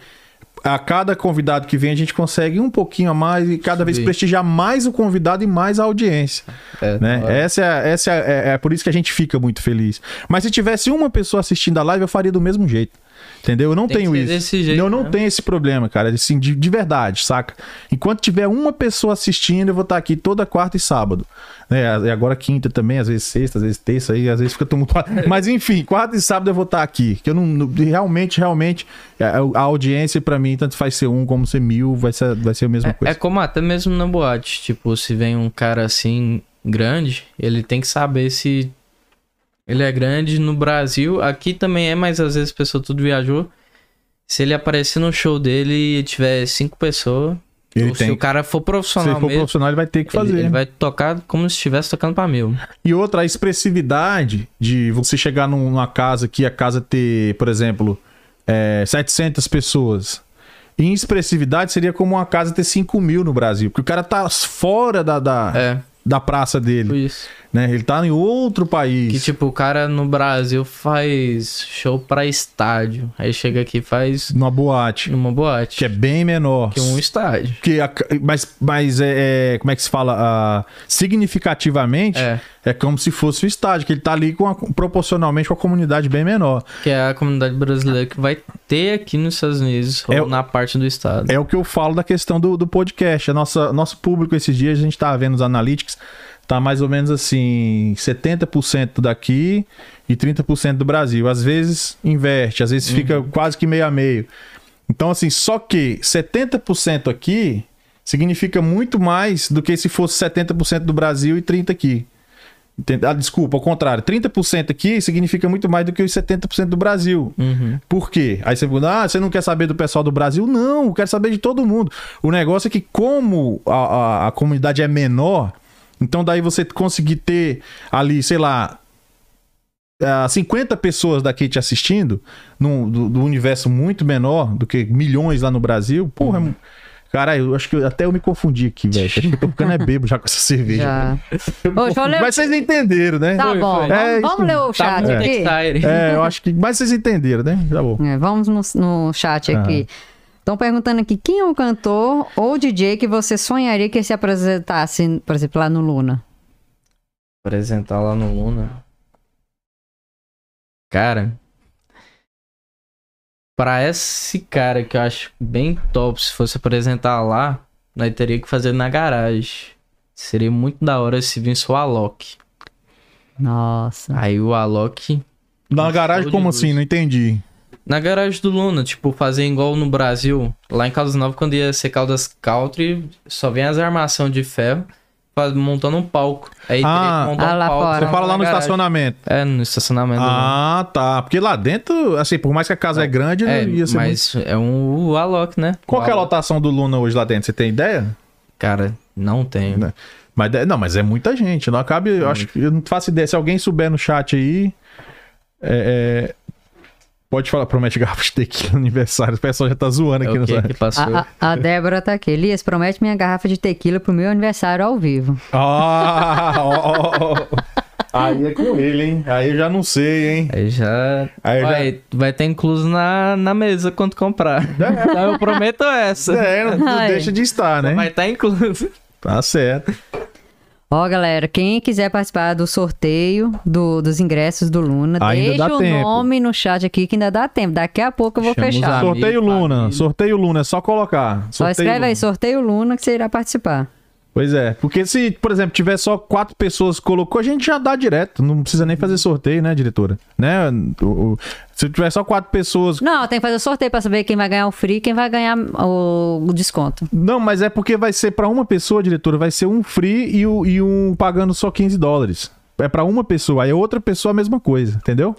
[SPEAKER 1] a cada convidado que vem a gente consegue um pouquinho a mais e cada vez
[SPEAKER 3] Sim.
[SPEAKER 1] prestigiar mais o convidado e mais a audiência.
[SPEAKER 3] É,
[SPEAKER 1] né?
[SPEAKER 3] ó,
[SPEAKER 1] Essa, é, a- essa é, a- é- é por isso que a gente fica muito feliz. Mas se tivesse uma pessoa assistindo a live, eu faria do mesmo jeito. Entendeu? Eu não
[SPEAKER 3] Tem que
[SPEAKER 1] tenho
[SPEAKER 3] ser
[SPEAKER 1] isso.
[SPEAKER 3] desse jeito,
[SPEAKER 1] eu não
[SPEAKER 3] né?
[SPEAKER 1] tenho esse problema, cara. Assim, de, de verdade, saca? Enquanto tiver uma pessoa assistindo, eu vou estar aqui toda quarta e sábado. Né? E agora quinta também, às vezes sexta, às vezes terça, aí às vezes fica tumultuado. Mas enfim, quarta e sábado eu vou estar aqui. Que eu não, não- realmente, realmente, é, a, a audiência pra mim, tanto faz ser um como ser mil, vai ser, vai ser a mesma
[SPEAKER 3] É
[SPEAKER 1] coisa.
[SPEAKER 3] como até mesmo na boate. Tipo, se vem um cara assim grande, ele tem que saber se ele é grande no Brasil. Aqui também é, mas às vezes a pessoa tudo viajou. Se ele aparecer no show dele e tiver cinco pessoas,
[SPEAKER 1] Ele
[SPEAKER 3] ou
[SPEAKER 1] tem
[SPEAKER 3] se é, o cara
[SPEAKER 1] Se
[SPEAKER 3] for
[SPEAKER 1] ele
[SPEAKER 3] profissional
[SPEAKER 1] for
[SPEAKER 3] mesmo,
[SPEAKER 1] profissional, ele vai ter que fazer.
[SPEAKER 3] ele, ele
[SPEAKER 1] né?
[SPEAKER 3] vai tocar como se estivesse tocando pra mil.
[SPEAKER 1] E outra, a expressividade de você chegar num- numa casa que a casa ter, por exemplo, é, 700 pessoas. Em expressividade seria como uma casa ter 5 mil no Brasil, porque o cara tá fora da, da,
[SPEAKER 3] É,
[SPEAKER 1] da praça
[SPEAKER 3] tipo
[SPEAKER 1] dele,
[SPEAKER 3] isso.
[SPEAKER 1] né? Ele tá em outro país.
[SPEAKER 3] Que tipo, o cara no Brasil faz show pra estádio. Aí chega aqui e faz
[SPEAKER 1] Numa boate,
[SPEAKER 3] numa boate.
[SPEAKER 1] que é bem menor.
[SPEAKER 3] um que é um estádio.
[SPEAKER 1] Que a- mas mas é, é- como é que se fala? Ah, significativamente, é.
[SPEAKER 3] É.
[SPEAKER 1] como se fosse o estádio, que ele tá ali com a- proporcionalmente com a comunidade bem menor.
[SPEAKER 3] Que é a comunidade brasileira que vai ter aqui nos Estados Unidos
[SPEAKER 1] É o-
[SPEAKER 3] ou na parte do estado.
[SPEAKER 1] É o que eu falo da questão do, do podcast. A nossa, nosso público esses dias, a gente tá vendo os analytics, tá mais ou menos assim, 70% daqui e 30% do Brasil. Às vezes inverte, às vezes fica quase que meio a meio. Então, assim, só que 70% aqui significa muito mais do que se fosse 70% do Brasil e 30% aqui. Entende? Ah, desculpa, ao contrário. 30% aqui significa muito mais do que os 70% do Brasil.
[SPEAKER 3] Uhum.
[SPEAKER 1] Por quê? Aí você pergunta, ah, você não quer saber do pessoal do Brasil? Não, eu quero saber de todo mundo. O negócio é que, como a, a, a comunidade é menor, então daí você conseguir ter ali, sei lá, ah, 50 pessoas daqui te assistindo, num, do, do universo muito menor do que milhões lá no Brasil, porra, é mu- cara, eu acho que eu- até eu me confundi aqui, velho. Acho que eu tô ficando é bêbado já com essa cerveja.
[SPEAKER 2] Já. Ô, deixa eu ler o-
[SPEAKER 1] Mas vocês entenderam, né?
[SPEAKER 2] Tá
[SPEAKER 3] Foi,
[SPEAKER 2] bom,
[SPEAKER 3] foi.
[SPEAKER 2] vamos,
[SPEAKER 1] É,
[SPEAKER 2] vamos
[SPEAKER 1] isso
[SPEAKER 2] ler o
[SPEAKER 3] Tá
[SPEAKER 2] chat
[SPEAKER 3] muito
[SPEAKER 2] aqui.
[SPEAKER 3] excited.
[SPEAKER 1] É, eu acho que. Mas vocês entenderam, né? Tá bom.
[SPEAKER 2] É, vamos no, no chat
[SPEAKER 1] Tá.
[SPEAKER 2] aqui. Estão perguntando aqui quem é o cantor ou DJ que você sonharia que se apresentasse, por exemplo, lá no Luna.
[SPEAKER 3] Apresentar lá no Luna. Cara. Pra esse cara que eu acho bem top, se fosse apresentar lá, nós teria que fazer na garagem. Seria muito da hora se visse o Alok.
[SPEAKER 1] Ah,
[SPEAKER 2] Nossa.
[SPEAKER 3] Aí o Alok.
[SPEAKER 1] Na
[SPEAKER 3] Um
[SPEAKER 1] garagem,
[SPEAKER 3] show de
[SPEAKER 1] como
[SPEAKER 3] luz.
[SPEAKER 1] assim? Não entendi.
[SPEAKER 3] Na garagem do Luna, tipo, fazer igual no Brasil, lá em Caldas Novas, quando ia ser Caldas Country, só vem as armação de ferro faz- montando um palco. Aí
[SPEAKER 1] Ah,
[SPEAKER 3] teria que montar
[SPEAKER 2] Ah,
[SPEAKER 3] um
[SPEAKER 2] lá
[SPEAKER 3] palco.
[SPEAKER 2] fora.
[SPEAKER 1] Você fala lá no
[SPEAKER 3] garagem.
[SPEAKER 1] estacionamento.
[SPEAKER 3] É, no estacionamento.
[SPEAKER 1] Ah, tá. Porque lá dentro, assim, por mais que a casa é grande,
[SPEAKER 3] do
[SPEAKER 1] né,
[SPEAKER 3] Luna. é,
[SPEAKER 1] ia ser muito...
[SPEAKER 3] mas é um o Alok, né?
[SPEAKER 1] Qual
[SPEAKER 3] O
[SPEAKER 1] que é a
[SPEAKER 3] Alok-
[SPEAKER 1] lotação do Luna hoje lá dentro? Você tem ideia?
[SPEAKER 3] Cara, não tenho.
[SPEAKER 1] Não. Mas, de- não, mas é muita gente. Não cabe. Eu acho que eu não faço ideia. Se alguém souber no chat aí. é, é, Pode falar, promete garrafa de tequila no aniversário. O pessoal já tá zoando
[SPEAKER 3] É
[SPEAKER 1] aqui
[SPEAKER 3] o
[SPEAKER 1] no
[SPEAKER 3] que
[SPEAKER 1] chat.
[SPEAKER 3] que passou.
[SPEAKER 2] A, a- a Débora tá aqui. Elias, promete minha garrafa de tequila pro meu aniversário ao vivo.
[SPEAKER 1] Ah, ó, ó, ó. Aí é com ele, hein? Aí eu já não sei, hein?
[SPEAKER 3] Aí já.
[SPEAKER 1] Aí já-
[SPEAKER 3] vai, vai ter incluso na, na mesa quando comprar. Então eu prometo essa.
[SPEAKER 1] É, não, não
[SPEAKER 2] Ai.
[SPEAKER 1] deixa de estar, né?
[SPEAKER 3] Vai tá incluso.
[SPEAKER 1] Tá certo.
[SPEAKER 2] Ó, galera, quem quiser participar do sorteio do- dos ingressos do Luna,
[SPEAKER 1] Ainda
[SPEAKER 2] deixa
[SPEAKER 1] dá
[SPEAKER 2] o
[SPEAKER 1] tempo.
[SPEAKER 2] nome no chat aqui que ainda dá tempo. Daqui a pouco eu vou
[SPEAKER 3] Chama os
[SPEAKER 2] fechar.
[SPEAKER 3] amigos.
[SPEAKER 1] Sorteio Luna,
[SPEAKER 3] família.
[SPEAKER 1] sorteio Luna, é só colocar.
[SPEAKER 2] Só
[SPEAKER 1] Sorteio
[SPEAKER 2] escreve
[SPEAKER 1] Luna.
[SPEAKER 2] aí, sorteio Luna, que você irá participar.
[SPEAKER 1] Pois é, porque se, por exemplo, tiver só quatro pessoas que colocou, a gente já dá direto, não precisa nem fazer sorteio, né, diretora? Né? O- o- se tiver só quatro pessoas.
[SPEAKER 2] Não, tem que fazer o sorteio pra saber quem vai ganhar o free e quem vai ganhar o o desconto.
[SPEAKER 1] Não, mas é porque vai ser pra uma pessoa, diretora, vai ser um free e, o- e um pagando só 15 dólares. É pra uma pessoa, aí outra pessoa a mesma coisa, entendeu?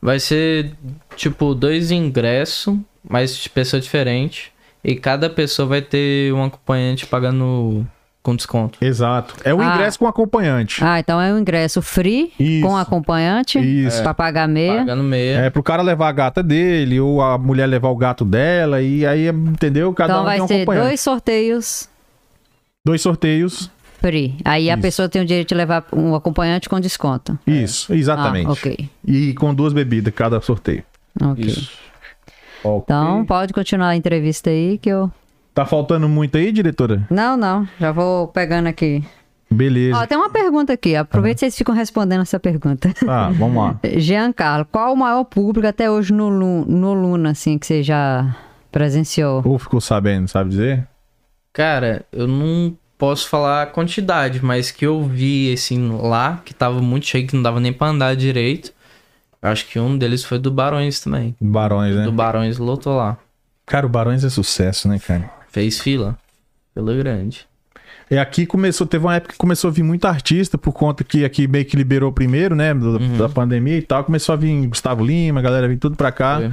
[SPEAKER 3] Vai ser tipo dois ingressos, mas de pessoa diferente. E cada pessoa vai ter um acompanhante pagando com desconto.
[SPEAKER 1] Exato. É o
[SPEAKER 2] Ah.
[SPEAKER 1] ingresso com acompanhante.
[SPEAKER 2] Ah, então é um ingresso free
[SPEAKER 1] Isso.
[SPEAKER 2] com acompanhante
[SPEAKER 1] Isso.
[SPEAKER 2] pra pagar meia.
[SPEAKER 3] Pagando meia.
[SPEAKER 1] É pro cara levar a gata dele, ou a mulher levar o gato dela, e aí, entendeu? Cada
[SPEAKER 2] Então
[SPEAKER 1] um
[SPEAKER 2] vai
[SPEAKER 1] tem um
[SPEAKER 2] ser
[SPEAKER 1] acompanhante.
[SPEAKER 2] dois sorteios
[SPEAKER 1] dois sorteios.
[SPEAKER 2] free. Aí a
[SPEAKER 1] Isso.
[SPEAKER 2] pessoa tem o direito de levar um acompanhante com desconto.
[SPEAKER 1] Isso, exatamente.
[SPEAKER 2] É. Ah, ok.
[SPEAKER 1] E com duas bebidas cada sorteio.
[SPEAKER 2] ok.
[SPEAKER 3] Isso.
[SPEAKER 2] Então pode continuar a entrevista aí que eu.
[SPEAKER 1] Tá faltando muito aí, diretora?
[SPEAKER 2] Não, não. Já vou pegando aqui.
[SPEAKER 1] Beleza.
[SPEAKER 2] Ó, tem uma pergunta aqui. Aproveita que vocês ficam respondendo essa pergunta.
[SPEAKER 1] Tá, vamos lá.
[SPEAKER 2] Giancarlo, qual o maior público até hoje no, Lu- no Luna, assim, que você já presenciou?
[SPEAKER 1] Ou ficou sabendo, sabe dizer?
[SPEAKER 3] Cara, eu não posso falar a quantidade, mas que eu vi, assim, lá, que tava muito cheio, que não dava nem pra andar direito. Eu acho que um deles foi do Barões também.
[SPEAKER 1] Barões, né?
[SPEAKER 3] Do Barões lotou lá.
[SPEAKER 1] Cara, o Barões é sucesso, né, cara?
[SPEAKER 3] Fez fila. Pelo grande.
[SPEAKER 1] E É, aqui começou, teve uma época que começou a vir muito artista, por conta que aqui meio que liberou primeiro, né? do-
[SPEAKER 3] Uhum.
[SPEAKER 1] Da pandemia e tal. Começou a vir Gustavo Lima, a galera vir tudo pra cá.
[SPEAKER 3] Foi.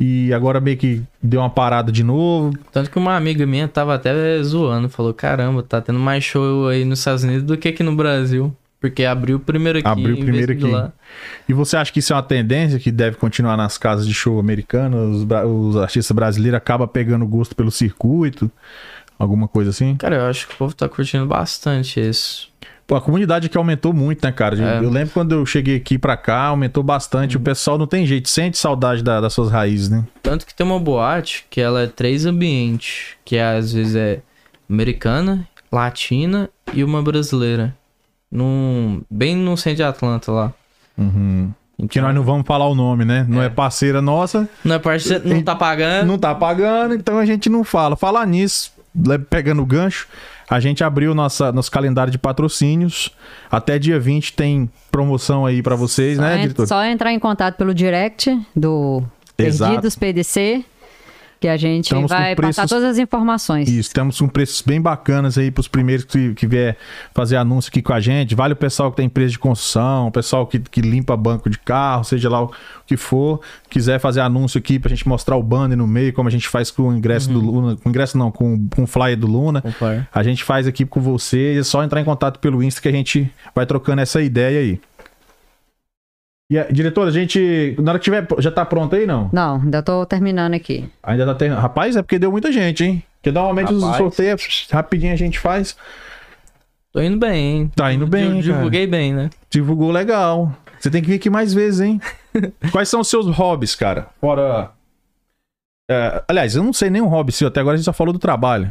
[SPEAKER 1] E agora meio que deu uma parada de novo.
[SPEAKER 3] Tanto que uma amiga minha tava até zoando, falou: caramba, tá tendo mais show aí nos Estados Unidos do que aqui no Brasil. Porque abriu primeiro aqui.
[SPEAKER 1] Abriu
[SPEAKER 3] em vez
[SPEAKER 1] primeiro
[SPEAKER 3] de
[SPEAKER 1] aqui.
[SPEAKER 3] Lá.
[SPEAKER 1] E você acha que isso é uma tendência que deve continuar nas casas de show americanas? Os, bra- os artistas brasileiros acabam pegando gosto pelo circuito? Alguma coisa assim?
[SPEAKER 3] Cara, eu acho que o povo tá curtindo bastante isso.
[SPEAKER 1] Pô, a comunidade aqui aumentou muito, né, cara? Eu,
[SPEAKER 3] É. Uhum.
[SPEAKER 1] eu lembro quando eu cheguei aqui pra cá, aumentou bastante. O pessoal não tem jeito, sente saudade da- das suas raízes, né?
[SPEAKER 3] Tanto que tem uma boate que ela é três ambientes, que às vezes é americana, latina e uma brasileira. Num, bem no centro de Atlanta lá. Então,
[SPEAKER 1] Uhum. Que nós não vamos falar o nome, né? Não é, parceira nossa,
[SPEAKER 3] Não é parte, não tá pagando.
[SPEAKER 1] não tá pagando, então a gente não fala. Falar nisso, le- pegando o gancho, a gente abriu nossa, nosso calendário de patrocínios. Até dia 20 tem promoção aí pra vocês, né,
[SPEAKER 2] só, en-
[SPEAKER 1] diretor?
[SPEAKER 2] é? só entrar em contato pelo direct do
[SPEAKER 1] Exato.
[SPEAKER 2] Perdidos PDC, que a gente
[SPEAKER 1] Estamos com
[SPEAKER 2] vai
[SPEAKER 1] preços-
[SPEAKER 2] passar todas as informações.
[SPEAKER 1] Isso, temos com preços bem bacanas aí pros primeiros que, que vier fazer anúncio aqui com a gente. Vale o pessoal que tem empresa de construção, o pessoal que, que limpa banco de carro, seja lá o que for. Quiser fazer anúncio aqui pra gente mostrar o banner no meio, como a gente faz com o ingresso
[SPEAKER 2] Uhum.
[SPEAKER 1] do Luna. Com o ingresso não, com, com o flyer do Luna.
[SPEAKER 3] Concordo.
[SPEAKER 1] A gente faz aqui com você. É só entrar em contato pelo Insta que a gente vai trocando essa ideia aí. E, a- diretor, a gente. Na hora que tiver. Já tá pronto aí, não?
[SPEAKER 2] Não, ainda tô terminando aqui.
[SPEAKER 1] Ainda tá tendo. Rapaz, é porque deu muita gente, hein? Porque normalmente os
[SPEAKER 3] Rapaz.
[SPEAKER 1] sorteios, rapidinho a gente faz.
[SPEAKER 3] Tô indo bem, hein?
[SPEAKER 1] Tá indo bem,
[SPEAKER 3] Div-
[SPEAKER 1] cara.
[SPEAKER 3] Divulguei bem, né?
[SPEAKER 1] Divulgou legal. Você tem que vir aqui mais vezes, hein? Quais são os seus hobbies, cara? Fora. É, aliás, eu não sei nenhum hobby seu, até agora a gente só falou do trabalho.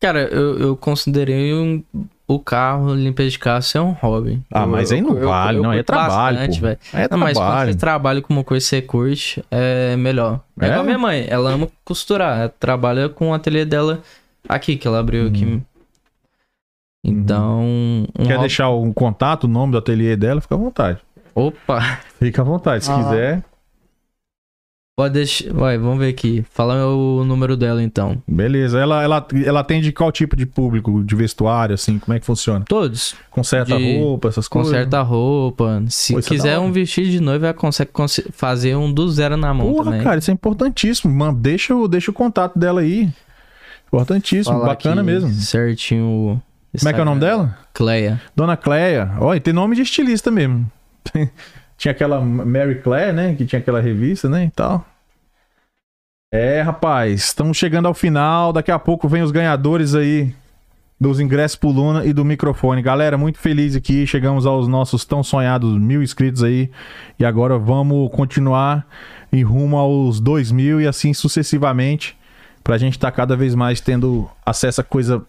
[SPEAKER 3] Cara, eu, eu considerei um- o carro, limpeza de carro, ser um hobby.
[SPEAKER 1] Ah,
[SPEAKER 3] Eu-
[SPEAKER 1] mas aí não
[SPEAKER 3] eu- eu-
[SPEAKER 1] vale,
[SPEAKER 3] eu
[SPEAKER 1] não, aí é
[SPEAKER 3] curto
[SPEAKER 1] trabalho, pô.
[SPEAKER 3] velho.
[SPEAKER 1] É
[SPEAKER 3] Não, mas quando
[SPEAKER 1] trabalho.
[SPEAKER 3] você tá trabalha com uma coisa que você curte, é melhor. É,
[SPEAKER 1] É?
[SPEAKER 3] igual minha mãe, ela ama costurar. Ela trabalha com o ateliê dela aqui, que ela abriu aqui. Então. um
[SPEAKER 1] Hum. Quer
[SPEAKER 3] hobby-
[SPEAKER 1] deixar um contato, o nome do ateliê dela? Fica à vontade.
[SPEAKER 3] Opa!
[SPEAKER 1] Fica à vontade, se
[SPEAKER 2] Ah.
[SPEAKER 1] quiser.
[SPEAKER 3] Pode deixar. Vai, vamos ver aqui. Fala o número dela então.
[SPEAKER 1] Beleza. Ela, ela, ela atende qual tipo de público? De vestuário, assim? Como é que funciona?
[SPEAKER 3] Todos.
[SPEAKER 1] Conserta
[SPEAKER 3] De-
[SPEAKER 1] roupa, essas coisas?
[SPEAKER 3] Conserta a roupa. Se
[SPEAKER 1] Pô, isso é da
[SPEAKER 3] quiser
[SPEAKER 1] hora.
[SPEAKER 3] um vestido de noiva, ela consegue conse- fazer um do zero na mão
[SPEAKER 1] Porra,
[SPEAKER 3] também.
[SPEAKER 1] cara, isso é importantíssimo. Mano, deixa, o- deixa o contato dela aí. Importantíssimo,
[SPEAKER 3] Falar
[SPEAKER 1] é bacana
[SPEAKER 3] aqui
[SPEAKER 1] mesmo.
[SPEAKER 3] Certinho. o
[SPEAKER 1] Como é que é o nome
[SPEAKER 3] Instagram.
[SPEAKER 1] dela?
[SPEAKER 3] Cleia.
[SPEAKER 1] Dona Cleia. Olha, tem nome de estilista mesmo. tinha aquela Mary Claire, né? Que tinha aquela revista, né? E tal. É, rapaz, estamos chegando ao final. Daqui a pouco vem os ganhadores aí dos ingressos pro Luna e do microfone. Galera, muito feliz aqui. Chegamos aos nossos tão sonhados mil inscritos aí. E agora vamos continuar em rumo aos dois mil e assim sucessivamente. Pra gente estar cada vez mais tendo acesso a coisa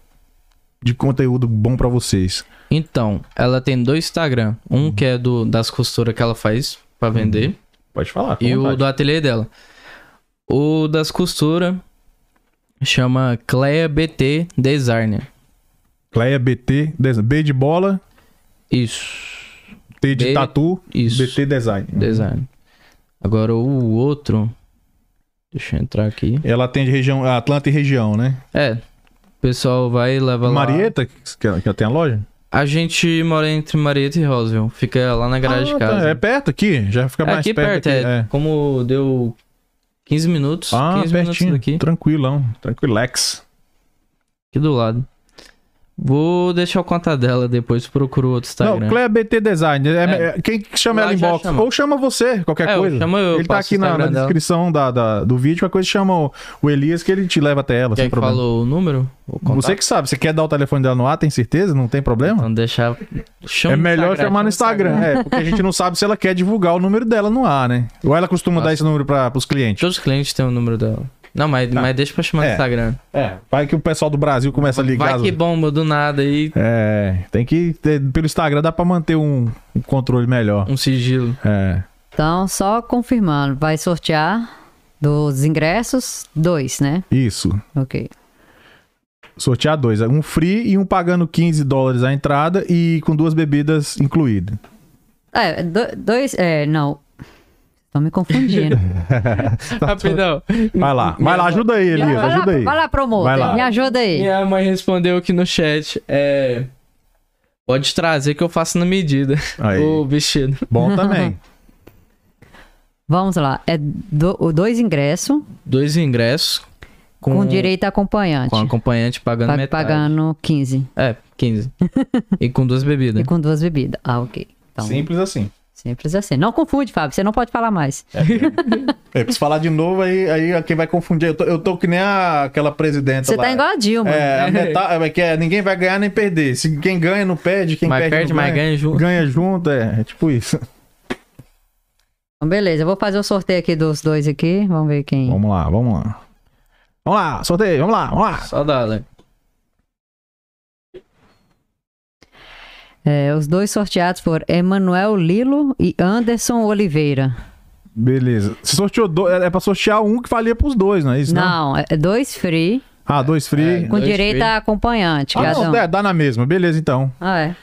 [SPEAKER 1] de conteúdo bom pra vocês.
[SPEAKER 3] Então, ela tem dois Instagram. Um
[SPEAKER 1] Uhum.
[SPEAKER 3] que é do das costuras que ela faz pra vender.
[SPEAKER 1] Pode falar.
[SPEAKER 3] E o do ateliê dela. O das costuras chama Cleia BT Designer.
[SPEAKER 1] Cleia BT, design. B de bola,
[SPEAKER 3] Isso,
[SPEAKER 1] T de
[SPEAKER 3] B-
[SPEAKER 1] tatu,
[SPEAKER 3] isso.
[SPEAKER 1] BT design.
[SPEAKER 3] Design. Agora o outro. Deixa eu entrar aqui.
[SPEAKER 1] Ela atende região, Atlanta e região, né?
[SPEAKER 3] É. O pessoal vai e leva lá.
[SPEAKER 1] Marieta, que, que ela tem a loja?
[SPEAKER 3] A gente mora entre Marieta e Roswell. Fica lá na garagem
[SPEAKER 1] Ah,
[SPEAKER 3] de
[SPEAKER 1] tá.
[SPEAKER 3] casa.
[SPEAKER 1] É perto aqui, já fica mais
[SPEAKER 3] aqui
[SPEAKER 1] perto.
[SPEAKER 3] perto,
[SPEAKER 1] aqui,
[SPEAKER 3] é,
[SPEAKER 1] é.
[SPEAKER 3] Como deu 15 minutos.
[SPEAKER 1] Ah,
[SPEAKER 3] 15
[SPEAKER 1] pertinho.
[SPEAKER 3] minutos daqui.
[SPEAKER 1] Tranquilão, tranquilex.
[SPEAKER 3] Aqui do lado. Vou deixar o contato dela depois, procuro outro Instagram.
[SPEAKER 1] Não, Cleia BT Design. é-
[SPEAKER 3] Tá É.
[SPEAKER 1] é- quem que chama
[SPEAKER 3] Lá
[SPEAKER 1] ela em
[SPEAKER 3] já
[SPEAKER 1] box?
[SPEAKER 3] chama.
[SPEAKER 1] Ou chama você, qualquer
[SPEAKER 3] É, eu
[SPEAKER 1] coisa.
[SPEAKER 3] chamo, eu
[SPEAKER 1] ele tá
[SPEAKER 3] passo
[SPEAKER 1] aqui
[SPEAKER 3] o
[SPEAKER 1] na, na
[SPEAKER 3] Instagram dela.
[SPEAKER 1] descrição da, da- do vídeo, qualquer coisa chama o, o Elias que ele te leva até ela,
[SPEAKER 3] Quer
[SPEAKER 1] sem
[SPEAKER 3] que
[SPEAKER 1] problema.
[SPEAKER 3] falou o número? O contato?
[SPEAKER 1] Você que sabe, você quer dar o telefone dela no ar, tem certeza? Não tem problema?
[SPEAKER 3] Então deixar. Chama
[SPEAKER 1] É
[SPEAKER 3] no
[SPEAKER 1] melhor
[SPEAKER 3] um Instagram,
[SPEAKER 1] chamar no
[SPEAKER 3] chama
[SPEAKER 1] Instagram, é, porque a gente não sabe se ela quer divulgar o número dela no ar, né? Ou ela costuma dar esse número para os clientes.
[SPEAKER 3] Todos os clientes têm o número dela. Não, mas, mas deixa pra chamar
[SPEAKER 1] É.
[SPEAKER 3] no Instagram.
[SPEAKER 1] É, vai que o pessoal do Brasil começa a ligar.
[SPEAKER 3] Vai
[SPEAKER 1] as-
[SPEAKER 3] que bomba do nada aí,
[SPEAKER 1] É, tem que. ter- Pelo Instagram dá pra manter um, um controle melhor.
[SPEAKER 3] um sigilo.
[SPEAKER 1] É.
[SPEAKER 2] Então, só confirmando, vai sortear dos ingressos, dois, né?
[SPEAKER 1] Isso.
[SPEAKER 2] Ok.
[SPEAKER 1] Sortear dois. Um free e um pagando 15 dólares a entrada e com duas bebidas incluídas.
[SPEAKER 2] É, do- dois. É, não. Estão me confundindo.
[SPEAKER 1] Tá
[SPEAKER 3] Rapidão.
[SPEAKER 1] Vai lá. Vai lá, ajuda aí, Elias.
[SPEAKER 2] vai,
[SPEAKER 1] Ajuda
[SPEAKER 2] lá,
[SPEAKER 1] aí.
[SPEAKER 2] vai lá, promotor.
[SPEAKER 1] Vai lá.
[SPEAKER 2] Me ajuda aí.
[SPEAKER 3] Minha mãe respondeu aqui no chat. É. Pode trazer que eu faço na medida.
[SPEAKER 1] Aí.
[SPEAKER 3] O vestido.
[SPEAKER 1] Bom também.
[SPEAKER 2] Vamos lá. É do- dois ingressos
[SPEAKER 3] Dois ingressos.
[SPEAKER 2] com, direito a acompanhante.
[SPEAKER 3] Com acompanhante pagando
[SPEAKER 2] Pag-
[SPEAKER 3] metade.
[SPEAKER 2] pagando 15.
[SPEAKER 3] É, 15. e com duas
[SPEAKER 2] E
[SPEAKER 3] bebidas.
[SPEAKER 2] com duas bebidas. Ah, ok. Então,
[SPEAKER 1] Simples assim.
[SPEAKER 2] simples assim. Não confunde, Fábio. Você não pode falar mais.
[SPEAKER 1] É, preciso falar de novo, aí, aí quem vai confundir. Eu tô, eu tô que nem a- aquela presidenta
[SPEAKER 2] Você
[SPEAKER 1] lá.
[SPEAKER 2] tá igual a Dilma.
[SPEAKER 1] É, a meta- é que é, ninguém vai ganhar nem perder. Se quem ganha não perde, quem
[SPEAKER 3] Mas
[SPEAKER 1] perde,
[SPEAKER 3] perde,
[SPEAKER 1] não
[SPEAKER 3] mas ganha junto.
[SPEAKER 1] Ganha junto, é, é tipo isso.
[SPEAKER 2] Então, beleza. Eu vou fazer o sorteio aqui dos dois aqui. Vamos ver quem.
[SPEAKER 1] Vamos lá, vamos lá. Vamos lá, sorteio, vamos lá, vamos lá.
[SPEAKER 3] Só dá, né?
[SPEAKER 2] É, os dois sorteados foram Emanuel Lilo e Anderson Oliveira.
[SPEAKER 1] Beleza. Você sorteou dois, é pra sortear um que valia pros dois, não é isso? não?
[SPEAKER 2] Não, é dois free
[SPEAKER 1] Ah, dois free.
[SPEAKER 3] É.
[SPEAKER 2] com
[SPEAKER 3] Dois
[SPEAKER 2] direito
[SPEAKER 3] free.
[SPEAKER 2] a acompanhante.
[SPEAKER 1] Ah,
[SPEAKER 2] cada
[SPEAKER 1] não,
[SPEAKER 2] um.
[SPEAKER 1] é, dá na mesma, beleza então.
[SPEAKER 2] Ah, é.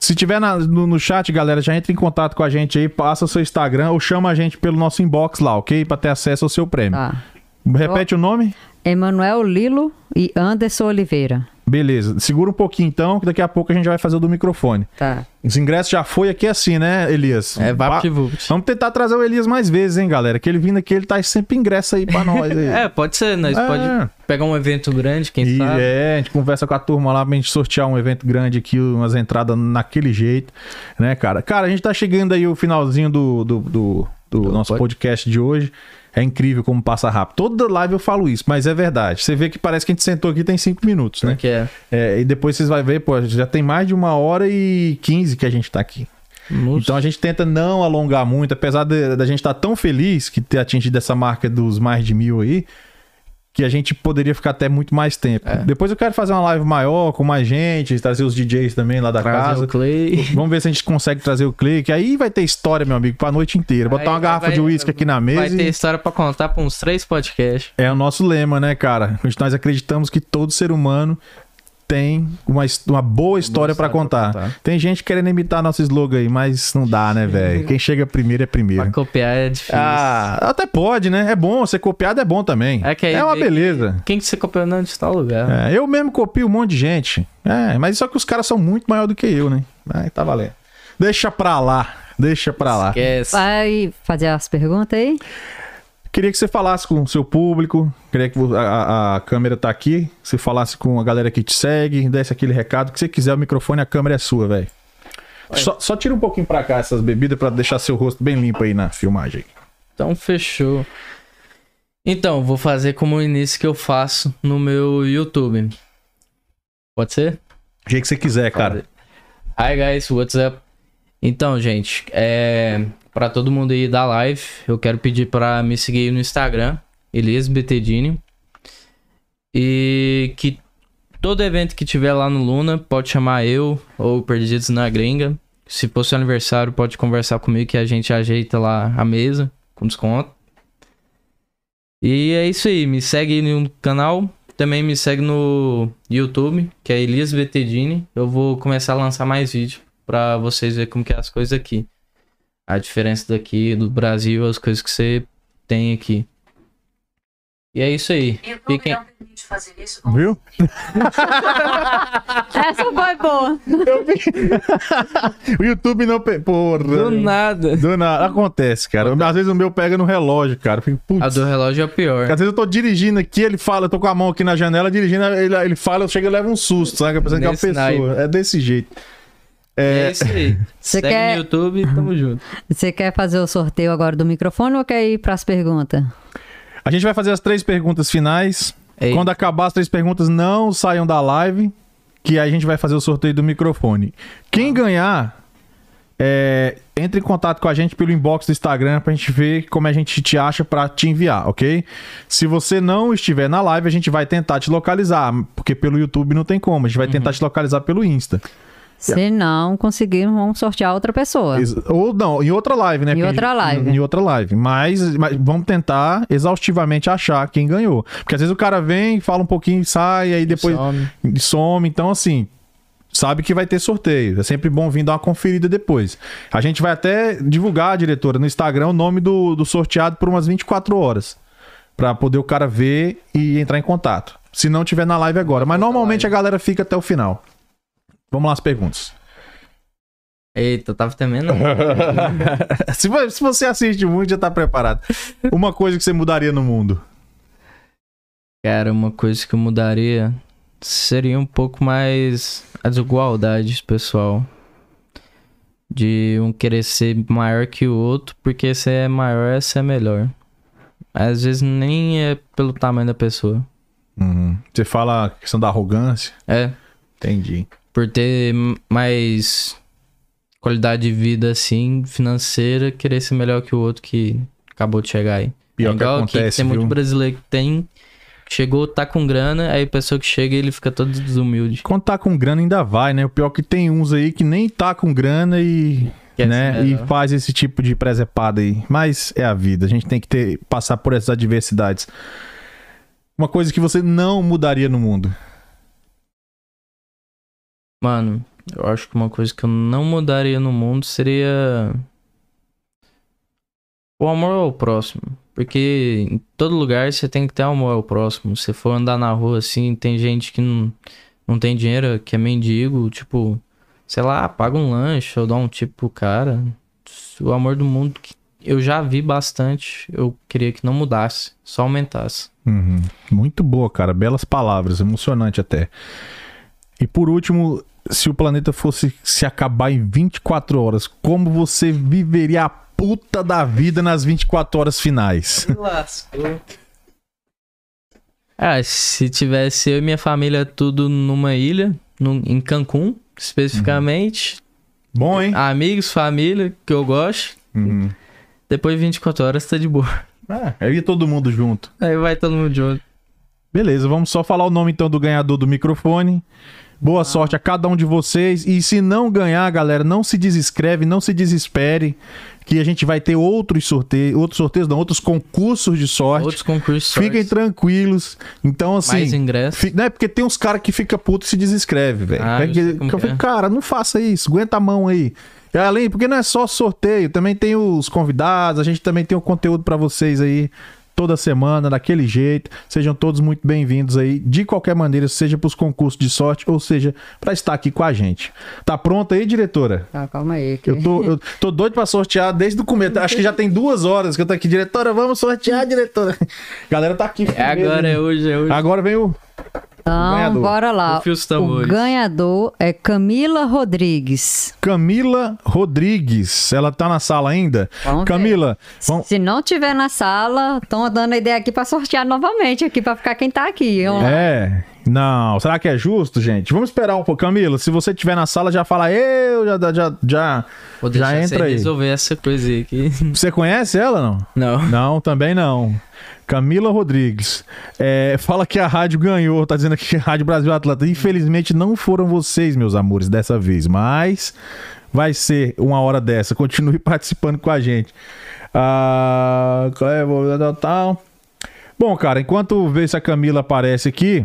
[SPEAKER 1] Se tiver na- no, no chat, galera, já entra em contato com a gente aí, passa seu Instagram ou chama a gente pelo nosso inbox lá, ok? Pra ter acesso ao seu prêmio.
[SPEAKER 2] Tá.
[SPEAKER 1] Repete o nome?
[SPEAKER 2] Emanuel Lilo e Anderson Oliveira.
[SPEAKER 1] Beleza. Segura um pouquinho então, que daqui a pouco a gente vai fazer o do microfone.
[SPEAKER 2] Tá.
[SPEAKER 1] Os ingressos já foi aqui assim, né, Elias?
[SPEAKER 3] É
[SPEAKER 1] Va-
[SPEAKER 3] VaptVupt.
[SPEAKER 1] Vamos tentar trazer o Elias mais vezes, hein, galera? Que ele vindo aqui, ele tá sempre ingresso aí pra nós. Aí.
[SPEAKER 3] É, pode ser, né? Você
[SPEAKER 1] É.
[SPEAKER 3] Pode pegar um evento grande, quem
[SPEAKER 1] E
[SPEAKER 3] sabe.
[SPEAKER 1] é, a gente conversa com a turma lá pra gente sortear um evento grande aqui, umas entradas naquele jeito, né, cara? Cara, a gente tá chegando aí o finalzinho do, do, do- do nosso
[SPEAKER 3] pod-
[SPEAKER 1] podcast de hoje. É incrível como passa rápido. Toda live eu falo isso, mas é verdade. Você vê que parece que a gente sentou aqui tem cinco minutos, né?
[SPEAKER 3] Que é
[SPEAKER 1] É, e depois vocês vão ver, pô, já tem mais de uma hora e quinze que a gente tá aqui.
[SPEAKER 3] Nossa.
[SPEAKER 1] Então a gente tenta não alongar muito, apesar de- da gente estar tão feliz que ter atingido essa marca dos mais de mil aí, que a gente poderia ficar até muito mais tempo.
[SPEAKER 3] É.
[SPEAKER 1] Depois eu quero fazer uma live maior com mais gente, trazer os DJs também lá da
[SPEAKER 3] Trazer
[SPEAKER 1] Então, casa.
[SPEAKER 3] o Clay.
[SPEAKER 1] Vamos ver se a gente consegue trazer o clique. Aí vai ter história, meu amigo, pra noite inteira. Botar
[SPEAKER 3] Aí
[SPEAKER 1] uma garrafa
[SPEAKER 3] vai-
[SPEAKER 1] de uísque aqui na
[SPEAKER 3] Vai
[SPEAKER 1] mesa.
[SPEAKER 3] ter
[SPEAKER 1] e-
[SPEAKER 3] história pra contar pra uns três podcasts.
[SPEAKER 1] É o nosso lema, né, cara? Nós acreditamos que todo ser humano tem uma, his- uma boa história pra
[SPEAKER 3] história pra
[SPEAKER 1] contar.
[SPEAKER 3] contar.
[SPEAKER 1] Tem gente querendo imitar nosso slogan aí, mas não dá, né, velho? Quem chega primeiro é primeiro.
[SPEAKER 3] Pra copiar é difícil.
[SPEAKER 1] Ah, até pode, né? É bom, ser copiado é bom também.
[SPEAKER 3] É que aí
[SPEAKER 1] uma
[SPEAKER 3] vê que-
[SPEAKER 1] beleza.
[SPEAKER 3] Quem que você copiou não de tal lugar?
[SPEAKER 1] É, eu mesmo copio um monte de gente. É, mas só que os caras são muito maior do que eu, né? Aí tá valendo. Deixa pra lá. Deixa pra lá.
[SPEAKER 3] Esquece.
[SPEAKER 2] Vai fazer as perguntas aí?
[SPEAKER 1] Queria que você falasse com o seu público. Queria que vo- a- a, a câmera tá aqui. Você falasse com a galera que te segue, desse aquele recado que você quiser. O microfone, a câmera é sua, velho. Só, só tira um pouquinho pra cá essas bebidas pra deixar seu rosto bem limpo aí na filmagem.
[SPEAKER 3] Então fechou. Então, vou fazer como o início que eu faço no meu YouTube. Pode ser?
[SPEAKER 1] Do jeito que você quiser, cara.
[SPEAKER 3] Hi guys, what's up? Então, gente, é para todo mundo aí da live, eu quero pedir pra me seguir no Instagram, Elias Betedini. E que todo evento que tiver lá no Luna pode chamar eu ou o Perdidos na Gringa. Se for seu aniversário, pode conversar comigo que a gente ajeita lá a mesa com desconto. E é isso aí, me segue aí no canal, também me segue no YouTube, que é Elias Betedini. Eu vou começar a lançar mais vídeo pra vocês verem como que é as coisas aqui. A diferença daqui do Brasil, as coisas que você tem aqui. E é isso aí. Fiquem...
[SPEAKER 1] Viu?
[SPEAKER 2] Essa foi boa.
[SPEAKER 1] O YouTube não. pe- Porra.
[SPEAKER 3] Do nada.
[SPEAKER 1] Dona, acontece, cara. Às vezes o meu pega no relógio, cara. Eu fico, putz.
[SPEAKER 3] A do relógio é o pior.
[SPEAKER 1] Às vezes eu tô dirigindo aqui, ele fala, eu tô com a mão aqui na janela, dirigindo, ele, ele fala, eu chego e levo um susto, sabe? Pensando que é uma
[SPEAKER 3] Nesse
[SPEAKER 1] pessoa. É desse jeito.
[SPEAKER 3] É isso aí.
[SPEAKER 2] Você
[SPEAKER 3] Segue
[SPEAKER 2] quer-
[SPEAKER 3] no YouTube e tamo junto.
[SPEAKER 2] Você quer fazer o sorteio agora do microfone ou quer ir pras perguntas?
[SPEAKER 1] A gente vai fazer as três perguntas finais.
[SPEAKER 3] Ei.
[SPEAKER 1] Quando acabar as três perguntas, não saiam da live, que aí a gente vai fazer o sorteio do microfone. Quem ganhar É, entre em contato com a gente pelo inbox do Instagram pra gente ver como a gente te acha pra te enviar, ok? Se você não estiver na live, a gente vai tentar te localizar, porque pelo YouTube não tem como. A gente vai tentar te localizar pelo Insta.
[SPEAKER 2] Se não conseguirmos, vamos sortear outra pessoa.
[SPEAKER 1] Ex- Ou não, em outra live, né?
[SPEAKER 2] Em
[SPEAKER 1] Porque a
[SPEAKER 2] outra
[SPEAKER 1] gente-
[SPEAKER 2] live.
[SPEAKER 1] Em outra live. Mas, mas vamos tentar exaustivamente achar quem ganhou. Porque às vezes o cara vem, fala um pouquinho, sai, aí depois
[SPEAKER 3] Some.
[SPEAKER 1] some. Então, assim, sabe que vai ter sorteio. É sempre bom vir dar uma conferida depois. A gente vai até divulgar, diretora, no Instagram o nome do, do sorteado por umas 24 horas. Pra poder o cara ver e entrar em contato. Se não tiver na live agora. Mas normalmente a galera fica até o final. Vamos lá as perguntas.
[SPEAKER 3] Eita, tava temendo.
[SPEAKER 1] se, vo- se você assiste muito, já tá preparado. Uma coisa que você mudaria no mundo.
[SPEAKER 3] Cara, uma coisa que eu mudaria seria um pouco mais a desigualdade pessoal. De um querer ser maior que o outro, porque se é maior, você é melhor. Às vezes nem é pelo tamanho da pessoa.
[SPEAKER 1] Você fala a questão da arrogância.
[SPEAKER 3] É,
[SPEAKER 1] Entendi.
[SPEAKER 3] por ter mais qualidade de vida, assim, financeira, querer ser melhor que o outro que acabou de chegar aí.
[SPEAKER 1] Pior
[SPEAKER 3] é
[SPEAKER 1] que
[SPEAKER 3] igual aqui,
[SPEAKER 1] acontece,
[SPEAKER 3] tem
[SPEAKER 1] viu?
[SPEAKER 3] muito brasileiro que tem, chegou, tá com grana, aí a pessoa que chega, ele fica todo desumilde.
[SPEAKER 1] Quando tá com grana ainda vai, né? O pior é que tem uns aí que nem tá com grana e,
[SPEAKER 3] Quer
[SPEAKER 1] né?
[SPEAKER 3] ser
[SPEAKER 1] e
[SPEAKER 3] melhor.
[SPEAKER 1] faz esse tipo de presepada aí. Mas é a vida, a gente tem que ter, passar por essas adversidades. Uma coisa que você não mudaria no mundo.
[SPEAKER 3] Mano, eu acho que uma coisa que eu não mudaria no mundo seria o amor ao próximo. Porque em todo lugar você tem que ter amor ao próximo. Se for andar na rua assim, tem gente que não, não tem dinheiro, que é mendigo, tipo, sei lá, paga um lanche ou dá um tipo pro cara. O amor do mundo que eu já vi bastante, eu queria que não mudasse, só aumentasse.
[SPEAKER 1] Uhum. Muito boa, cara. Belas palavras, emocionante até. E por último, se o planeta fosse se acabar em 24 horas, como você viveria a puta da vida nas 24 horas finais?
[SPEAKER 4] Lascou.
[SPEAKER 3] Ah, se tivesse eu e minha família tudo numa ilha, num- em Cancún, especificamente,
[SPEAKER 1] Bom, hein?
[SPEAKER 3] amigos, família, que eu gosto,
[SPEAKER 1] Uhum.
[SPEAKER 3] depois de 24 horas tá de boa.
[SPEAKER 1] Ah, eu ia todo mundo junto.
[SPEAKER 3] Aí vai todo mundo junto.
[SPEAKER 1] Beleza, vamos só falar o nome então do ganhador do microfone. Boa sorte a cada um de vocês. E se não ganhar, galera, não se desescreve, não se desespere, que a gente vai ter outros sorteios, outros sorteios, não, outros concursos de sorte.
[SPEAKER 3] Outros concursos,
[SPEAKER 1] Fiquem
[SPEAKER 3] sortes,
[SPEAKER 1] tranquilos. Então,
[SPEAKER 3] mais
[SPEAKER 1] assim.
[SPEAKER 3] ingressos.
[SPEAKER 1] Fi... Não é porque tem uns caras que fica puto e se desescreve, velho.
[SPEAKER 3] Ah,
[SPEAKER 1] É
[SPEAKER 3] eu
[SPEAKER 1] que-
[SPEAKER 3] sei como
[SPEAKER 1] que eu
[SPEAKER 3] que é.
[SPEAKER 1] fico, cara, não faça isso, aguenta a mão aí. E além, porque não é só sorteio, também tem os convidados, a gente também tem o conteúdo pra vocês aí toda semana, daquele jeito. Sejam todos muito bem-vindos aí, de qualquer maneira, seja pros concursos de sorte, ou seja, pra estar aqui com a gente. Tá pronta aí, diretora?
[SPEAKER 2] Ah, calma aí. que-
[SPEAKER 1] Eu tô, eu tô doido pra sortear desde o começo. Acho que já tem duas horas que eu tô aqui. Diretora, vamos sortear, diretora. Galera tá aqui.
[SPEAKER 3] É agora, é hoje, é hoje.
[SPEAKER 1] Agora vem o.
[SPEAKER 2] Então,
[SPEAKER 1] ganhador.
[SPEAKER 2] bora lá.
[SPEAKER 3] Confia os tambores.
[SPEAKER 2] O ganhador é Camila Rodrigues.
[SPEAKER 1] Camila Rodrigues. Ela tá na sala ainda?
[SPEAKER 2] Vamos ver.
[SPEAKER 1] Camila, vamos-
[SPEAKER 2] Se não tiver na sala, estão dando a ideia aqui pra sortear novamente aqui, pra ficar quem tá aqui. Eu-
[SPEAKER 1] É. Não, será que é justo, gente? Vamos esperar um pouco. Camila, se você tiver na sala, já fala eu, já. já, já...
[SPEAKER 3] Vou deixar
[SPEAKER 1] já
[SPEAKER 3] você
[SPEAKER 1] entra aí.
[SPEAKER 3] resolver essa coisa aí que.
[SPEAKER 1] Você conhece ela não?
[SPEAKER 3] Não.
[SPEAKER 1] Não, também não. Camila Rodrigues. É, fala que a rádio ganhou, tá dizendo aqui Rádio Brasil Atlanta. Infelizmente não foram vocês, meus amores, dessa vez, mas vai ser uma hora dessa. Continue participando com a gente. Ah, qual é? Vou- tal, tal. Bom, cara, enquanto vê se a Camila aparece aqui,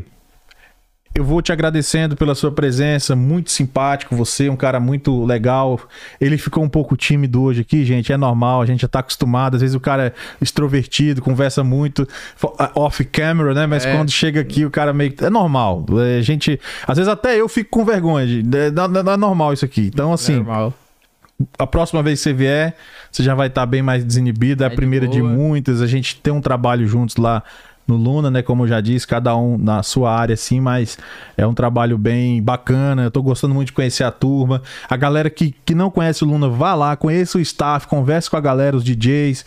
[SPEAKER 1] eu vou te agradecendo pela sua presença, muito simpático você, um cara muito legal. Ele ficou um pouco tímido hoje aqui, gente, é normal, a gente já tá acostumado. Às vezes o cara é extrovertido, conversa muito, fo- ah, off camera, né? Mas
[SPEAKER 3] É.
[SPEAKER 1] quando chega aqui, o cara meio que. É normal. É, A gente. Às vezes até eu fico com vergonha. de- é, Não não- não é normal isso aqui. Então, assim,
[SPEAKER 3] Normal.
[SPEAKER 1] a próxima vez que você vier, você já vai estar bem mais desinibido. É a
[SPEAKER 3] É de
[SPEAKER 1] primeira de,
[SPEAKER 3] boa.
[SPEAKER 1] muitas. A gente tem um trabalho juntos lá no Luna, né? Como eu já disse, cada um na sua área, assim, mas é um trabalho bem bacana. Eu tô gostando muito de conhecer a turma. A galera que, que não conhece o Luna, vá lá, conheça o staff, converse com a galera, os DJs.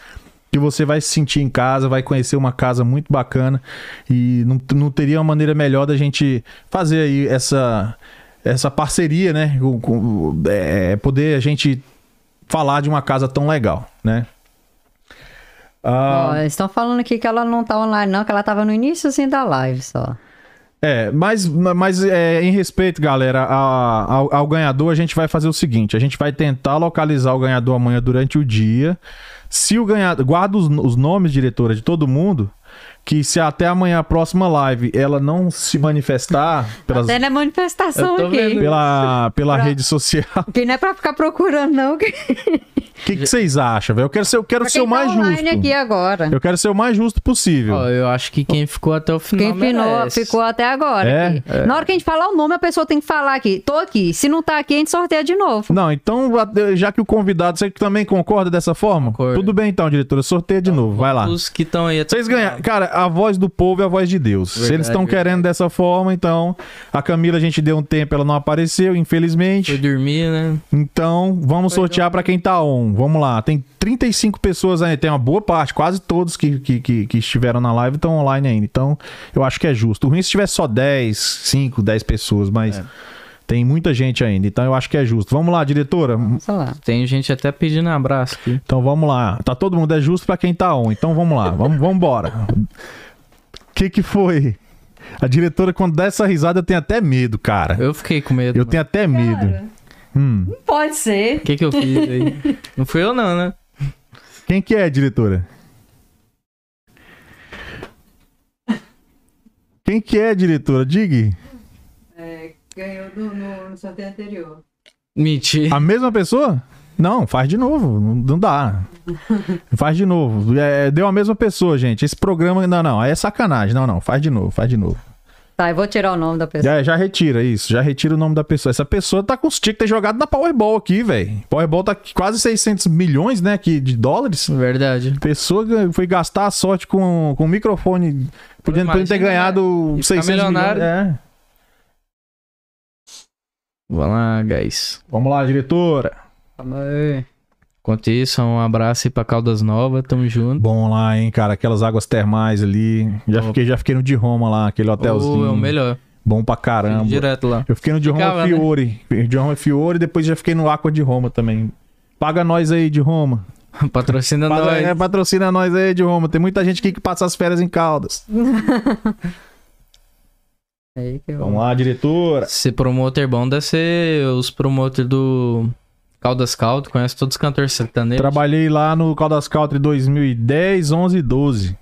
[SPEAKER 1] Que você vai se sentir em casa, vai conhecer uma casa muito bacana e não, não teria uma maneira melhor da gente fazer aí essa, essa parceria, né? Com- com- é, poder a gente falar de uma casa tão legal, né? Ah,
[SPEAKER 2] Ó, eles estão falando aqui que ela não tá online, não, que ela tava no início assim da live só.
[SPEAKER 1] É, mas, mas é, em respeito, galera, a- ao, ao ganhador, a gente vai fazer o seguinte: a gente vai tentar localizar o ganhador amanhã durante o dia. Se o ganhador. Guarda os, os nomes, diretora, de todo mundo. Que se até amanhã a próxima live ela não se manifestar pelas-
[SPEAKER 2] Até na Tá manifestação
[SPEAKER 3] Eu tô
[SPEAKER 2] aqui.
[SPEAKER 3] vendo.
[SPEAKER 1] pela, pela
[SPEAKER 2] Pra-
[SPEAKER 1] rede social,
[SPEAKER 2] Que não é pra ficar procurando, não. Que...
[SPEAKER 1] o que, que vocês acham, velho? Eu quero ser, eu quero
[SPEAKER 2] Pra
[SPEAKER 1] ser
[SPEAKER 2] quem
[SPEAKER 1] o mais
[SPEAKER 2] tá online
[SPEAKER 1] justo.
[SPEAKER 2] aqui agora.
[SPEAKER 1] Eu quero ser o mais justo possível.
[SPEAKER 3] Ó, eu acho que quem ficou até o final.
[SPEAKER 2] Quem finou,
[SPEAKER 3] merece.
[SPEAKER 2] ficou até agora.
[SPEAKER 1] É?
[SPEAKER 2] aqui. Na hora que a gente falar o nome, a pessoa tem que falar aqui. Tô aqui. Se não tá aqui, a gente sorteia de novo.
[SPEAKER 1] Não, então, já que o convidado, você também concorda dessa forma?
[SPEAKER 3] Concordo.
[SPEAKER 1] Tudo bem então, diretora, sorteia de novo, vai lá.
[SPEAKER 3] Os que estão aí
[SPEAKER 1] Ah.
[SPEAKER 3] até
[SPEAKER 1] Vocês ganharam. Cara, a voz do povo é a voz de Deus. Se eles
[SPEAKER 3] Verdade,
[SPEAKER 1] estão
[SPEAKER 3] verdade.
[SPEAKER 1] querendo dessa forma, então. A Camila, a gente deu um tempo, ela não apareceu,
[SPEAKER 3] Foi
[SPEAKER 1] infelizmente.
[SPEAKER 3] dormir, né?
[SPEAKER 1] Então, vamos sortear pra quem tá on. Vamos lá. Tem 35 pessoas ainda, tem uma boa parte, quase todos que, que, que, que estiveram na live estão online ainda. Então, eu acho que é justo. O ruim é se tivesse só 10, 5, 10 pessoas, mas.
[SPEAKER 3] É.
[SPEAKER 1] Tem muita gente ainda, então eu acho que é justo. Vamos lá, diretora.
[SPEAKER 2] Sei lá.
[SPEAKER 3] Tem gente até pedindo abraço aqui.
[SPEAKER 1] Então vamos lá. Tá todo mundo é justo pra quem tá on. Então vamos lá. Vamos vamos embora. Que que foi? A diretora quando dá essa risada eu tenho até medo, cara.
[SPEAKER 3] Eu fiquei com medo.
[SPEAKER 1] Eu
[SPEAKER 3] mano.
[SPEAKER 1] tenho até medo. Hum.
[SPEAKER 2] Não pode ser.
[SPEAKER 3] O que, que eu fiz aí? não fui eu, não, né?
[SPEAKER 1] Quem que é, diretora? Quem que é, diretora? Diga.
[SPEAKER 2] ganhou no, sorteio anterior.
[SPEAKER 3] Mentira.
[SPEAKER 1] A mesma pessoa? Não, faz de novo. Não, não dá. Faz de novo. É, deu a mesma pessoa, gente. Esse programa. Não, não. Aí é sacanagem. Não, não. Faz de novo, faz de novo.
[SPEAKER 2] Tá, eu vou tirar o nome da pessoa.
[SPEAKER 1] Já, já retira isso, já retira o nome da pessoa. Essa pessoa tá com tinha que ter jogado na Powerball aqui, velho. Powerball tá quase 600 milhões, né, aqui de dólares.
[SPEAKER 3] Verdade.
[SPEAKER 1] A pessoa gan- foi gastar a sorte com com o microfone, podendo podendo ter
[SPEAKER 3] Imagina,
[SPEAKER 1] ganhado
[SPEAKER 3] né? E ficar
[SPEAKER 1] 600 milionário.
[SPEAKER 3] milionário.
[SPEAKER 1] É.
[SPEAKER 3] Vamos lá, guys.
[SPEAKER 1] Vamos lá, diretora.
[SPEAKER 3] Enquanto isso, um abraço aí pra Caldas Nova. Tamo junto.
[SPEAKER 1] Bom lá, hein, cara, aquelas águas termais ali. Já
[SPEAKER 3] Bom.
[SPEAKER 1] fiquei, já fiquei no de Roma lá, aquele hotelzinho.
[SPEAKER 3] Ô, é o melhor.
[SPEAKER 1] Bom pra caramba.
[SPEAKER 3] Direto lá.
[SPEAKER 1] Eu fiquei no de Roma
[SPEAKER 3] Ficava, né?
[SPEAKER 1] Fiore, de Roma Fiore, depois já fiquei no Aqua de Roma também. Paga nós aí de Roma.
[SPEAKER 3] Patrocina
[SPEAKER 1] Patro-
[SPEAKER 3] nós.
[SPEAKER 1] é, patrocina nós aí, de Roma. Tem muita gente aqui que passa as férias em Caldas.
[SPEAKER 2] Aí que eu-
[SPEAKER 1] Vamos lá, diretora.
[SPEAKER 3] Ser promotor bom deve ser os promotores do Caldas Caldo. Conhece todos os cantores sertanejos.
[SPEAKER 1] Trabalhei lá no Caldas Country 2010, 11 e 12.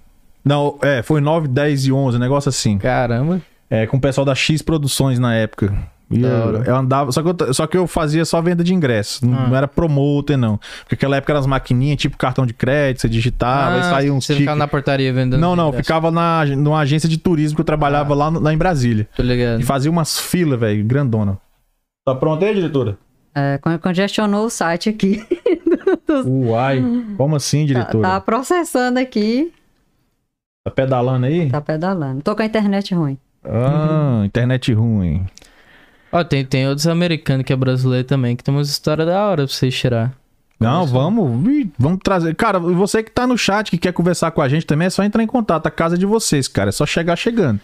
[SPEAKER 1] Não, é, foi 9, 10 e 11, um negócio assim.
[SPEAKER 3] Caramba.
[SPEAKER 1] É, com o pessoal da X Produções na época. E
[SPEAKER 3] Da
[SPEAKER 1] eu,
[SPEAKER 3] hora.
[SPEAKER 1] eu andava, só que eu, t- só que eu fazia só venda de ingresso, não,
[SPEAKER 3] Ah.
[SPEAKER 1] não era promoter não. Porque aquela época eram as maquininhas, tipo cartão de crédito, você digitava, aí saía uns
[SPEAKER 3] Ah, Você
[SPEAKER 1] tickets.
[SPEAKER 3] ficava na portaria vendendo.
[SPEAKER 1] um Não, não,
[SPEAKER 3] ingresso. Ah.
[SPEAKER 1] ficava na, numa agência de turismo que eu trabalhava lá, no- lá em Brasília.
[SPEAKER 3] Tô tá ligado.
[SPEAKER 1] E fazia umas filas, velho, grandona. Tá pronto aí, diretora?
[SPEAKER 2] É, con- congestionou o site aqui.
[SPEAKER 1] Uai, como assim,
[SPEAKER 2] Tá,
[SPEAKER 1] diretora? Tá,
[SPEAKER 2] tá processando aqui.
[SPEAKER 1] pedalando aí?
[SPEAKER 2] Tá pedalando. Tô com a internet ruim.
[SPEAKER 1] Ah, internet ruim.
[SPEAKER 3] Ó, tem, tem outros americanos que é brasileiro também, que tem umas histórias da hora pra vocês tirar.
[SPEAKER 1] Não,
[SPEAKER 3] assim?
[SPEAKER 1] vamos, ih, vamos trazer. Cara, você que tá no chat, que quer conversar com a gente também, é só entrar em contato. A casa é de vocês, cara. É só chegar chegando.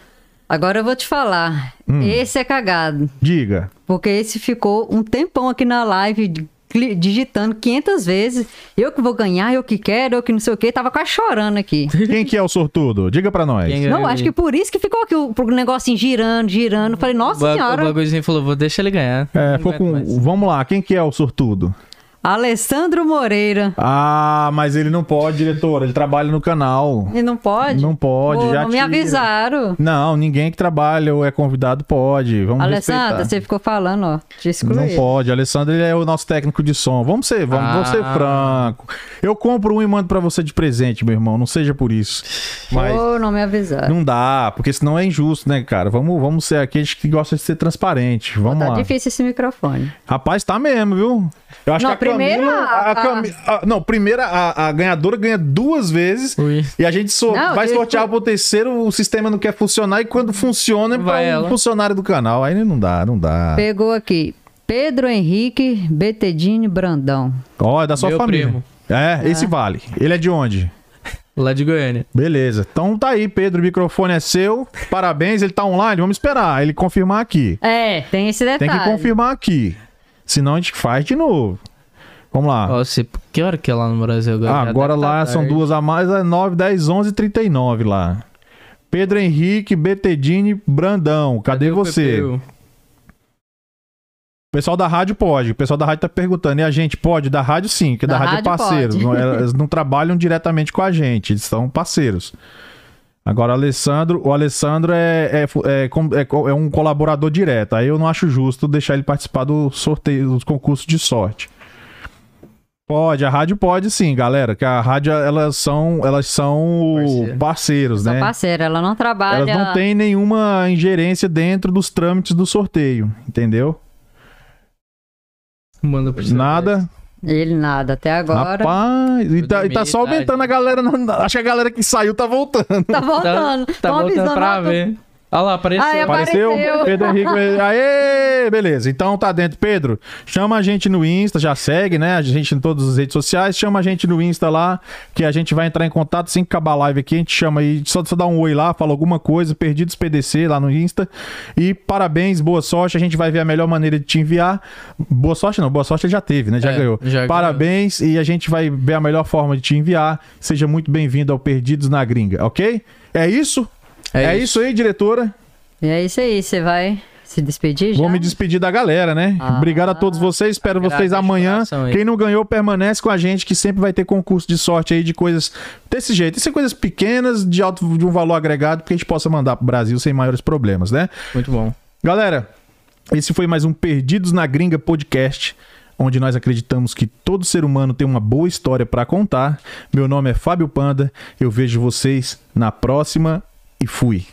[SPEAKER 2] Agora eu vou te falar.
[SPEAKER 1] Hum.
[SPEAKER 2] Esse é cagado.
[SPEAKER 1] Diga.
[SPEAKER 2] Porque esse ficou um tempão aqui na live di- cli- digitando 500 vezes. Eu que vou ganhar, eu que quero, eu que não sei o que. Tava quase chorando aqui.
[SPEAKER 1] Quem que é o sortudo? Diga pra nós.
[SPEAKER 3] Quem
[SPEAKER 2] Não, acho que por isso que ficou aqui o pro negocinho girando, girando. Falei,
[SPEAKER 3] O,
[SPEAKER 2] nossa
[SPEAKER 3] ba- o
[SPEAKER 2] senhora,
[SPEAKER 3] bagulhozinho falou, vou deixar ele ganhar.
[SPEAKER 1] É,
[SPEAKER 3] Não
[SPEAKER 1] ficou
[SPEAKER 3] aguento
[SPEAKER 1] com-
[SPEAKER 3] mais.
[SPEAKER 1] Vamos lá, quem que é o sortudo?
[SPEAKER 2] Alessandro Moreira.
[SPEAKER 1] Ah, mas ele não pode, diretora. Ele trabalha no canal.
[SPEAKER 2] E não pode?
[SPEAKER 1] Não pode,
[SPEAKER 2] Pô,
[SPEAKER 1] já
[SPEAKER 2] não me
[SPEAKER 1] tira.
[SPEAKER 2] avisaram.
[SPEAKER 1] Não, ninguém que trabalha ou é convidado pode. Vamos
[SPEAKER 2] Alessandra,
[SPEAKER 1] respeitar.
[SPEAKER 2] você ficou falando, ó. Te excluí.
[SPEAKER 1] Não pode, Alessandro ele é o nosso técnico de som. Vamos ser, vamos, vou ser
[SPEAKER 3] Ah.
[SPEAKER 1] franco. Eu compro um e mando pra você de presente, meu irmão. Não seja por isso. Mas
[SPEAKER 2] Pô, não me avisaram.
[SPEAKER 1] não dá, porque senão é injusto, né, cara? Vamos, vamos ser aqueles que gostam de ser transparente. Vamos
[SPEAKER 2] tá
[SPEAKER 1] lá.
[SPEAKER 2] difícil esse microfone.
[SPEAKER 1] Rapaz, tá mesmo, viu? Eu acho
[SPEAKER 2] Não,
[SPEAKER 1] que a
[SPEAKER 2] primeira,
[SPEAKER 1] Camila, a
[SPEAKER 2] a-
[SPEAKER 1] Cami- a- não, primeira a, a ganhadora ganha duas vezes.
[SPEAKER 3] Ui.
[SPEAKER 1] E a gente so-
[SPEAKER 2] Não,
[SPEAKER 1] vai
[SPEAKER 2] eu-
[SPEAKER 1] sortear pro terceiro, o sistema não quer funcionar, e quando funciona, é pra
[SPEAKER 3] Vai
[SPEAKER 1] um
[SPEAKER 3] ela.
[SPEAKER 1] funcionário do canal. Aí não dá, não dá.
[SPEAKER 2] Pegou aqui. Pedro Henrique Betedini Brandão.
[SPEAKER 1] Ó, é da sua
[SPEAKER 3] Meu
[SPEAKER 1] família.
[SPEAKER 3] primo.
[SPEAKER 1] É, esse vale. Ele é de onde?
[SPEAKER 3] Lá de Goiânia.
[SPEAKER 1] Beleza. Então tá aí, Pedro, o microfone é seu. Parabéns, ele tá online. Vamos esperar ele confirmar aqui.
[SPEAKER 2] É, tem esse
[SPEAKER 1] Tem
[SPEAKER 2] detalhe.
[SPEAKER 1] que confirmar aqui. Senão a gente faz de novo. Vamos lá.
[SPEAKER 3] Ó, você- que hora que é lá no Brasil agora?
[SPEAKER 1] Ah,
[SPEAKER 3] Já
[SPEAKER 1] agora
[SPEAKER 3] deve tá
[SPEAKER 1] lá são
[SPEAKER 3] tarde.
[SPEAKER 1] duas a mais, é 9, 10, 11 e 39 lá. Pedro Henrique, Betedini, Brandão, cadê,
[SPEAKER 3] o
[SPEAKER 1] você? O
[SPEAKER 3] Pepeu?
[SPEAKER 1] pessoal da rádio pode, o pessoal da rádio tá perguntando. E a gente pode? Da rádio sim, porque da,
[SPEAKER 2] Da
[SPEAKER 1] rádio, é
[SPEAKER 2] rádio
[SPEAKER 1] parceiro.
[SPEAKER 2] pode.
[SPEAKER 1] Não, elas não trabalham diretamente com a gente, eles são parceiros. Agora, o Alessandro, o Alessandro é, é, fu- é, com- é co- é um colaborador direto. Aí eu não acho justo deixar ele participar do sorteio, dos concursos de sorte. Pode, a rádio pode sim, galera. Que a rádio, elas são, elas são
[SPEAKER 3] Parceiro.
[SPEAKER 1] parceiros,
[SPEAKER 2] Sou
[SPEAKER 1] né?
[SPEAKER 2] parceira, ela não trabalha.
[SPEAKER 1] Elas não têm nenhuma ingerência dentro dos trâmites do sorteio, entendeu?
[SPEAKER 3] Manda pro seu
[SPEAKER 1] Nada.
[SPEAKER 2] Ele nada até agora.
[SPEAKER 1] Rapaz, e
[SPEAKER 3] Eu
[SPEAKER 1] tá, e
[SPEAKER 3] dormi
[SPEAKER 1] tá só
[SPEAKER 3] de tarde.
[SPEAKER 1] aumentando a galera. na- Acho que a galera que saiu tá voltando.
[SPEAKER 2] Tá voltando.
[SPEAKER 3] Tá
[SPEAKER 2] Tão
[SPEAKER 3] voltando
[SPEAKER 2] avisando
[SPEAKER 3] pra
[SPEAKER 2] lá do-
[SPEAKER 3] ver. Olha lá, apareceu.
[SPEAKER 2] Ah, é,
[SPEAKER 3] Apare-
[SPEAKER 1] Apareceu?
[SPEAKER 2] Apareceu.
[SPEAKER 1] Pedro Henrique. Aê, beleza. Então tá dentro. Pedro, chama a gente no Insta, já segue, né? A gente em todas as redes sociais. Chama a gente no Insta lá, que a gente vai entrar em contato assim que acabar a live aqui. A gente chama aí, só, só dá um oi lá, fala alguma coisa. Perdidos PDC lá no Insta. E parabéns, boa sorte. A gente vai ver a melhor maneira de te enviar. Boa sorte não, boa sorte ele já teve, né? Já
[SPEAKER 3] É,
[SPEAKER 1] ganhou.
[SPEAKER 3] já ganhou.
[SPEAKER 1] parabéns e a gente vai ver a melhor forma de te enviar. Seja muito bem-vindo ao Perdidos na Gringa, ok? É isso? é isso aí, diretora?
[SPEAKER 2] E é isso aí, você vai se despedir já?
[SPEAKER 1] Vou me despedir da galera, né?
[SPEAKER 2] Ah.
[SPEAKER 1] Obrigado a todos vocês. Espero
[SPEAKER 3] Agradeço
[SPEAKER 1] vocês
[SPEAKER 3] de
[SPEAKER 1] amanhã.
[SPEAKER 3] coração aí.
[SPEAKER 1] Quem não ganhou, permanece com a gente, que sempre vai ter concurso de sorte aí de coisas desse jeito. Isso é coisas pequenas, de, alto, de um valor agregado, que a gente possa mandar pro Brasil sem maiores problemas, né?
[SPEAKER 3] Muito bom.
[SPEAKER 1] Galera, esse foi mais um Perdidos na Gringa podcast, onde nós acreditamos que todo ser humano tem uma boa história pra contar. Meu nome é Fábio Panda. Eu vejo vocês na próxima e fui.